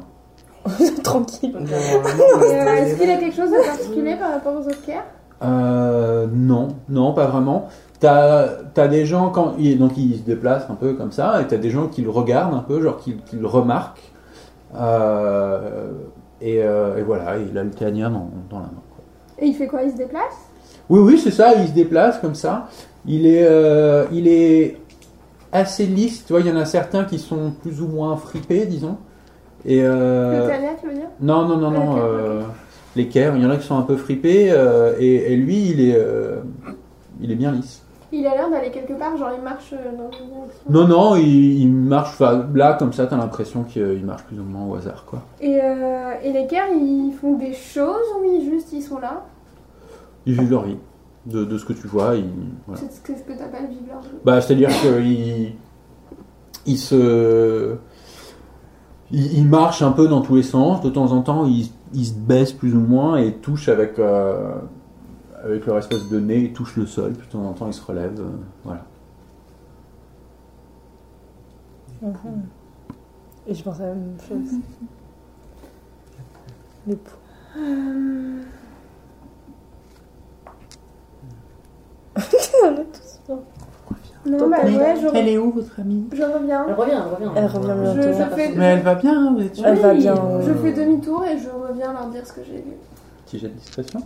Tranquille.
Et, euh, Est-ce qu'il a quelque chose de particulier par rapport aux autres pierres
Euh, non, non, pas vraiment. T'as as des gens quand il- donc ils se déplacent un peu comme ça, et t'as des gens qui le regardent un peu, genre qui, qui le remarquent. Euh, et, euh, et voilà, il a le Théania dans, dans la main. quoi.
Et il fait quoi Il se déplace
Oui, oui, c'est ça. Il se déplace comme ça. Il est, euh, il est assez lisse. Tu vois, il y en a certains qui sont plus ou moins fripés, disons. Et euh,
Le Tania, tu veux dire
non, non, non, non.
Ok,
euh, les Caire, il y en a qui sont un peu fripés, euh, et, et lui, il est, euh, il est bien lisse.
Il a l'air d'aller quelque part, genre il marche euh, dans une direction.
Non, non, il, il marche. enfin, Là, comme ça, t'as l'impression qu'il marche plus ou moins au hasard, quoi.
Et, euh, et les guerres, ils font des choses ou ils juste ils sont là
Ils vivent leur vie. De, de ce que tu vois, ils. voilà.
C'est ce que, ce que t'appelles vivre leur vie.
Bah, c'est-à-dire qu'ils. Ils se. Ils, ils marchent un peu dans tous les sens. De temps en temps, ils, ils se baissent plus ou moins et touchent avec. euh, avec leur espèce de nez, ils touchent le sol. Puis de temps en temps, ils se relèvent. euh, voilà.
Mhm. Et je pense à la même chose. Les pou-
Euh,
On est tous bien.
Non, bah
Mais
ouais, je,
Elle
re-
est où, votre amie
je reviens.
Elle revient, elle revient.
Elle revient
Je,
bientôt.
je fais,
Mais elle va bien, hein, vous êtes
Oui,
sûrs
Elle va bien.
je fais demi-tour et je reviens leur dire ce que j'ai vu.
Petit jet de discrétion.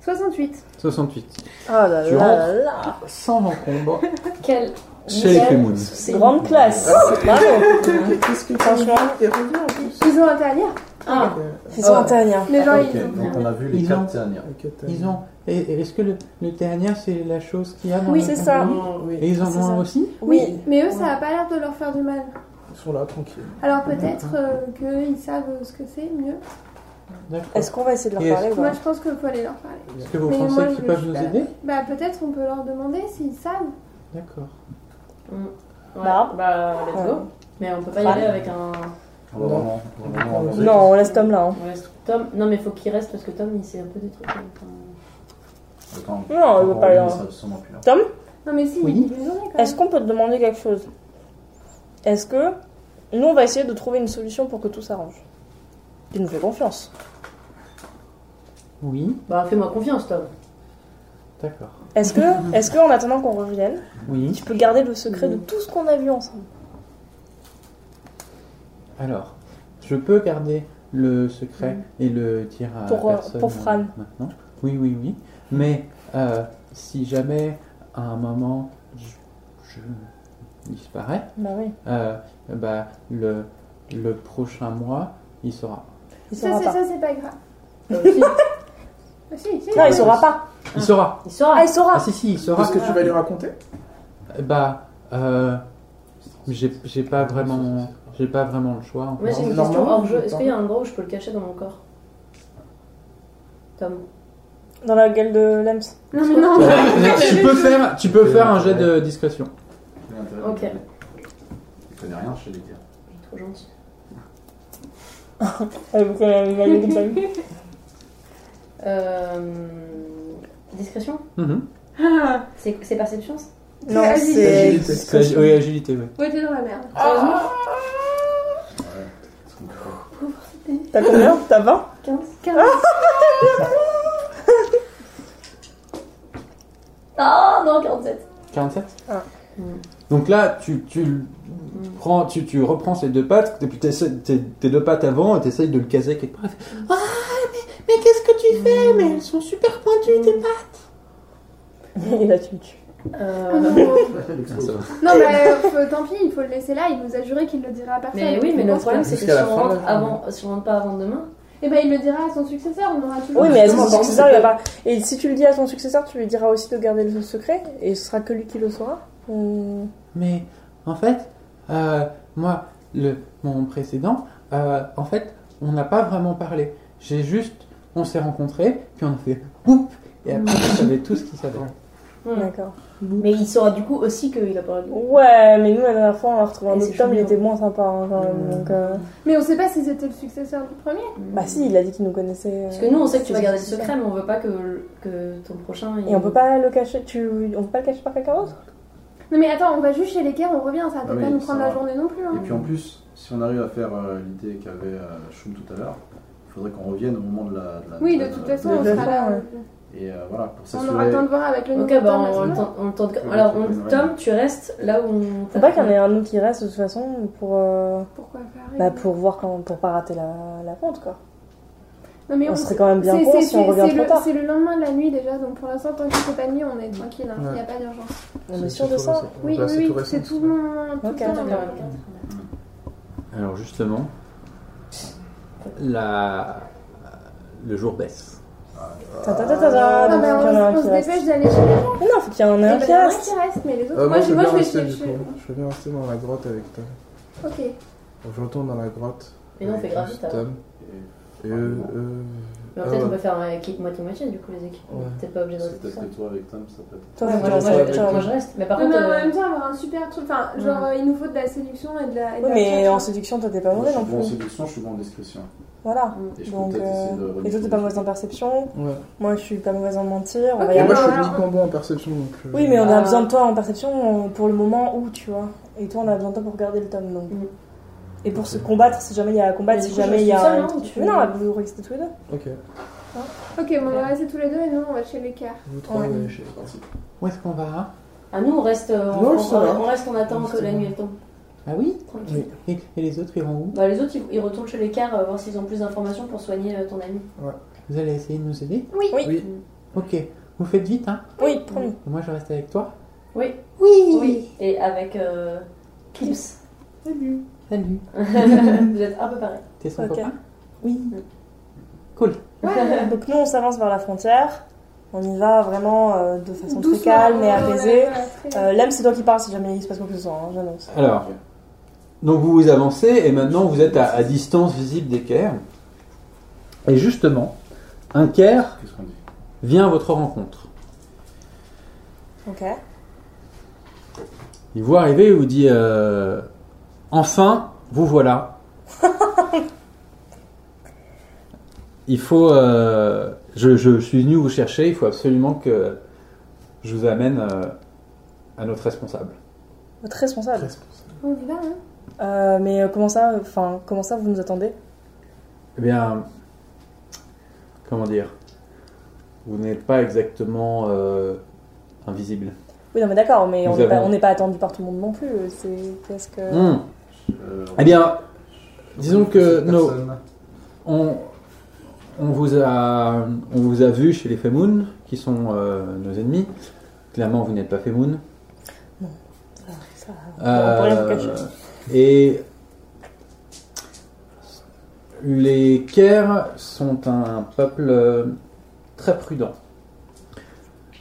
68.
68.
Oh là
Tu
là là là.
Sans encombre.
Quelle
Chez les Femoun.
c'est
Grande classe. Bravo.
Qu'est-ce que franchement, t'es revenu en plus
Ils ont interdire
Ah,
euh,
Ils sont hein.
Ah ouais.
en Tania.
Les gens,
Ok,
ils ont.
donc on a vu les
Ils ont-
quatre dernières.
euh,
Ils ont. et- et Est-ce que le, le dernier, c'est la chose qu'il y a dans
Oui,
le-
c'est ça.
Et ils en
C'est
ont
ça.
un aussi
Oui.
Mais eux, ça a pas l'air de leur faire du mal.
Ils sont là, tranquilles.
Alors peut-être euh, qu'ils savent ce que c'est mieux.
D'accord.
Est-ce qu'on va essayer de
Et
leur
est-ce
parler ou
Moi,
pas
je pense qu'il faut aller leur parler.
Est-ce que vous
Mais moi,
pensez
je
qu'ils
le
peuvent
suis
nous
pas.
aider
Bah peut-être on peut leur demander s'ils savent.
D'accord.
Mm. ouais,
Bah.
bah, let's
Ouais.
go. Mais on peut pas y aller avec un.
On va vraiment- on va vraiment avancer.
Non, on laisse Tom là. hein.
On laisse Tom. Non, mais faut qu'il reste parce que Tom, il sait un peu des trucs. hein. Enfin,
Attends,
Non, il veut pas y aller.
ça va sûrement plus là.
Non mais si,
Oui.
ils nous auraient quand même.
Est-ce qu'on peut te demander quelque chose Est-ce que nous on va essayer de trouver une solution pour que tout s'arrange Il nous fait confiance.
Oui,
Bah, fais-moi confiance, Tom.
d'accord.
Est-ce que, est-ce que en attendant qu'on revienne,
Oui.
tu peux garder le secret de tout ce qu'on a vu ensemble
Alors, je peux garder le secret et le dire à
Pour, euh,
personne
pour Fran.
maintenant. Oui, oui, oui. Mais euh, si jamais à un moment je, je disparaît,
Bah oui.
euh, bah, le, le prochain mois, il saura.
Il
Ça,
saura
c'est-
pas.
ça, c'est pas grave. Ah, si, si.
Non, il saura pas.
Il saura
Il saura.
Ah, il saura.
Ah si, si, il saura.
Est-ce que tu vas lui raconter
Bah, euh, j'ai j'ai pas vraiment, j'ai pas vraiment le choix.
Moi j'ai une question
Normalement,
hors jeu.
je
Est-ce qu'il y a un endroit où je peux le cacher dans mon corps Tom.
Dans la gueule de Lems.
Non, mais non.
Euh, tu peux faire, tu peux faire un jet de discrétion.
Quel est l'intérêt
Ok.
de le- Il connaît rien chez les tiers.
Il est trop gentil.
Elle vous connaît le maillot comme ça.
Euh... Discrétion
Mhm.
Ah,
C'est c'est perception ça
Non,
Vas-y.
c'est.
Agilité.
C'est agi- Oui, agilité, oui.
Ouais, t'es dans la merde.
Sérieusement
Parce qu'on peut pas.
T'as combien T'as 20
15
15.
Ah non, 47
47
Ah.
Mm.
Donc là, tu, tu, le prends, tu, tu reprends ses deux pattes, et puis t'essaies- tes, tes deux pattes avant, et t'essayes de le caser quelque part. Ah, mais, mais qu'est-ce que tu fais Mais elles sont super pointues, tes pattes
Et là, tu le tues.
Euh,
Ah, Non,
Ah, Ça va.
mais euh, faut- tant pis, il faut le laisser là. Il nous a juré qu'il le dirait à personne.
Mais oui, mais le problème c'est que si
Jusqu'à la fin de
on
la
rentre,
journée.
avant, si on rentre pas avant demain,
Et ben, il le dira à son successeur. On aura toujours.
Oui, mais à son
Justement, par
successeur, il
contre,
va pas. Et si tu le dis à son successeur, tu lui diras aussi de garder le secret, et ce sera que lui qui le saura. Ou-
Mais en fait, euh, moi, le, mon précédent, euh, en fait, on n'a pas vraiment parlé. J'ai juste, on s'est rencontrés, puis on a fait oup, et après, on savait tout ce qui s'attendait.
hmm.
D'accord.
mais il saura du coup aussi qu'il a pas
Ouais, mais nous, la dernière fois, on a retrouvé un
Et
autre
c'est
tome, il
chelou.
était moins sympa, hein, quand même. Donc, euh,
Mais on sait pas si c'était le successeur du premier.
Bah si, il a dit qu'il nous connaissait. euh,
Hmm. Parce que nous on sait que tu vas
c'est-
garder le secret, mais on veut pas que, que ton prochain. il-
Et on peut pas le cacher, tu... on peut pas le cacher par quelqu'un d'autre
Non, mais attends, on va juste chez les guerres, on revient. Ça va
Ah
peut-être
oui,
pas nous
ça
prendre
va.
la journée non plus.
Et
Hein.
puis en plus, si on arrive à faire euh, l'idée qu'avait euh, Shum tout à l'heure, il faudrait qu'on revienne au moment de la. la
Oui, de toute façon, on
de-
sera là.
ouais.
Et euh, voilà, pour
On aura le
s'assurer.
temps de voir avec le
Ok,
nouveau
bah
tome la
on,
semaine
le tente- on le tente.
Ouais,
Alors,
c'est
on-
pas une
Tom,
règle.
tu restes là où on.
Faut pas qu'il y en ait un de nous qui reste de toute façon pour, euh,
Pourquoi faire
bah, pour voir quand... pour pas rater la, la pente quoi.
Non, mais
On
on,
serait quand même bien
c'est-
con
c'est-
si on
c'est-
revient
c'est
trop
le-
tard.
C'est le lendemain de la nuit déjà, donc pour l'instant, tant qu'il fait pas de nuit, on est tranquille, il n'y a pas d'urgence.
On est sûr de ça
Oui, oui, oui, c'est tout le monde.
Ok,
D'accord,
d'accord.
ok.
Alors justement, la... le jour baisse.
Ta ta ta ta ta,
Ah,
donc,
bah,
il y en a un
on, on
qui
se
reste.
dépêche d'aller chez les gens.
Mais Non, faut qu'il y en ait un
Eh ben,
qui
il y en a un
reste.
qui reste, mais les autres.
Euh,
moi, je,
veux
moi,
bien
je vais
rester
chez.
du
chez-
coup. Je veux bien rester dans la grotte avec Tom.
Ok.
Bon, je retourne dans la grotte.
Mais non, on fait
avec
grave vite, alors.
Tom. Et euh, euh,
Mais peut-être
Ah
on
ouais.
peut faire un équipe moitié-moitié du coup, les équipes.
Ouais.
Peut-être pas obligé de
C'est
rester tout
peut-être
ça.
que toi avec Tom, ça peut être.
Toi,
Ouais,
faut
moi,
que
je-
tu restes
moi, je-
avec
moi,
eux.
je reste. Mais par
Non, mais
contre.
bah
en
euh,
même temps, on va avoir un super truc. Enfin, genre, euh, il nous faut de la séduction et de la. et de
Oui,
la
mais
recherche.
en séduction, toi t'es pas
Moi, je
mauvais
suis
non
bon en
plus.
séduction, je suis bon en discrétion.
Voilà.
Et je
Donc,
peux peut-être essayer de
euh,
remonter
et toi t'es
les
pas mauvaise en
choses.
perception.
ouais.
Moi je suis pas mauvaise en mentir. On
Ok,
va y
Et
aller.
moi, je suis
alors-
uniquement bon en perception. Donc, euh,
Oui, mais on a
Ah.
besoin de toi en perception euh, pour le moment où, tu vois. Et toi, on a besoin de toi pour garder le tome, donc.
Mm.
Et pour se combattre, si jamais il y a à combattre,
Mais
si
du coup, je
jamais il
reste
y a.
seule,
un-
non, ou tu-
Mais non, vous restez tous les deux.
Ok.
Ok, bon, on va rester tous les deux et nous, on va chez les guerres.
Vous trois,
Ouais.
vous allez chez les parties.
Où est-ce qu'on va hein
Ah, nous on reste. euh,
Non,
on,
je serai là.
on- on reste, on attend que la nuit elle tombe.
Ah oui
Tranquille.
et, et les autres iront où
Bah, les autres ils, ils retournent chez les cars euh, voir s'ils ont plus d'informations pour soigner euh, ton ami.
Vous allez essayer de nous aider
Oui.
Oui.
Ok, vous faites vite, hein
Oui, promis.
Moi je reste avec toi.
Oui.
Oui
Oui. Et avec euh, Clips.
Salut
Vous êtes un peu pareil.
T'es son
Ok.
copain Oui. Cool.
Donc, nous, on s'avance vers la frontière. On y va vraiment euh, de façon très
Doucement,
calme et
euh, voilà,
apaisée.
voilà, très-
Euh, L'âme, c'est toi qui parles si jamais il se passe quoi que ce soit, hein, j'annonce.
Alors, donc vous vous avancez et maintenant vous êtes à, à distance visible des Caire. Et justement, un Caire
Qu'est-ce qu'on dit
vient à votre rencontre.
Ok.
Il vous arrivez et vous dit euh, Enfin, vous voilà. il faut. euh, je, je suis venu vous chercher, il faut absolument que je vous amène euh, à notre responsable.
Votre responsable.
On y va, hein.
Euh, mais euh, comment ça, enfin, comment ça, vous nous attendez
Eh bien, comment dire Vous n'êtes pas exactement euh, invisible.
Oui, non, mais d'accord, mais on
Nous
n'est pas,
avons-
on n'est pas attendu par tout le monde non plus. euh, C'est presque.
Hmm.
Euh,
Eh bien, disons que
cette
nos-
personne-
on, on vous a, on vous a vu chez les Femoun, qui sont euh, nos ennemis. Clairement, vous n'êtes pas Femoun.
Ah, Ça arrive, ça
Euh,
on peut rien vous cacher.
et les Kers sont un peuple euh, très prudent.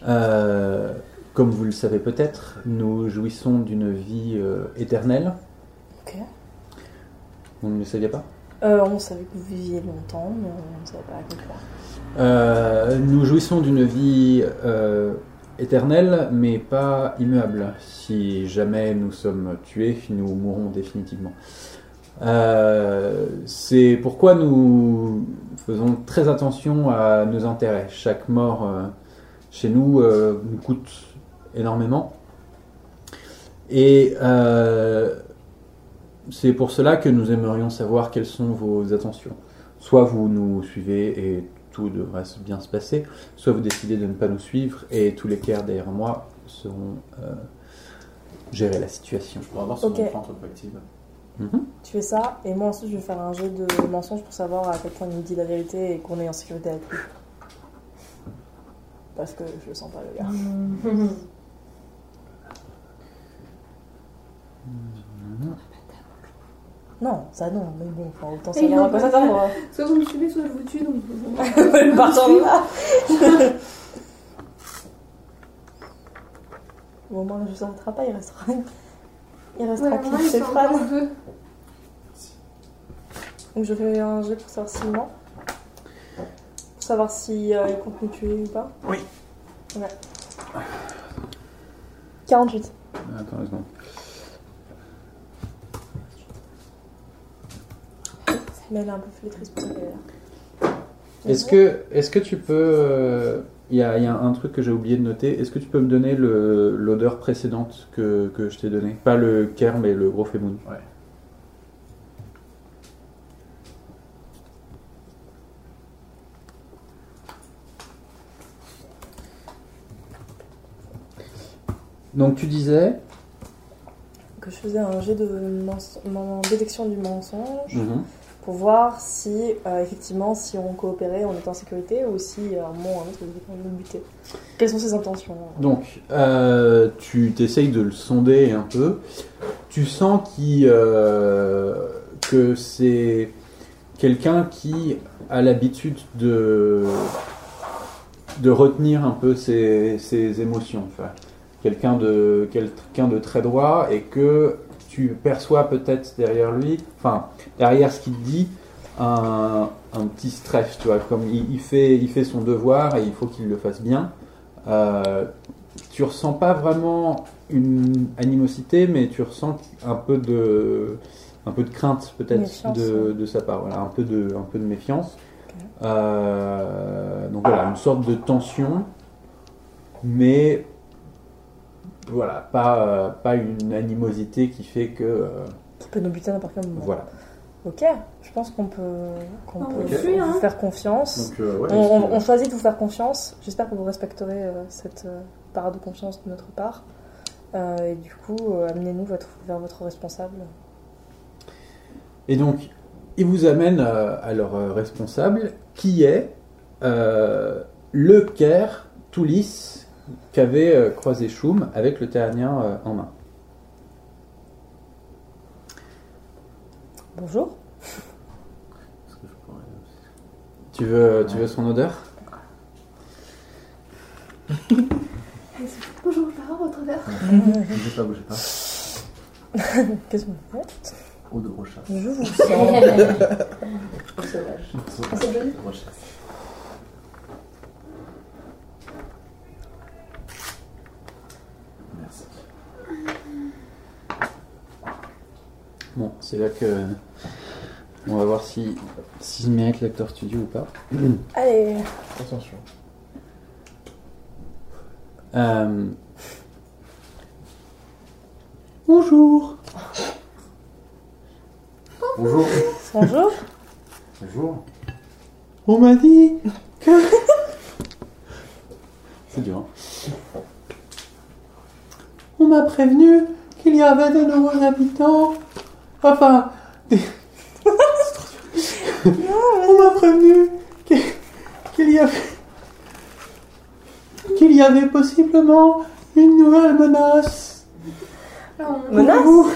Euh, comme vous le savez peut-être, nous jouissons d'une vie euh, éternelle.
Ok.
Vous ne le saviez pas
Euh, on savait que vous viviez longtemps, mais on ne savait pas à quel point.
Euh, nous jouissons d'une vie euh, éternelle, mais pas immuable. Si jamais nous sommes tués, nous mourrons définitivement. Euh, C'est pourquoi nous faisons très attention à nos intérêts. Chaque mort euh, chez nous euh, nous coûte énormément. Et euh, c'est pour cela que nous aimerions savoir quelles sont vos attentions. Soit vous nous suivez et tout devrait se- bien se passer, soit vous décidez de ne pas nous suivre et tous les clercs derrière moi seront euh, gérer la situation.
Je pourrais avoir son
Ok.
enfant truc active.
Tu fais ça, et moi ensuite je vais faire un jeu de mensonge pour savoir à quel point il nous dit la vérité et qu'on est en sécurité avec lui. Parce que je le sens pas, le gars. Non, ça non, mais bon, enfin, autant
Et il
savoir à
veut
quoi
pas
s'attendre. hein.
Soit vous me suivez, soit je vous tue. Donc... vous-
Le partant de là. Bon, au moins, je ne s'arrêtera pas, il restera. Il
Ouais,
restera
au moins,
cliché
ils
chez
sont
Fran.
encore deux.
Donc je fais un jet pour savoir s'il ment. Pour savoir si euh, il compte nous tuer ou pas.
Oui.
Ouais. 48.
Attends une seconde.
Mais elle est un peu flétriste pour ça qu'elle est là.
Est-ce que, est que tu peux... euh, Il y, a, il y a un truc que j'ai oublié de noter. Est-ce que tu peux me donner le- l'odeur précédente que, que je t'ai donnée Pas le Caire, mais le gros fémoun.
Ouais.
Donc tu disais...
Que je faisais un jet de mens- men- détection du mensonge pour voir si, euh, effectivement, si on coopérait, on était en sécurité ou si euh, un moment ou un autre, vous êtes nous buter. Quelles sont ses intentions
Donc, euh, tu t'essayes de le sonder un peu. Tu sens qu'il, euh, que c'est quelqu'un qui a l'habitude de, de retenir un peu ses, ses émotions. Enfin, quelqu'un de, quelqu'un de très droit et que tu perçois peut-être derrière lui, enfin, derrière ce qu'il te dit, un, un petit stress, tu vois, comme il, il fait, il fait son devoir et il faut qu'il le fasse bien. Euh, tu ressens pas vraiment une animosité, mais tu ressens un peu de, un peu de crainte peut-être
Méfiance,
de, de sa part, voilà, un peu de, un peu de méfiance.
Ok.
Euh, donc voilà, une sorte de tension, mais voilà, pas, euh, pas une animosité qui fait que euh,
Qui peut nous buter à n'importe quel moment.
voilà.
Ok, je pense qu'on peut, qu'on
On
peut
le
suit,
vous
hein.
faire confiance.
Donc, euh, ouais,
On,
est-ce
on-
que-
on choisit de vous faire confiance. J'espère que vous respecterez euh, cette euh, part de confiance de notre part. Euh, et du coup, euh, amenez-nous votre- vers votre responsable.
Et donc, ils vous amènent euh, à leur euh, responsable, qui est euh, le Caire Toulis qu'avait euh, croisé Choum avec le Théranien euh, en main.
Bonjour.
est-ce que je pourrais-
Tu veux, euh, tu veux son odeur
Bonjour, je vais avoir votre verre.
Bougez pas, bougez pas.
Qu'est-ce que vous faites
Eau de recherche.
Je vous sens.
Sauvage. C'est joli.
Recherche. Merci.
Bon, c'est là que. euh, On va voir si, si je mérite l'acteur studio ou pas.
Allez.
Attention.
Euh, Bonjour
Bonjour.
Bonjour.
Bonjour.
On m'a dit que. c'est dur, hein.
On m'a prévenu qu'il y avait de nouveaux habitants. Enfin, des- C'est trop dur. on m'a prévenu qu'il qu'il y avait qu'il y avait possiblement une nouvelle menace.
Euh,
Menace
Pouvez-vous-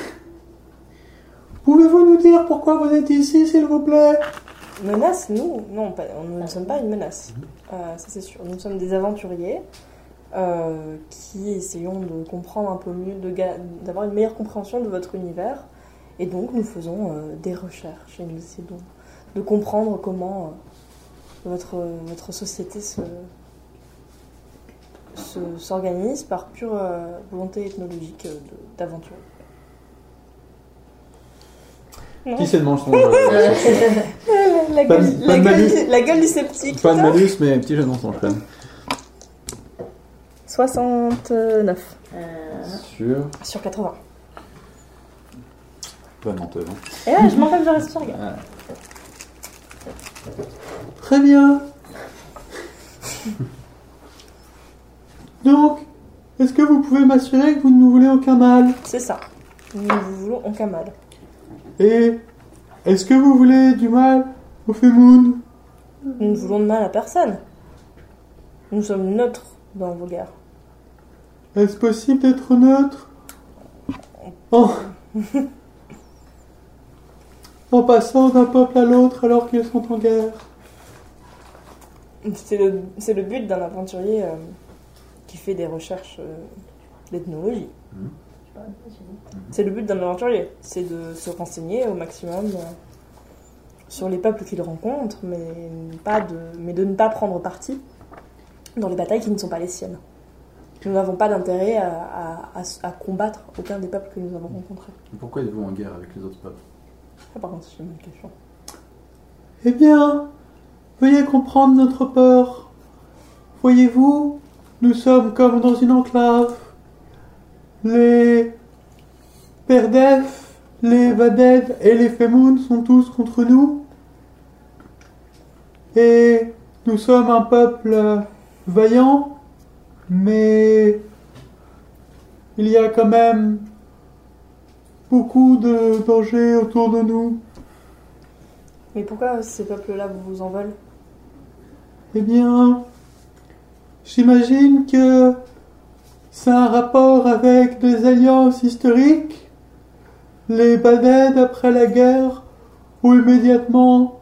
Pouvez-vous nous dire pourquoi vous êtes ici, s'il vous plaît
Menace, nous Non, pas- on- nous ne sommes pas une menace.
Mhm.
Euh, ça, c'est sûr. Nous sommes des aventuriers euh, qui essayons de comprendre un peu mieux, de ga- d'avoir une meilleure compréhension de votre univers. Et donc, nous faisons euh, des recherches et nous essayons de comprendre comment euh, votre, votre société se se- s'organise par pure euh, volonté ethnologique euh, de- d'aventure. Non.
Qui c'est le mensonge euh, sur-
La, la
Pas de-
gueule,
pas
la,
de
gueule,
malus.
du- la gueule du sceptique.
Pas de
putain.
malus, mais petit jeu de mensonge quand même.
69
Euh,
Sur.
sur 80.
Pas menteur. hein.
Et là, Eh, je m'en vais vers le regard.
Très bien. Donc, est-ce que vous pouvez m'assurer que vous ne nous voulez aucun mal
C'est ça. Nous vous voulons aucun mal.
Et est-ce que vous voulez du mal au Femoun
Nous ne voulons de mal à personne. Nous sommes neutres dans vos guerres.
Est-ce possible d'être neutre en... en passant d'un peuple à l'autre alors qu'ils sont en guerre
C'est le, c'est le but d'un aventurier euh, qui fait des recherches euh, d'ethnologie. C'est le but d'un aventurier. C'est de se renseigner au maximum euh, sur les peuples qu'il rencontre, mais, pas de, mais de ne pas prendre parti dans les batailles qui ne sont pas les siennes. Nous n'avons pas d'intérêt à, à- à s- à combattre aucun des peuples que nous avons rencontrés.
Pourquoi êtes-vous en guerre avec les autres peuples
Ça, par contre, c'est une bonne question.
Eh bien, veuillez comprendre notre peur. Voyez-vous, nous sommes comme dans une enclave. Les Perdef, les Vaded et les Femoun sont tous contre nous. Et nous sommes un peuple euh, vaillant, mais il y a quand même beaucoup de dangers autour de nous.
Mais pourquoi ces peuples-là vous vous en veulent
Eh bien, j'imagine que c'est un rapport avec des alliances historiques. Les Badèdes, après la guerre, ont immédiatement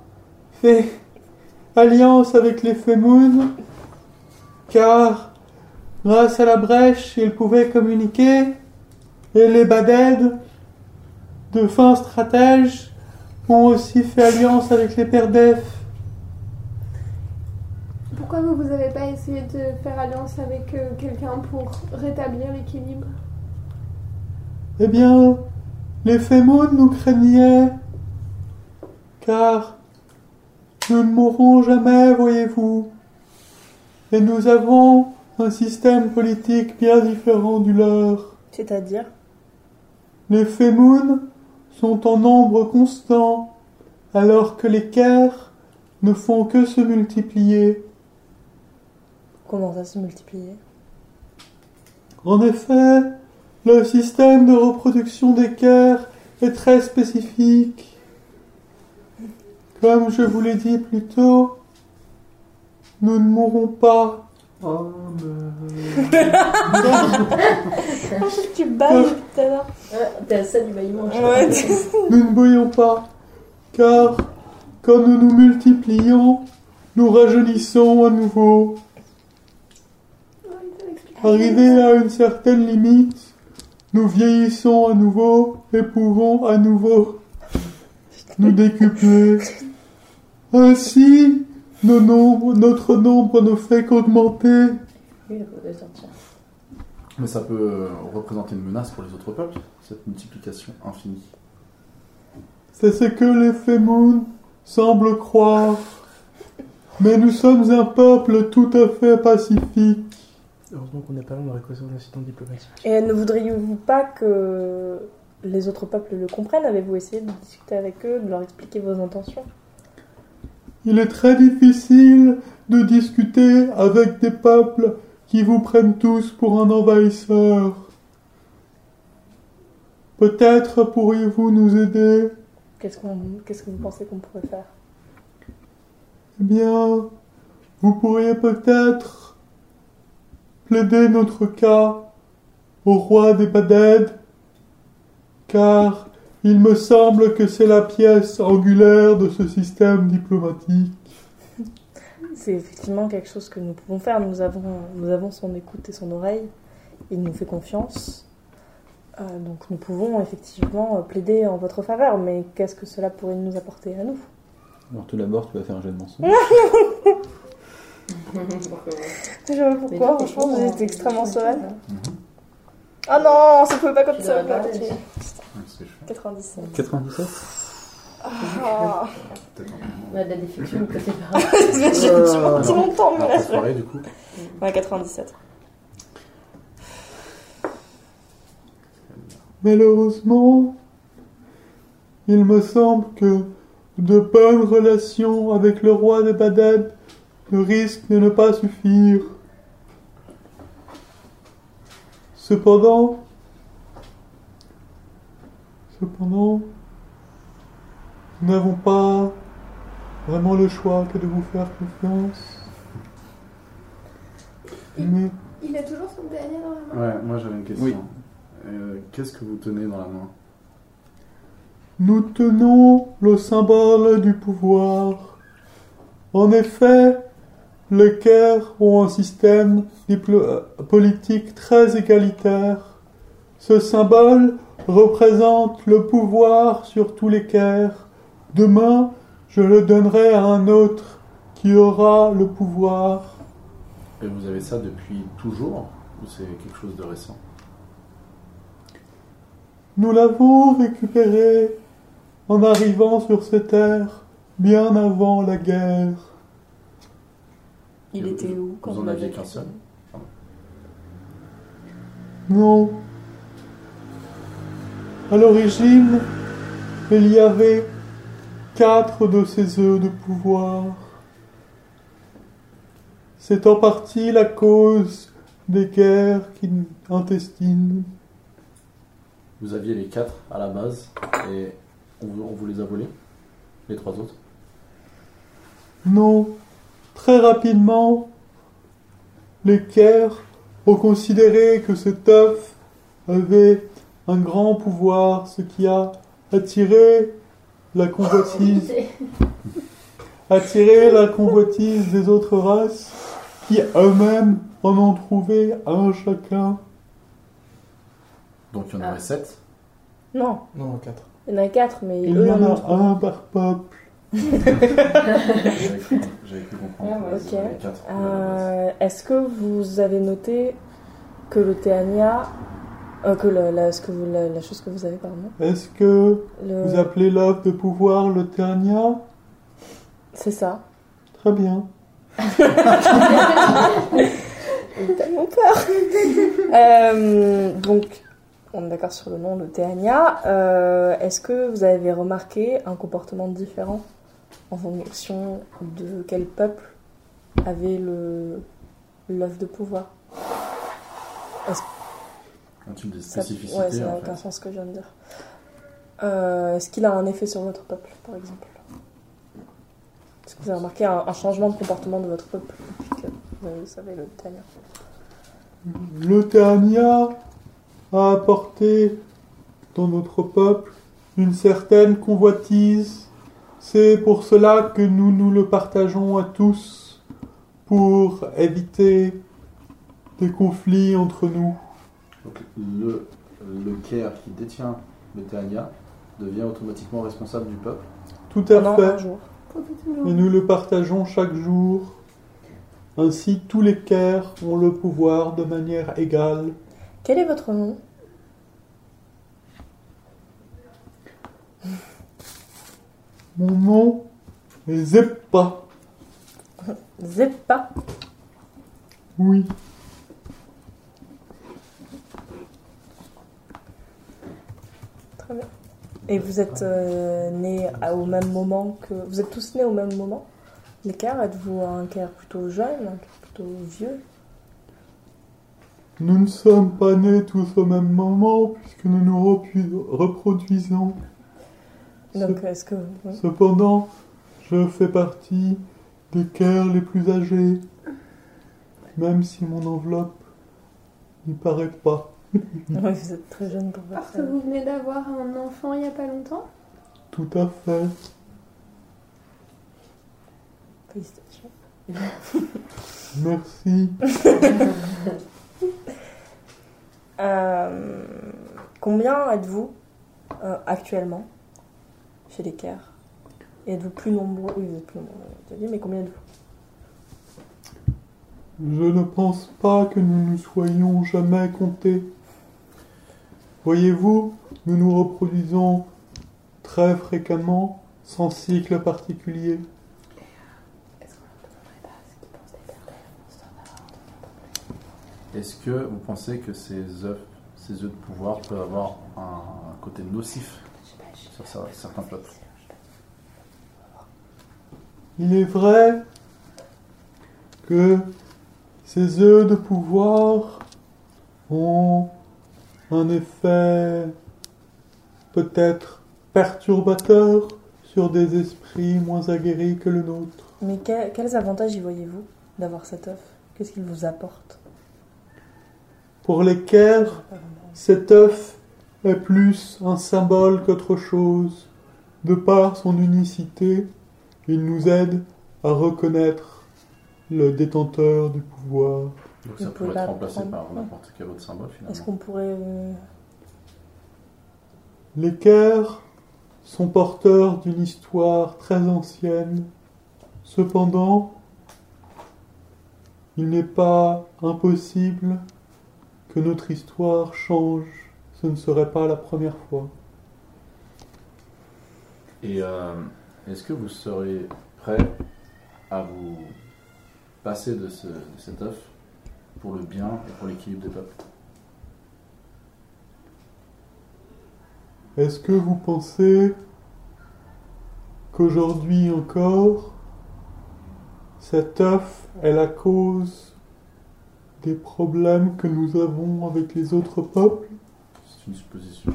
fait alliance avec les Femoun, car grâce à la brèche, ils pouvaient communiquer, et les Badèdes, de fins stratèges, ont aussi fait alliance avec les Perdef.
Pourquoi vous, vous avez pas essayé de faire alliance avec euh, quelqu'un pour rétablir l'équilibre
Eh bien, les Fémaudes nous craignaient, car nous ne mourrons jamais, voyez-vous. Et nous avons un système politique bien différent du leur.
C'est-à-dire
Les Fémounes sont en nombre constant, alors que les Kers ne font que se multiplier.
comment ça se multiplier
En effet, le système de reproduction des cœurs est très spécifique. Comme je vous l'ai dit plus tôt, nous ne mourrons pas.
Oh,
Tu bailles depuis tout à l'heure.
ouais, T'es à ça du bâillement. je sais
Ouais,
pas.
tu-
Nous ne bouillons pas, car quand nous nous multiplions, nous rajeunissons à nouveau.
Ah,
Arrivés à une certaine limite, nous vieillissons à nouveau et pouvons à nouveau nous décupler. Ainsi, nos nombres- notre nombre ne fait qu'augmenter.
Oui, il faudrait sortir.
Mais ça peut euh, représenter une menace pour les autres peuples, cette multiplication infinie.
C'est ce que les Femoun semblent croire. Mais nous sommes un peuple tout à fait pacifique.
Heureusement qu'on n'est pas là, on aurait causé un incident diplomatique.
Et ne voudriez-vous pas que les autres peuples le comprennent Avez-vous essayé de discuter avec eux, de leur expliquer vos intentions
Il est très difficile de discuter avec des peuples qui vous prennent tous pour un envahisseur. Peut-être pourriez-vous nous aider
Qu'est-ce qu'on, qu'est-ce que vous pensez qu'on pourrait faire
Eh bien, vous pourriez peut-être plaider notre cas au roi des Badèdes car il me semble que c'est la pièce angulaire de ce système diplomatique.
C'est effectivement quelque chose que nous pouvons faire. Nous avons, nous avons son écoute et son oreille. Il nous fait confiance. Euh, donc nous pouvons effectivement euh, plaider en votre faveur, mais qu'est-ce que cela pourrait nous apporter à nous
Alors tout d'abord, tu vas faire un jeu de mensonge.
Je sais pas
Mais
pourquoi,
non,
franchement, j'ai
mais-
été extrêmement sauvage.
hein.
Ah non, ça pouvait pas comme
Tu
ça.
l'aurais pas
tu-
fait.
Ouais, c'est chouette.
97.
97
Ah,
Peut-être un peu moins.
Ouais, de la défection côté parents.
j'ai j'ai
Euh,
menti longtemps, mais
Alors,
là,
ta
je-
soirée, du coup,
Ouais, 97.
Malheureusement, il me semble que de bonnes relations avec le roi de Bagdad ne risquent de ne pas suffire. Cependant, cependant, nous n'avons pas vraiment le choix que de vous faire confiance. Mais
Il a toujours son dernier dans la main.
ouais, moi j'avais une question.
Oui.
Euh, Qu'est-ce que vous tenez dans la main
Nous tenons le symbole du pouvoir. En effet, les Caire ont un système diplo- euh, politique très égalitaire. Ce symbole représente le pouvoir sur tous les Caire. Demain, je le donnerai à un autre qui aura le pouvoir.
Et vous avez ça depuis toujours Ou c'est quelque chose de récent
Nous l'avons récupéré en arrivant sur ces terres bien avant la guerre.
Il
Et
était
vous-
où quand
Vous
vous
en
l'avez
aviez qu'un seul
Non. À l'origine, il y avait quatre de ces œufs de pouvoir. C'est en partie la cause des guerres qui- intestines.
Vous aviez les quatre à la base et on vous, on vous les a volés Les trois autres
Non, très rapidement, les Caire ont considéré que cet œuf avait un grand pouvoir, ce qui a attiré la convoitise attirer la convoitise des autres races qui eux-mêmes en ont trouvé un chacun.
Donc il y en
Ah.
aurait sept
Non,
Non, 4.
il y en a 4, mais
Il
eux,
y
en
en
ont
a
trois.
un par peuple.
J'avais cru- j'avais cru comprendre.
Ah,
que vous
ok.
aviez quatre à la base.
Euh, Est-ce que vous avez noté que le Théania. euh, que le- la, ce que vous- la, la chose que vous avez, pardon.
Est-ce que
le-
vous appelez l'œuf de pouvoir le Ternia
C'est ça.
Très bien.
J'ai tellement peur. Euh, donc, on est d'accord sur le nom, le Théania. Euh, Est-ce que vous avez remarqué un comportement différent en fonction de quel peuple avait le l'œuf de pouvoir
Un type de
Euh, Ça-
spécificité
Ouais, ça n'a
en
aucun
fait.
sens ce que je viens de dire. Euh, Est-ce qu'il a un effet sur votre peuple, par exemple Est-ce que vous avez remarqué un, un changement de comportement de votre peuple depuis que vous savez le Théania
Le Ternia a apporté dans notre peuple une certaine convoitise. C'est pour cela que nous nous le partageons à tous pour éviter des conflits entre nous.
Donc le, le Caire qui détient le Théania devient automatiquement responsable du peuple.
Tout à
Pendant
fait.
un jour.
Et nous le partageons chaque jour. Ainsi, tous les Caires ont le pouvoir de manière égale.
Quel est votre nom
Mon nom est Zeppa.
Zeppa.
Oui.
Très bien. Et vous êtes euh, nés à- au même moment que. Vous êtes tous nés au même moment Les Caire, êtes-vous un Caire plutôt jeune, un Caire plutôt vieux
Nous ne sommes pas nés tous au même moment puisque nous nous repu- reproduisons.
Donc est-ce que. oui.
Cependant, je fais partie des cœurs les plus âgés, même si mon enveloppe n'y paraît pas.
Ouais, vous êtes très jeune pour euh, faire
Parce
ça.
que vous venez d'avoir un enfant il n'y a pas longtemps.
Tout à fait.
Félicitations.
Merci.
Euh, combien êtes-vous euh, actuellement chez les CARE Et êtes-vous plus nombreux Oui, vous êtes plus nombreux, je te dis, mais combien êtes-vous
Je ne pense pas que nous nous soyons jamais comptés. Voyez-vous, nous nous reproduisons très fréquemment sans cycle particulier.
Est-ce que vous pensez que ces œufs, ces œufs de pouvoir peuvent avoir un côté nocif sur ça- certains peuples
Il est vrai que ces œufs de pouvoir ont un effet peut-être perturbateur sur des esprits moins aguerris que le nôtre.
Mais que- quels avantages y voyez-vous d'avoir cet œuf Qu'est-ce qu'il vous apporte
Pour les Kerr, cet œuf est plus un symbole qu'autre chose. De par son unicité, il nous aide à reconnaître le détenteur du pouvoir.
Donc
Vous pouvez
ça pourrait
pas
être remplacé
prendre-
par n'importe quel autre symbole
Est-ce
finalement.
qu'on pourrait. euh,
Les Kerr sont porteurs d'une histoire très ancienne. Cependant, il n'est pas impossible que notre histoire change. Ce ne serait pas la première fois.
Et euh, est-ce que vous serez prêt à vous passer de, ce, de cet œuf pour le bien et pour l'équilibre des peuples
Est-ce que vous pensez qu'aujourd'hui encore, cet œuf est la cause des problèmes que nous avons avec les autres peuples
C'est une supposition.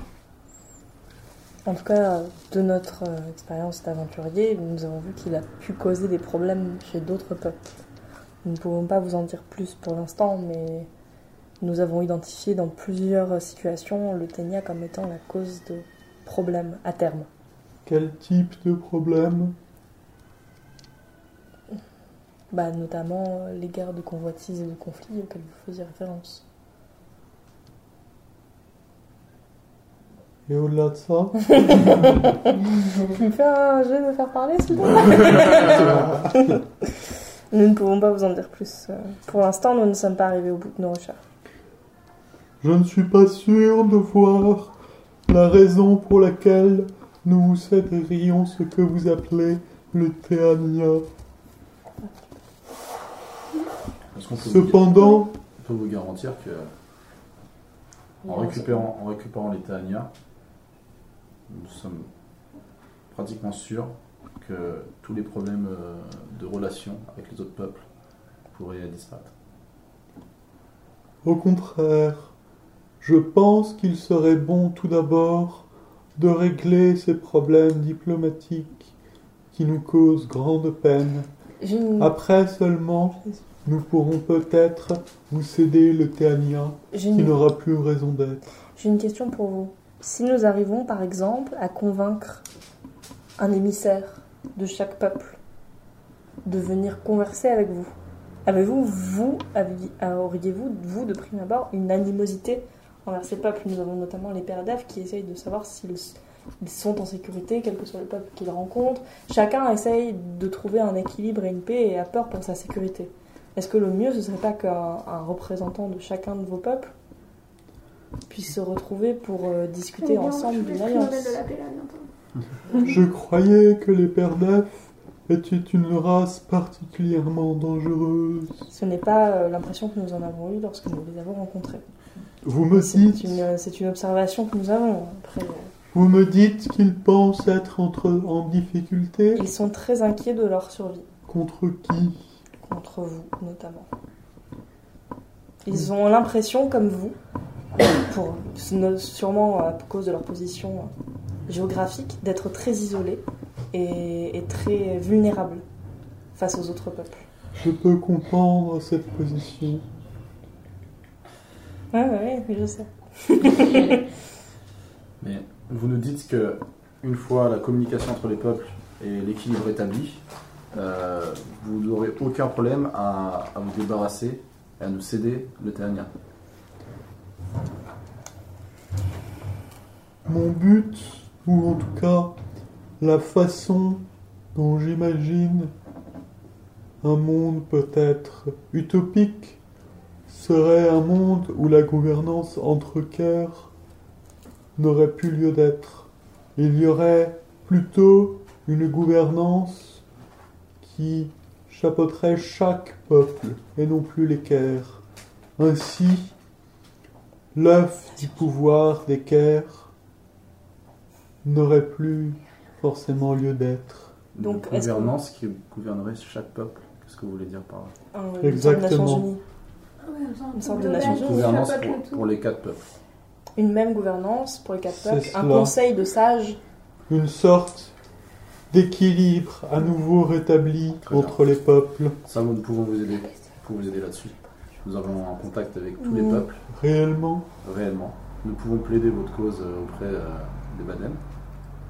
En tout cas, euh, de notre euh, expérience d'aventurier, nous avons vu qu'il a pu causer des problèmes chez d'autres peuples. Nous ne pouvons pas vous en dire plus pour l'instant, mais nous avons identifié dans plusieurs euh, situations le ténia comme étant la cause de problèmes à terme.
Quel type de problème
Bah, notamment euh, les guerres de convoitise et de conflits auxquelles vous faisiez référence.
Et au-delà de ça,
Tu me fais un jeu de faire parler, s'il te plaît Nous ne pouvons pas vous en dire plus. euh, Pour l'instant, nous ne sommes pas arrivés au bout de nos recherches.
je ne suis pas sûr de voir la raison pour laquelle nous vous céderions ce que vous appelez le théania.
Est-ce qu'on peut, vous-
Cependant,
on peut vous garantir que en
Il-
récupérant, en récupérant les Tania, nous sommes pratiquement sûrs que tous les problèmes euh, de relations avec les autres peuples pourraient disparaître.
Au contraire, je pense qu'il serait bon tout d'abord de régler ces problèmes diplomatiques qui nous causent grande peine.
J'ai une-
Après seulement, nous pourrons peut-être vous céder le Théania
j'ai
qui
une
n'aura plus raison d'être.
J'ai une question pour vous. Si nous arrivons, par exemple, à convaincre un émissaire de chaque peuple de venir converser avec vous, avez-vous, vous, aviez- auriez-vous, vous, de prime abord, une animosité envers ces peuples Nous avons notamment les pères d'Af qui essayent de savoir s'ils ils sont en sécurité, quel que soit le peuple qu'ils rencontrent. Chacun essaye de trouver un équilibre et une paix et a peur pour sa sécurité. Est-ce que le mieux, ce serait pas qu'un un représentant de chacun de vos peuples puisse se retrouver pour euh, discuter
Eh bien, je
ensemble
vais
d'une
écrire le
alliance
Nobel de la paix, là, bientôt.
Je croyais que les Pères d'Ef étaient une race particulièrement dangereuse.
Ce n'est pas euh, l'impression que nous en avons eue lorsque nous les avons rencontrés.
Vous me
C'est
dites
une, euh, c'est une observation que nous avons.
Ah,
Après, euh,
Vous me dites qu'ils pensent être entre, en difficulté
ils sont très inquiets de leur survie,
contre qui
contre vous notamment. Ils ont l'impression, comme vous, pour, sûrement à cause de leur position euh, géographique, d'être très isolés et- et très vulnérables face aux autres peuples.
Je peux comprendre cette position.
Ouais, ouais, ouais, je sais.
Mais vous nous dites que une fois la communication entre les peuples et l'équilibre établi, euh, vous n'aurez aucun problème à, à vous débarrasser et à nous céder le Théania.
Mon but, ou en tout cas la façon dont j'imagine un monde peut-être utopique, serait un monde où la gouvernance entre cœurs n'aurait plus lieu d'être. Il y aurait plutôt une gouvernance qui chapeauterait chaque peuple et non plus l'équerre. Ainsi, l'œuf du pouvoir d'équerre n'aurait plus forcément lieu d'être.
Donc,
une
est-ce qu'on-
gouvernance qui gouvernerait chaque peuple. Qu'est-ce que vous voulez dire par là
Un-
Exactement.
Une, sorte de Nations Unies. Ah Une sorte de nation.
Une gouvernance pour, pour les quatre peuples.
Une même gouvernance pour les quatre
C'est
peuples, un
cela.
conseil de sages.
Une sorte d'équilibre à nouveau rétabli
Très bien.
entre les peuples.
Ça, nous pouvons vous aider. Pour vous aider là-dessus. Nous avons un contact avec tous les
Mm.
peuples,
Réellement,
réellement. Nous pouvons plaider votre cause euh, auprès euh, des Baden,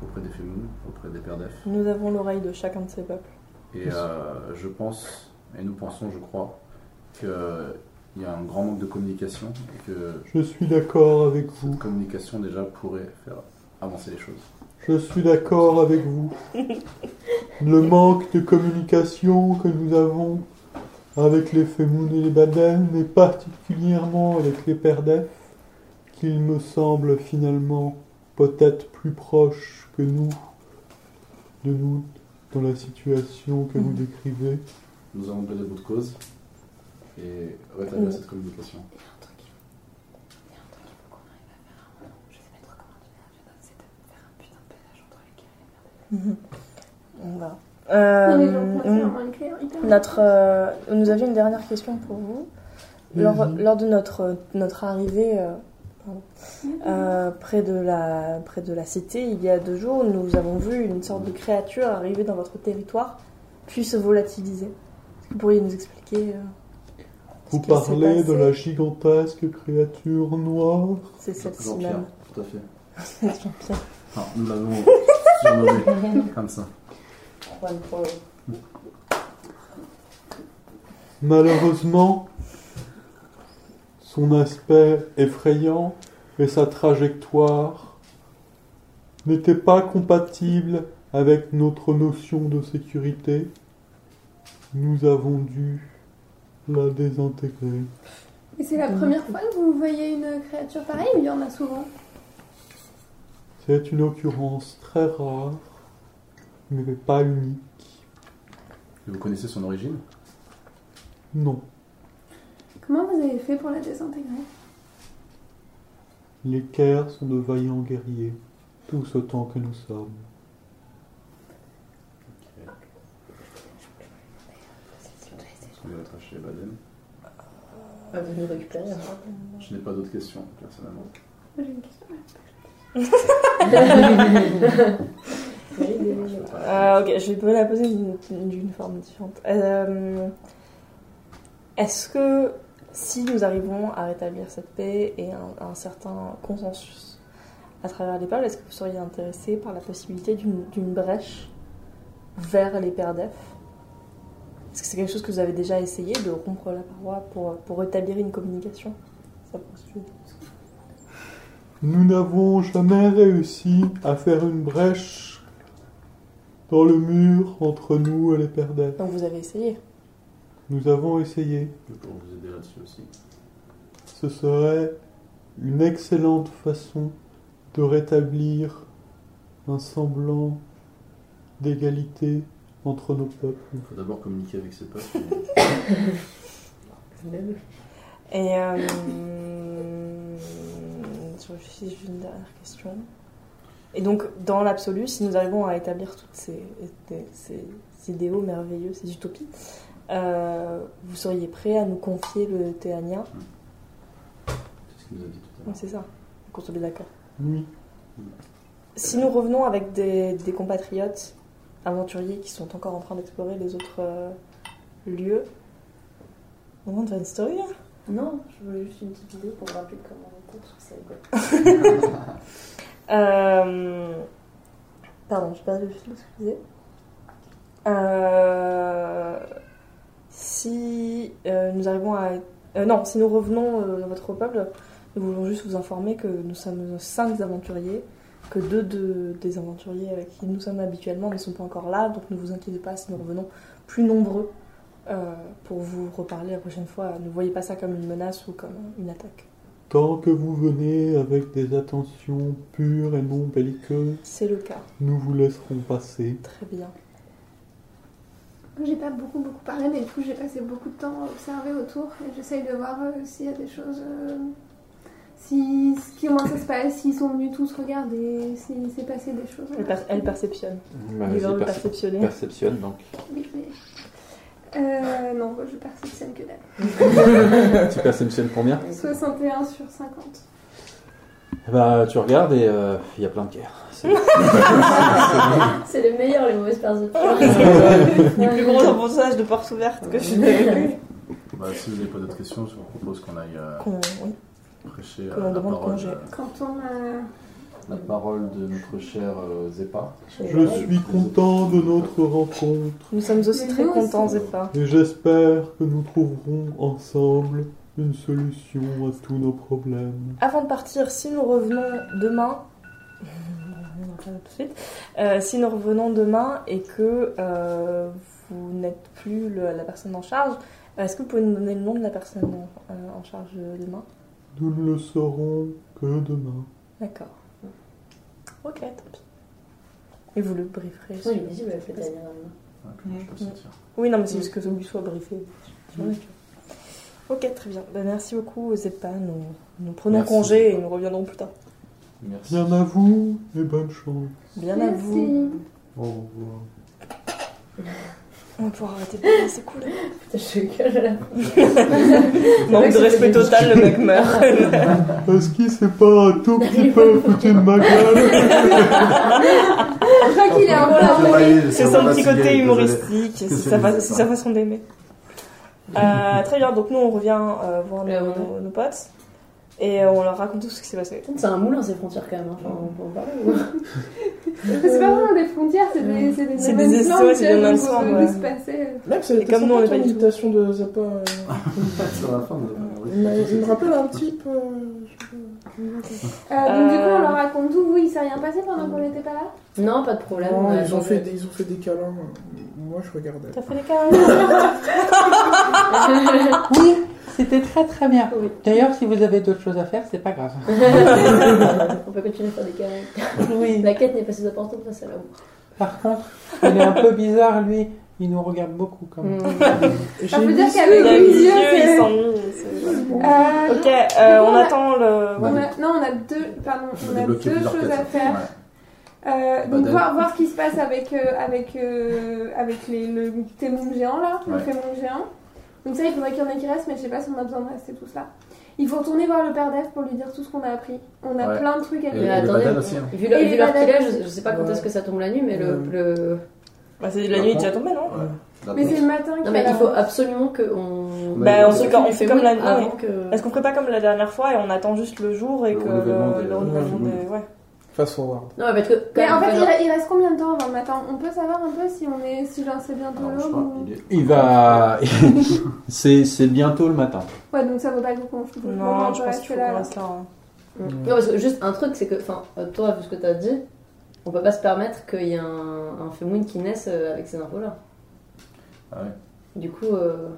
auprès des Fémounes, auprès des Pères d'Ef.
Nous avons l'oreille de chacun de ces peuples.
Et euh, je pense, et nous pensons, je crois, qu'il y a un grand manque de communication et que
je suis d'accord avec
cette
vous.
communication déjà pourrait faire avancer les choses.
Je suis d'accord avec vous. Le manque de communication que nous avons avec les Femoun et les Baden, mais particulièrement avec les Perdef, qu'ils me semblent finalement peut-être plus proches que nous, de nous, dans la situation que vous
Mmh.
décrivez.
Nous avons plaidé votre cause et rétablir
Mm.
cette communication.
On va. Euh,
Mais les hein. gens pensent
on-
à un éclair hyper-
Notre, euh, nous avions une dernière question pour vous. Lors, lors de notre, notre arrivée euh, pardon, euh, près, de la, près de la cité, il y a deux jours, nous avons vu une sorte de créature arriver dans votre territoire, puis se volatiliser. Est-ce que vous pourriez nous expliquer euh,
Vous
ce qui s'est
parlez de
passé
la gigantesque créature noire
C'est celle-ci
Jean-Pierre,
même.
tout à fait.
Jean-Pierre.
Non, nous l'avons surnommé comme ça.
Juan Polo.
Malheureusement, son aspect effrayant et sa trajectoire n'étaient pas compatibles avec notre notion de sécurité. Nous avons dû la désintégrer.
Et c'est
Mm.
la première fois que vous voyez une créature pareille ou il y en a souvent
C'est une occurrence très rare, mais pas unique.
Et vous connaissez son origine
Non,
Comment vous avez fait pour la désintégrer
les Kers sont de vaillants guerriers, tous autant que nous sommes.
Parce qu'on est attaché à Baden.
Ah, vous nous récupérez.
Je n'ai pas d'autres questions, personnellement.
J'ai une question.
Je vais pas-
Euh, ok, je vais la poser d'une d'une forme différente. Euh, Est-ce que si nous arrivons à rétablir cette paix et un, un certain consensus à travers les peuples, est-ce que vous seriez intéressé par la possibilité d'une d'une brèche vers les pères d'EF Est-ce que c'est quelque chose que vous avez déjà essayé de rompre la paroi pour, pour rétablir une communication Ça poursuit.
Nous n'avons jamais réussi à faire une brèche dans le mur entre nous et les perdants.
Donc vous avez essayé.
Nous avons essayé.
Je peux vous aider là-dessus aussi.
Ce serait une excellente façon de rétablir un semblant d'égalité entre nos peuples.
Il faut d'abord communiquer avec ses peuples. mais-
Et euh, je réfléchis, j'ai une dernière question. Et donc, dans l'absolu, si nous arrivons à établir toutes ces, ces- ces- ces idéaux merveilleux, ces utopies, euh, vous seriez prêt à nous confier le Théania
C'est ce qu'il nous a dit tout à
Oui,
l'heure.
C'est ça, qu'on se met d'accord.
Oui,
Si nous revenons avec des, des compatriotes aventuriers qui sont encore en train d'explorer les autres euh, lieux, on va faire une story, hein
Non, je voulais juste une petite vidéo pour me rappeler comment on était, parce que c'est rigolo.
Euh... Pardon, j'ai perdu le fil de ce que je disais. Euh... Si euh, nous arrivons à. euh, non, si nous revenons euh, dans votre peuple, nous voulons juste vous informer que nous sommes cinq aventuriers, que deux de- des aventuriers avec qui nous sommes habituellement ne sont pas encore là, donc ne vous inquiétez pas si nous revenons plus nombreux euh, pour vous reparler la prochaine fois. Ne voyez pas ça comme une menace ou comme une attaque.
Tant que vous venez avec des attentions pures et non belliqueuses,
C'est le cas.
nous vous laisserons passer.
Très bien.
J'ai pas beaucoup beaucoup parlé, mais du coup j'ai passé beaucoup de temps à observer autour. et J'essaye de voir euh, s'il y a des choses, euh, si, si- comment ça se passe, s'ils sont venus tous regarder, s'il s'est passé des choses.
Elle, per- elle perceptionne.
Bah,
Euh,
Il veut
vas-y,
le
perce-
perceptionner.
perceptionne donc.
Oui, mais- Euh, non, moi, je perceptionne que dalle.
tu perceptionnes combien
61 sur 50.
Bah, tu regardes et il y a plein de guerres. C'est-
C'est le meilleur, les mauvaises personnes.
Du plus gros pourcentage de portes ouvertes que je
Bah, si vous n'avez pas d'autres questions, je vous propose qu'on aille euh,
Qu'on- oui.
prêcher euh,
Qu'on
la,
demande
parole,
congé.
euh,
Quand on a...
la parole de notre cher euh, Zeppa.
Je suis content de notre rencontre
Nous sommes aussi
Mais
très
nous aussi.
contents, Zeppa.
et j'espère que nous trouverons ensemble une solution à tous nos problèmes.
Avant de partir, si nous revenons demain, on va faire tout de suite. Euh, si nous revenons demain et que euh, vous n'êtes plus le- la personne en charge, est-ce que vous pouvez nous donner le nom de la personne en, euh, en charge euh, demain
Nous ne le saurons que demain.
D'accord. Ok, tant pis. Et vous le brieferez.
Oui,
sur-
mais vas-y, mais fais ta mère.
Ah, comment je peux sortir
Oui, non, mais c'est juste que celui soit briefé. Mm. Ok, très bien. Ben, merci beaucoup, Zepa. Nous, nous prenons
Merci,
congé
Zeppa.
et nous reviendrons plus tard.
Merci.
Bien à vous et bonne chance.
Bien à vous.
Merci.
Au revoir.
On pourra arrêter de parler, c'est cool.
Putain, je gueule à la
Manque de respect total, le mec meurt.
Est-ce qu'il s'est pas un tout petit peu foutu de ma gueule
Je crois qu'il est
Ah,
encore...
bah, il est-
c'est
ça
son
va
petit
fatiguer,
côté
désolé.
humoristique, c'est sa, fa- c'est sa façon d'aimer. Euh, très bien, donc nous on revient euh, voir
Ouais,
nos,
ouais.
nos potes et on leur raconte tout ce qui s'est passé.
Putain, C'est un moulin, ces frontières, quand même. hein. Enfin, on peut en parler ou
Euh, C'est pas vraiment des frontières, c'est des... C'est des,
C'est
domaines
des
blancs,
SOS, des
tu vois,
domaines
donc on
blancs,
peut
ouais.
se passer, euh,
Même ça
Et
a été
comme nous, on
sympa,
est pas
ton
du tout.
imitation de Zappa. euh,
Sur la fin, vous
Il m'a-
avez-
Bah, il me rappelle un type. euh, je sais pas, comment dire.
Euh, donc du coup,
Euh.
on leur raconte tout. Vous, il s'est rien passé pendant qu'on n'était pas là
Non, pas de problème.
Non,
on a
ils, ont
changé.
fait des, ils ont fait des câlins. Moi, je regardais.
T'as fait les câlins
Oui, c'était très très bien.
Oui.
D'ailleurs, si vous avez d'autres choses à faire, c'est pas grave.
On peut continuer à faire des carrés.
Oui.
La quête n'est pas si importante face à l'amour.
Par contre, il est un peu bizarre, lui. Il nous regarde beaucoup quand même.
Hmm.
Ça veut dire
Il
qu'avec
a
les
les
yeux,
yeux,
c'est-
il s'ennuie. c'est-
Euh,
Ok, euh, on
Ouais.
attend le.
On a- non, on a deux, pardon,
Je
on
vais
a
débloquer
deux
plusieurs
choses
cases.
à faire.
Ouais.
Euh, donc
Bah,
voir, voir ce qui se passe avec, euh, avec, euh, avec les, le témoin géant là, le
Ouais.
témoin géant. Donc ça, il faudrait qu'il y en ait qui restent, mais je sais pas si on a besoin de rester tous là. Il faut retourner voir le père d'Eve pour lui dire tout ce qu'on a appris. On a
Ouais.
plein de trucs à lui
Et-
Mais
dire.
les
attendez,
bananes aussi, hein.
vu le-
Et
vu
les
l'heure qu'il est,
bananes.
je, je sais pas quand
Ouais.
est-ce que ça tombe la nuit, mais le,
Ouais.
le-
Bah, c'est la
Par
nuit est
contre-
déjà tombée, non
Ouais. La
Mais
danse.
c'est le matin qu'il
Non, mais
a-
il faut euh, absolument qu'on.
Bah, on
fait comme- on fait comme la nuit, hein.
avant
ouais.
que.
Est-ce qu'on ferait pas comme la dernière fois et on attend juste le jour et
Le
que
renouvellement
le,
des-
le
Ah,
renouvellement
Ouais.
des. Ouais.
Fast forward.
Non, mais parce que.
Mais en fait, il,
genre,
re- il reste combien de temps avant le matin On peut savoir un peu si on est, si genre, c'est bientôt
Alors, je sais
l'aube
pas,
ou...
il est-
Il va. c'est c'est bientôt le matin.
Ouais, donc ça vaut pas le coup qu'on qu'on-
Non,
qu'on
je pense
reste
qu'il faut
là,
qu'on
là.
reste là. hein.
Mm.
Non, parce que juste un truc, c'est que. Enfin, euh, toi, vu ce que t'as dit, on peut pas se permettre qu'il y ait un, un Femoun qui naisse euh, avec ces infos-là.
Ah ouais.
Du coup. euh,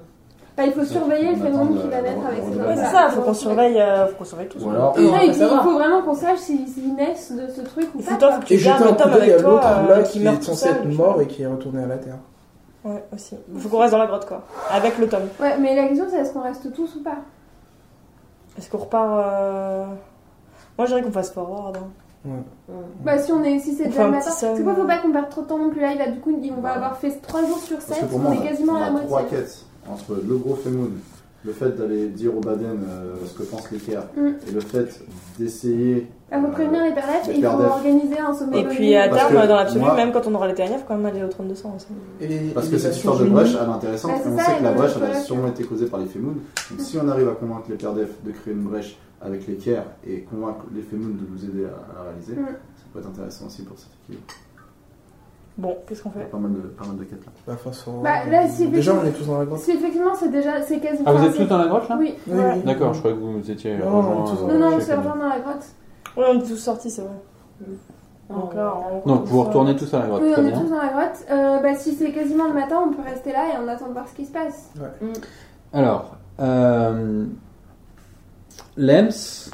Bah, il faut surveiller le
On
phénomène
attend
qu'il va
le-
naître
le-
avec
le-
ses
le-
enfants.
Ouais, c'est ça, faut qu'on surveille, euh, faut qu'on surveille tout.
Ou alors,
Et-
Après,
Non, on
il,
va savoir.
faut vraiment qu'on sache s'ils s'ils naissent de ce truc ou
Il
pas.
faut toi,
quoi.
faut que
Et
tu
jeter
gardes
un
le
coup
tome
d'œil à
avec
l'autre
toi
là
euh,
qui
qui meurt
est
tout
censé être
seul.
mort et qui est retourné à la terre.
Ouais, aussi. Il faut qu'on reste dans la grotte, quoi. Avec le tome.
Ouais, mais la question c'est est-ce qu'on reste tous ou pas
Est-ce qu'on repart. euh, Moi, je dirais qu'on fasse forward. hein.
Bah, si on est, si c'est
On
déjà
fait
le
un
matin.
petit seul.
C'est quoi, faut pas qu'on perde trop de temps non plus là. Il a du coup, on va
Ouais.
avoir fait 3 jours sur 7,
Parce que pour
on
moi,
est
on a-
quasiment
on
à
a
la
trois
moitié.
quêtes entre le gros Femoun, le fait d'aller dire au Baden euh, ce que pense l'équerre
Mm.
et le fait d'essayer.
Il faut prévenir les perdefs
Les
et il faut
perdefs.
organiser un sommet.
Et puis à
Parce
terme,
que
dans l'absolu,
moi-
même quand on aura les TNF, quand même aller au 3200 aussi.
Et-
Parce
et
que
les
cette
Nations
histoire de
Unies-
brèche, elle est intéressante.
Ouais,
et
c'est
on
ça,
sait que
elle
la
est
brèche, elle a
collatée.
sûrement été causée par les Femoun. Donc si on arrive à convaincre les Perdef de créer une brèche avec l'équerre et convaincre les Femoun de nous aider à, à la réaliser,
Mm.
ça peut être intéressant aussi pour cette équipe.
Bon, qu'est-ce qu'on
Il y a
fait
pas mal de, pas mal de quêtes là.
Bah, façon.
Bah, là, si-
Déjà, on est tous dans la grotte.
Si effectivement c'est déjà c'est quasi.
Ah, vous
enfin,
êtes tous dans la grotte là
Oui.
Oui,
voilà.
oui.
D'accord, je croyais que vous étiez.
Non,
rejoints,
tous-
euh,
Non non, on
chez
se
quelqu'un.
rejoint dans la grotte.
Ouais, on est tous sortis, c'est vrai. Donc là, on
Donc vous retournez tous à la grotte,
Oui,
très
on est
bien.
tous dans la grotte. Euh, bah, si c'est quasiment le matin, on peut rester là et on attend de voir ce qui se passe.
Alors, euh, Lems,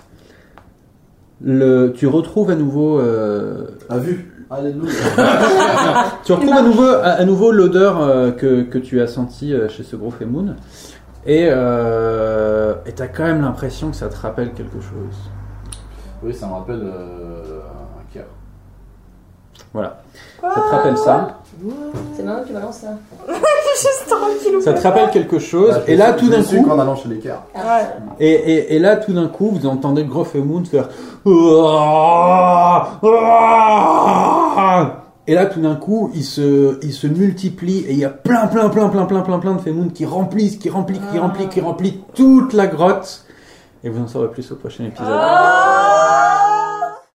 le, tu retrouves à nouveau, euh,
À vue Alléluia
tu retrouves à nouveau, à, à nouveau l'odeur euh, que, que tu as sentie euh, chez ce gros Femoun. Et euh, et t'as quand même l'impression que ça te rappelle quelque chose.
Oui, ça me rappelle euh, un Caire.
Ça te rappelle ça.
Ah,
C'est maintenant que tu balances ça.
Juste tranquille.
Ça te rappelle quelque chose.
Ah, je
et là,
sais-
tout
je
d'un
sais
coup,
qu'en allant chez l'équerre.
Ah,
Ouais.
ça.
Et, et- et là, tout d'un coup, vous entendez le gros Femoun faire. Et là, tout d'un coup, il se, il se multiplie et il y a plein, plein, plein, plein, plein, plein, plein de Femoun qui remplissent, qui remplissent, qui remplissent, qui remplissent toute la grotte. Et vous en saurez plus au prochain épisode.
Ah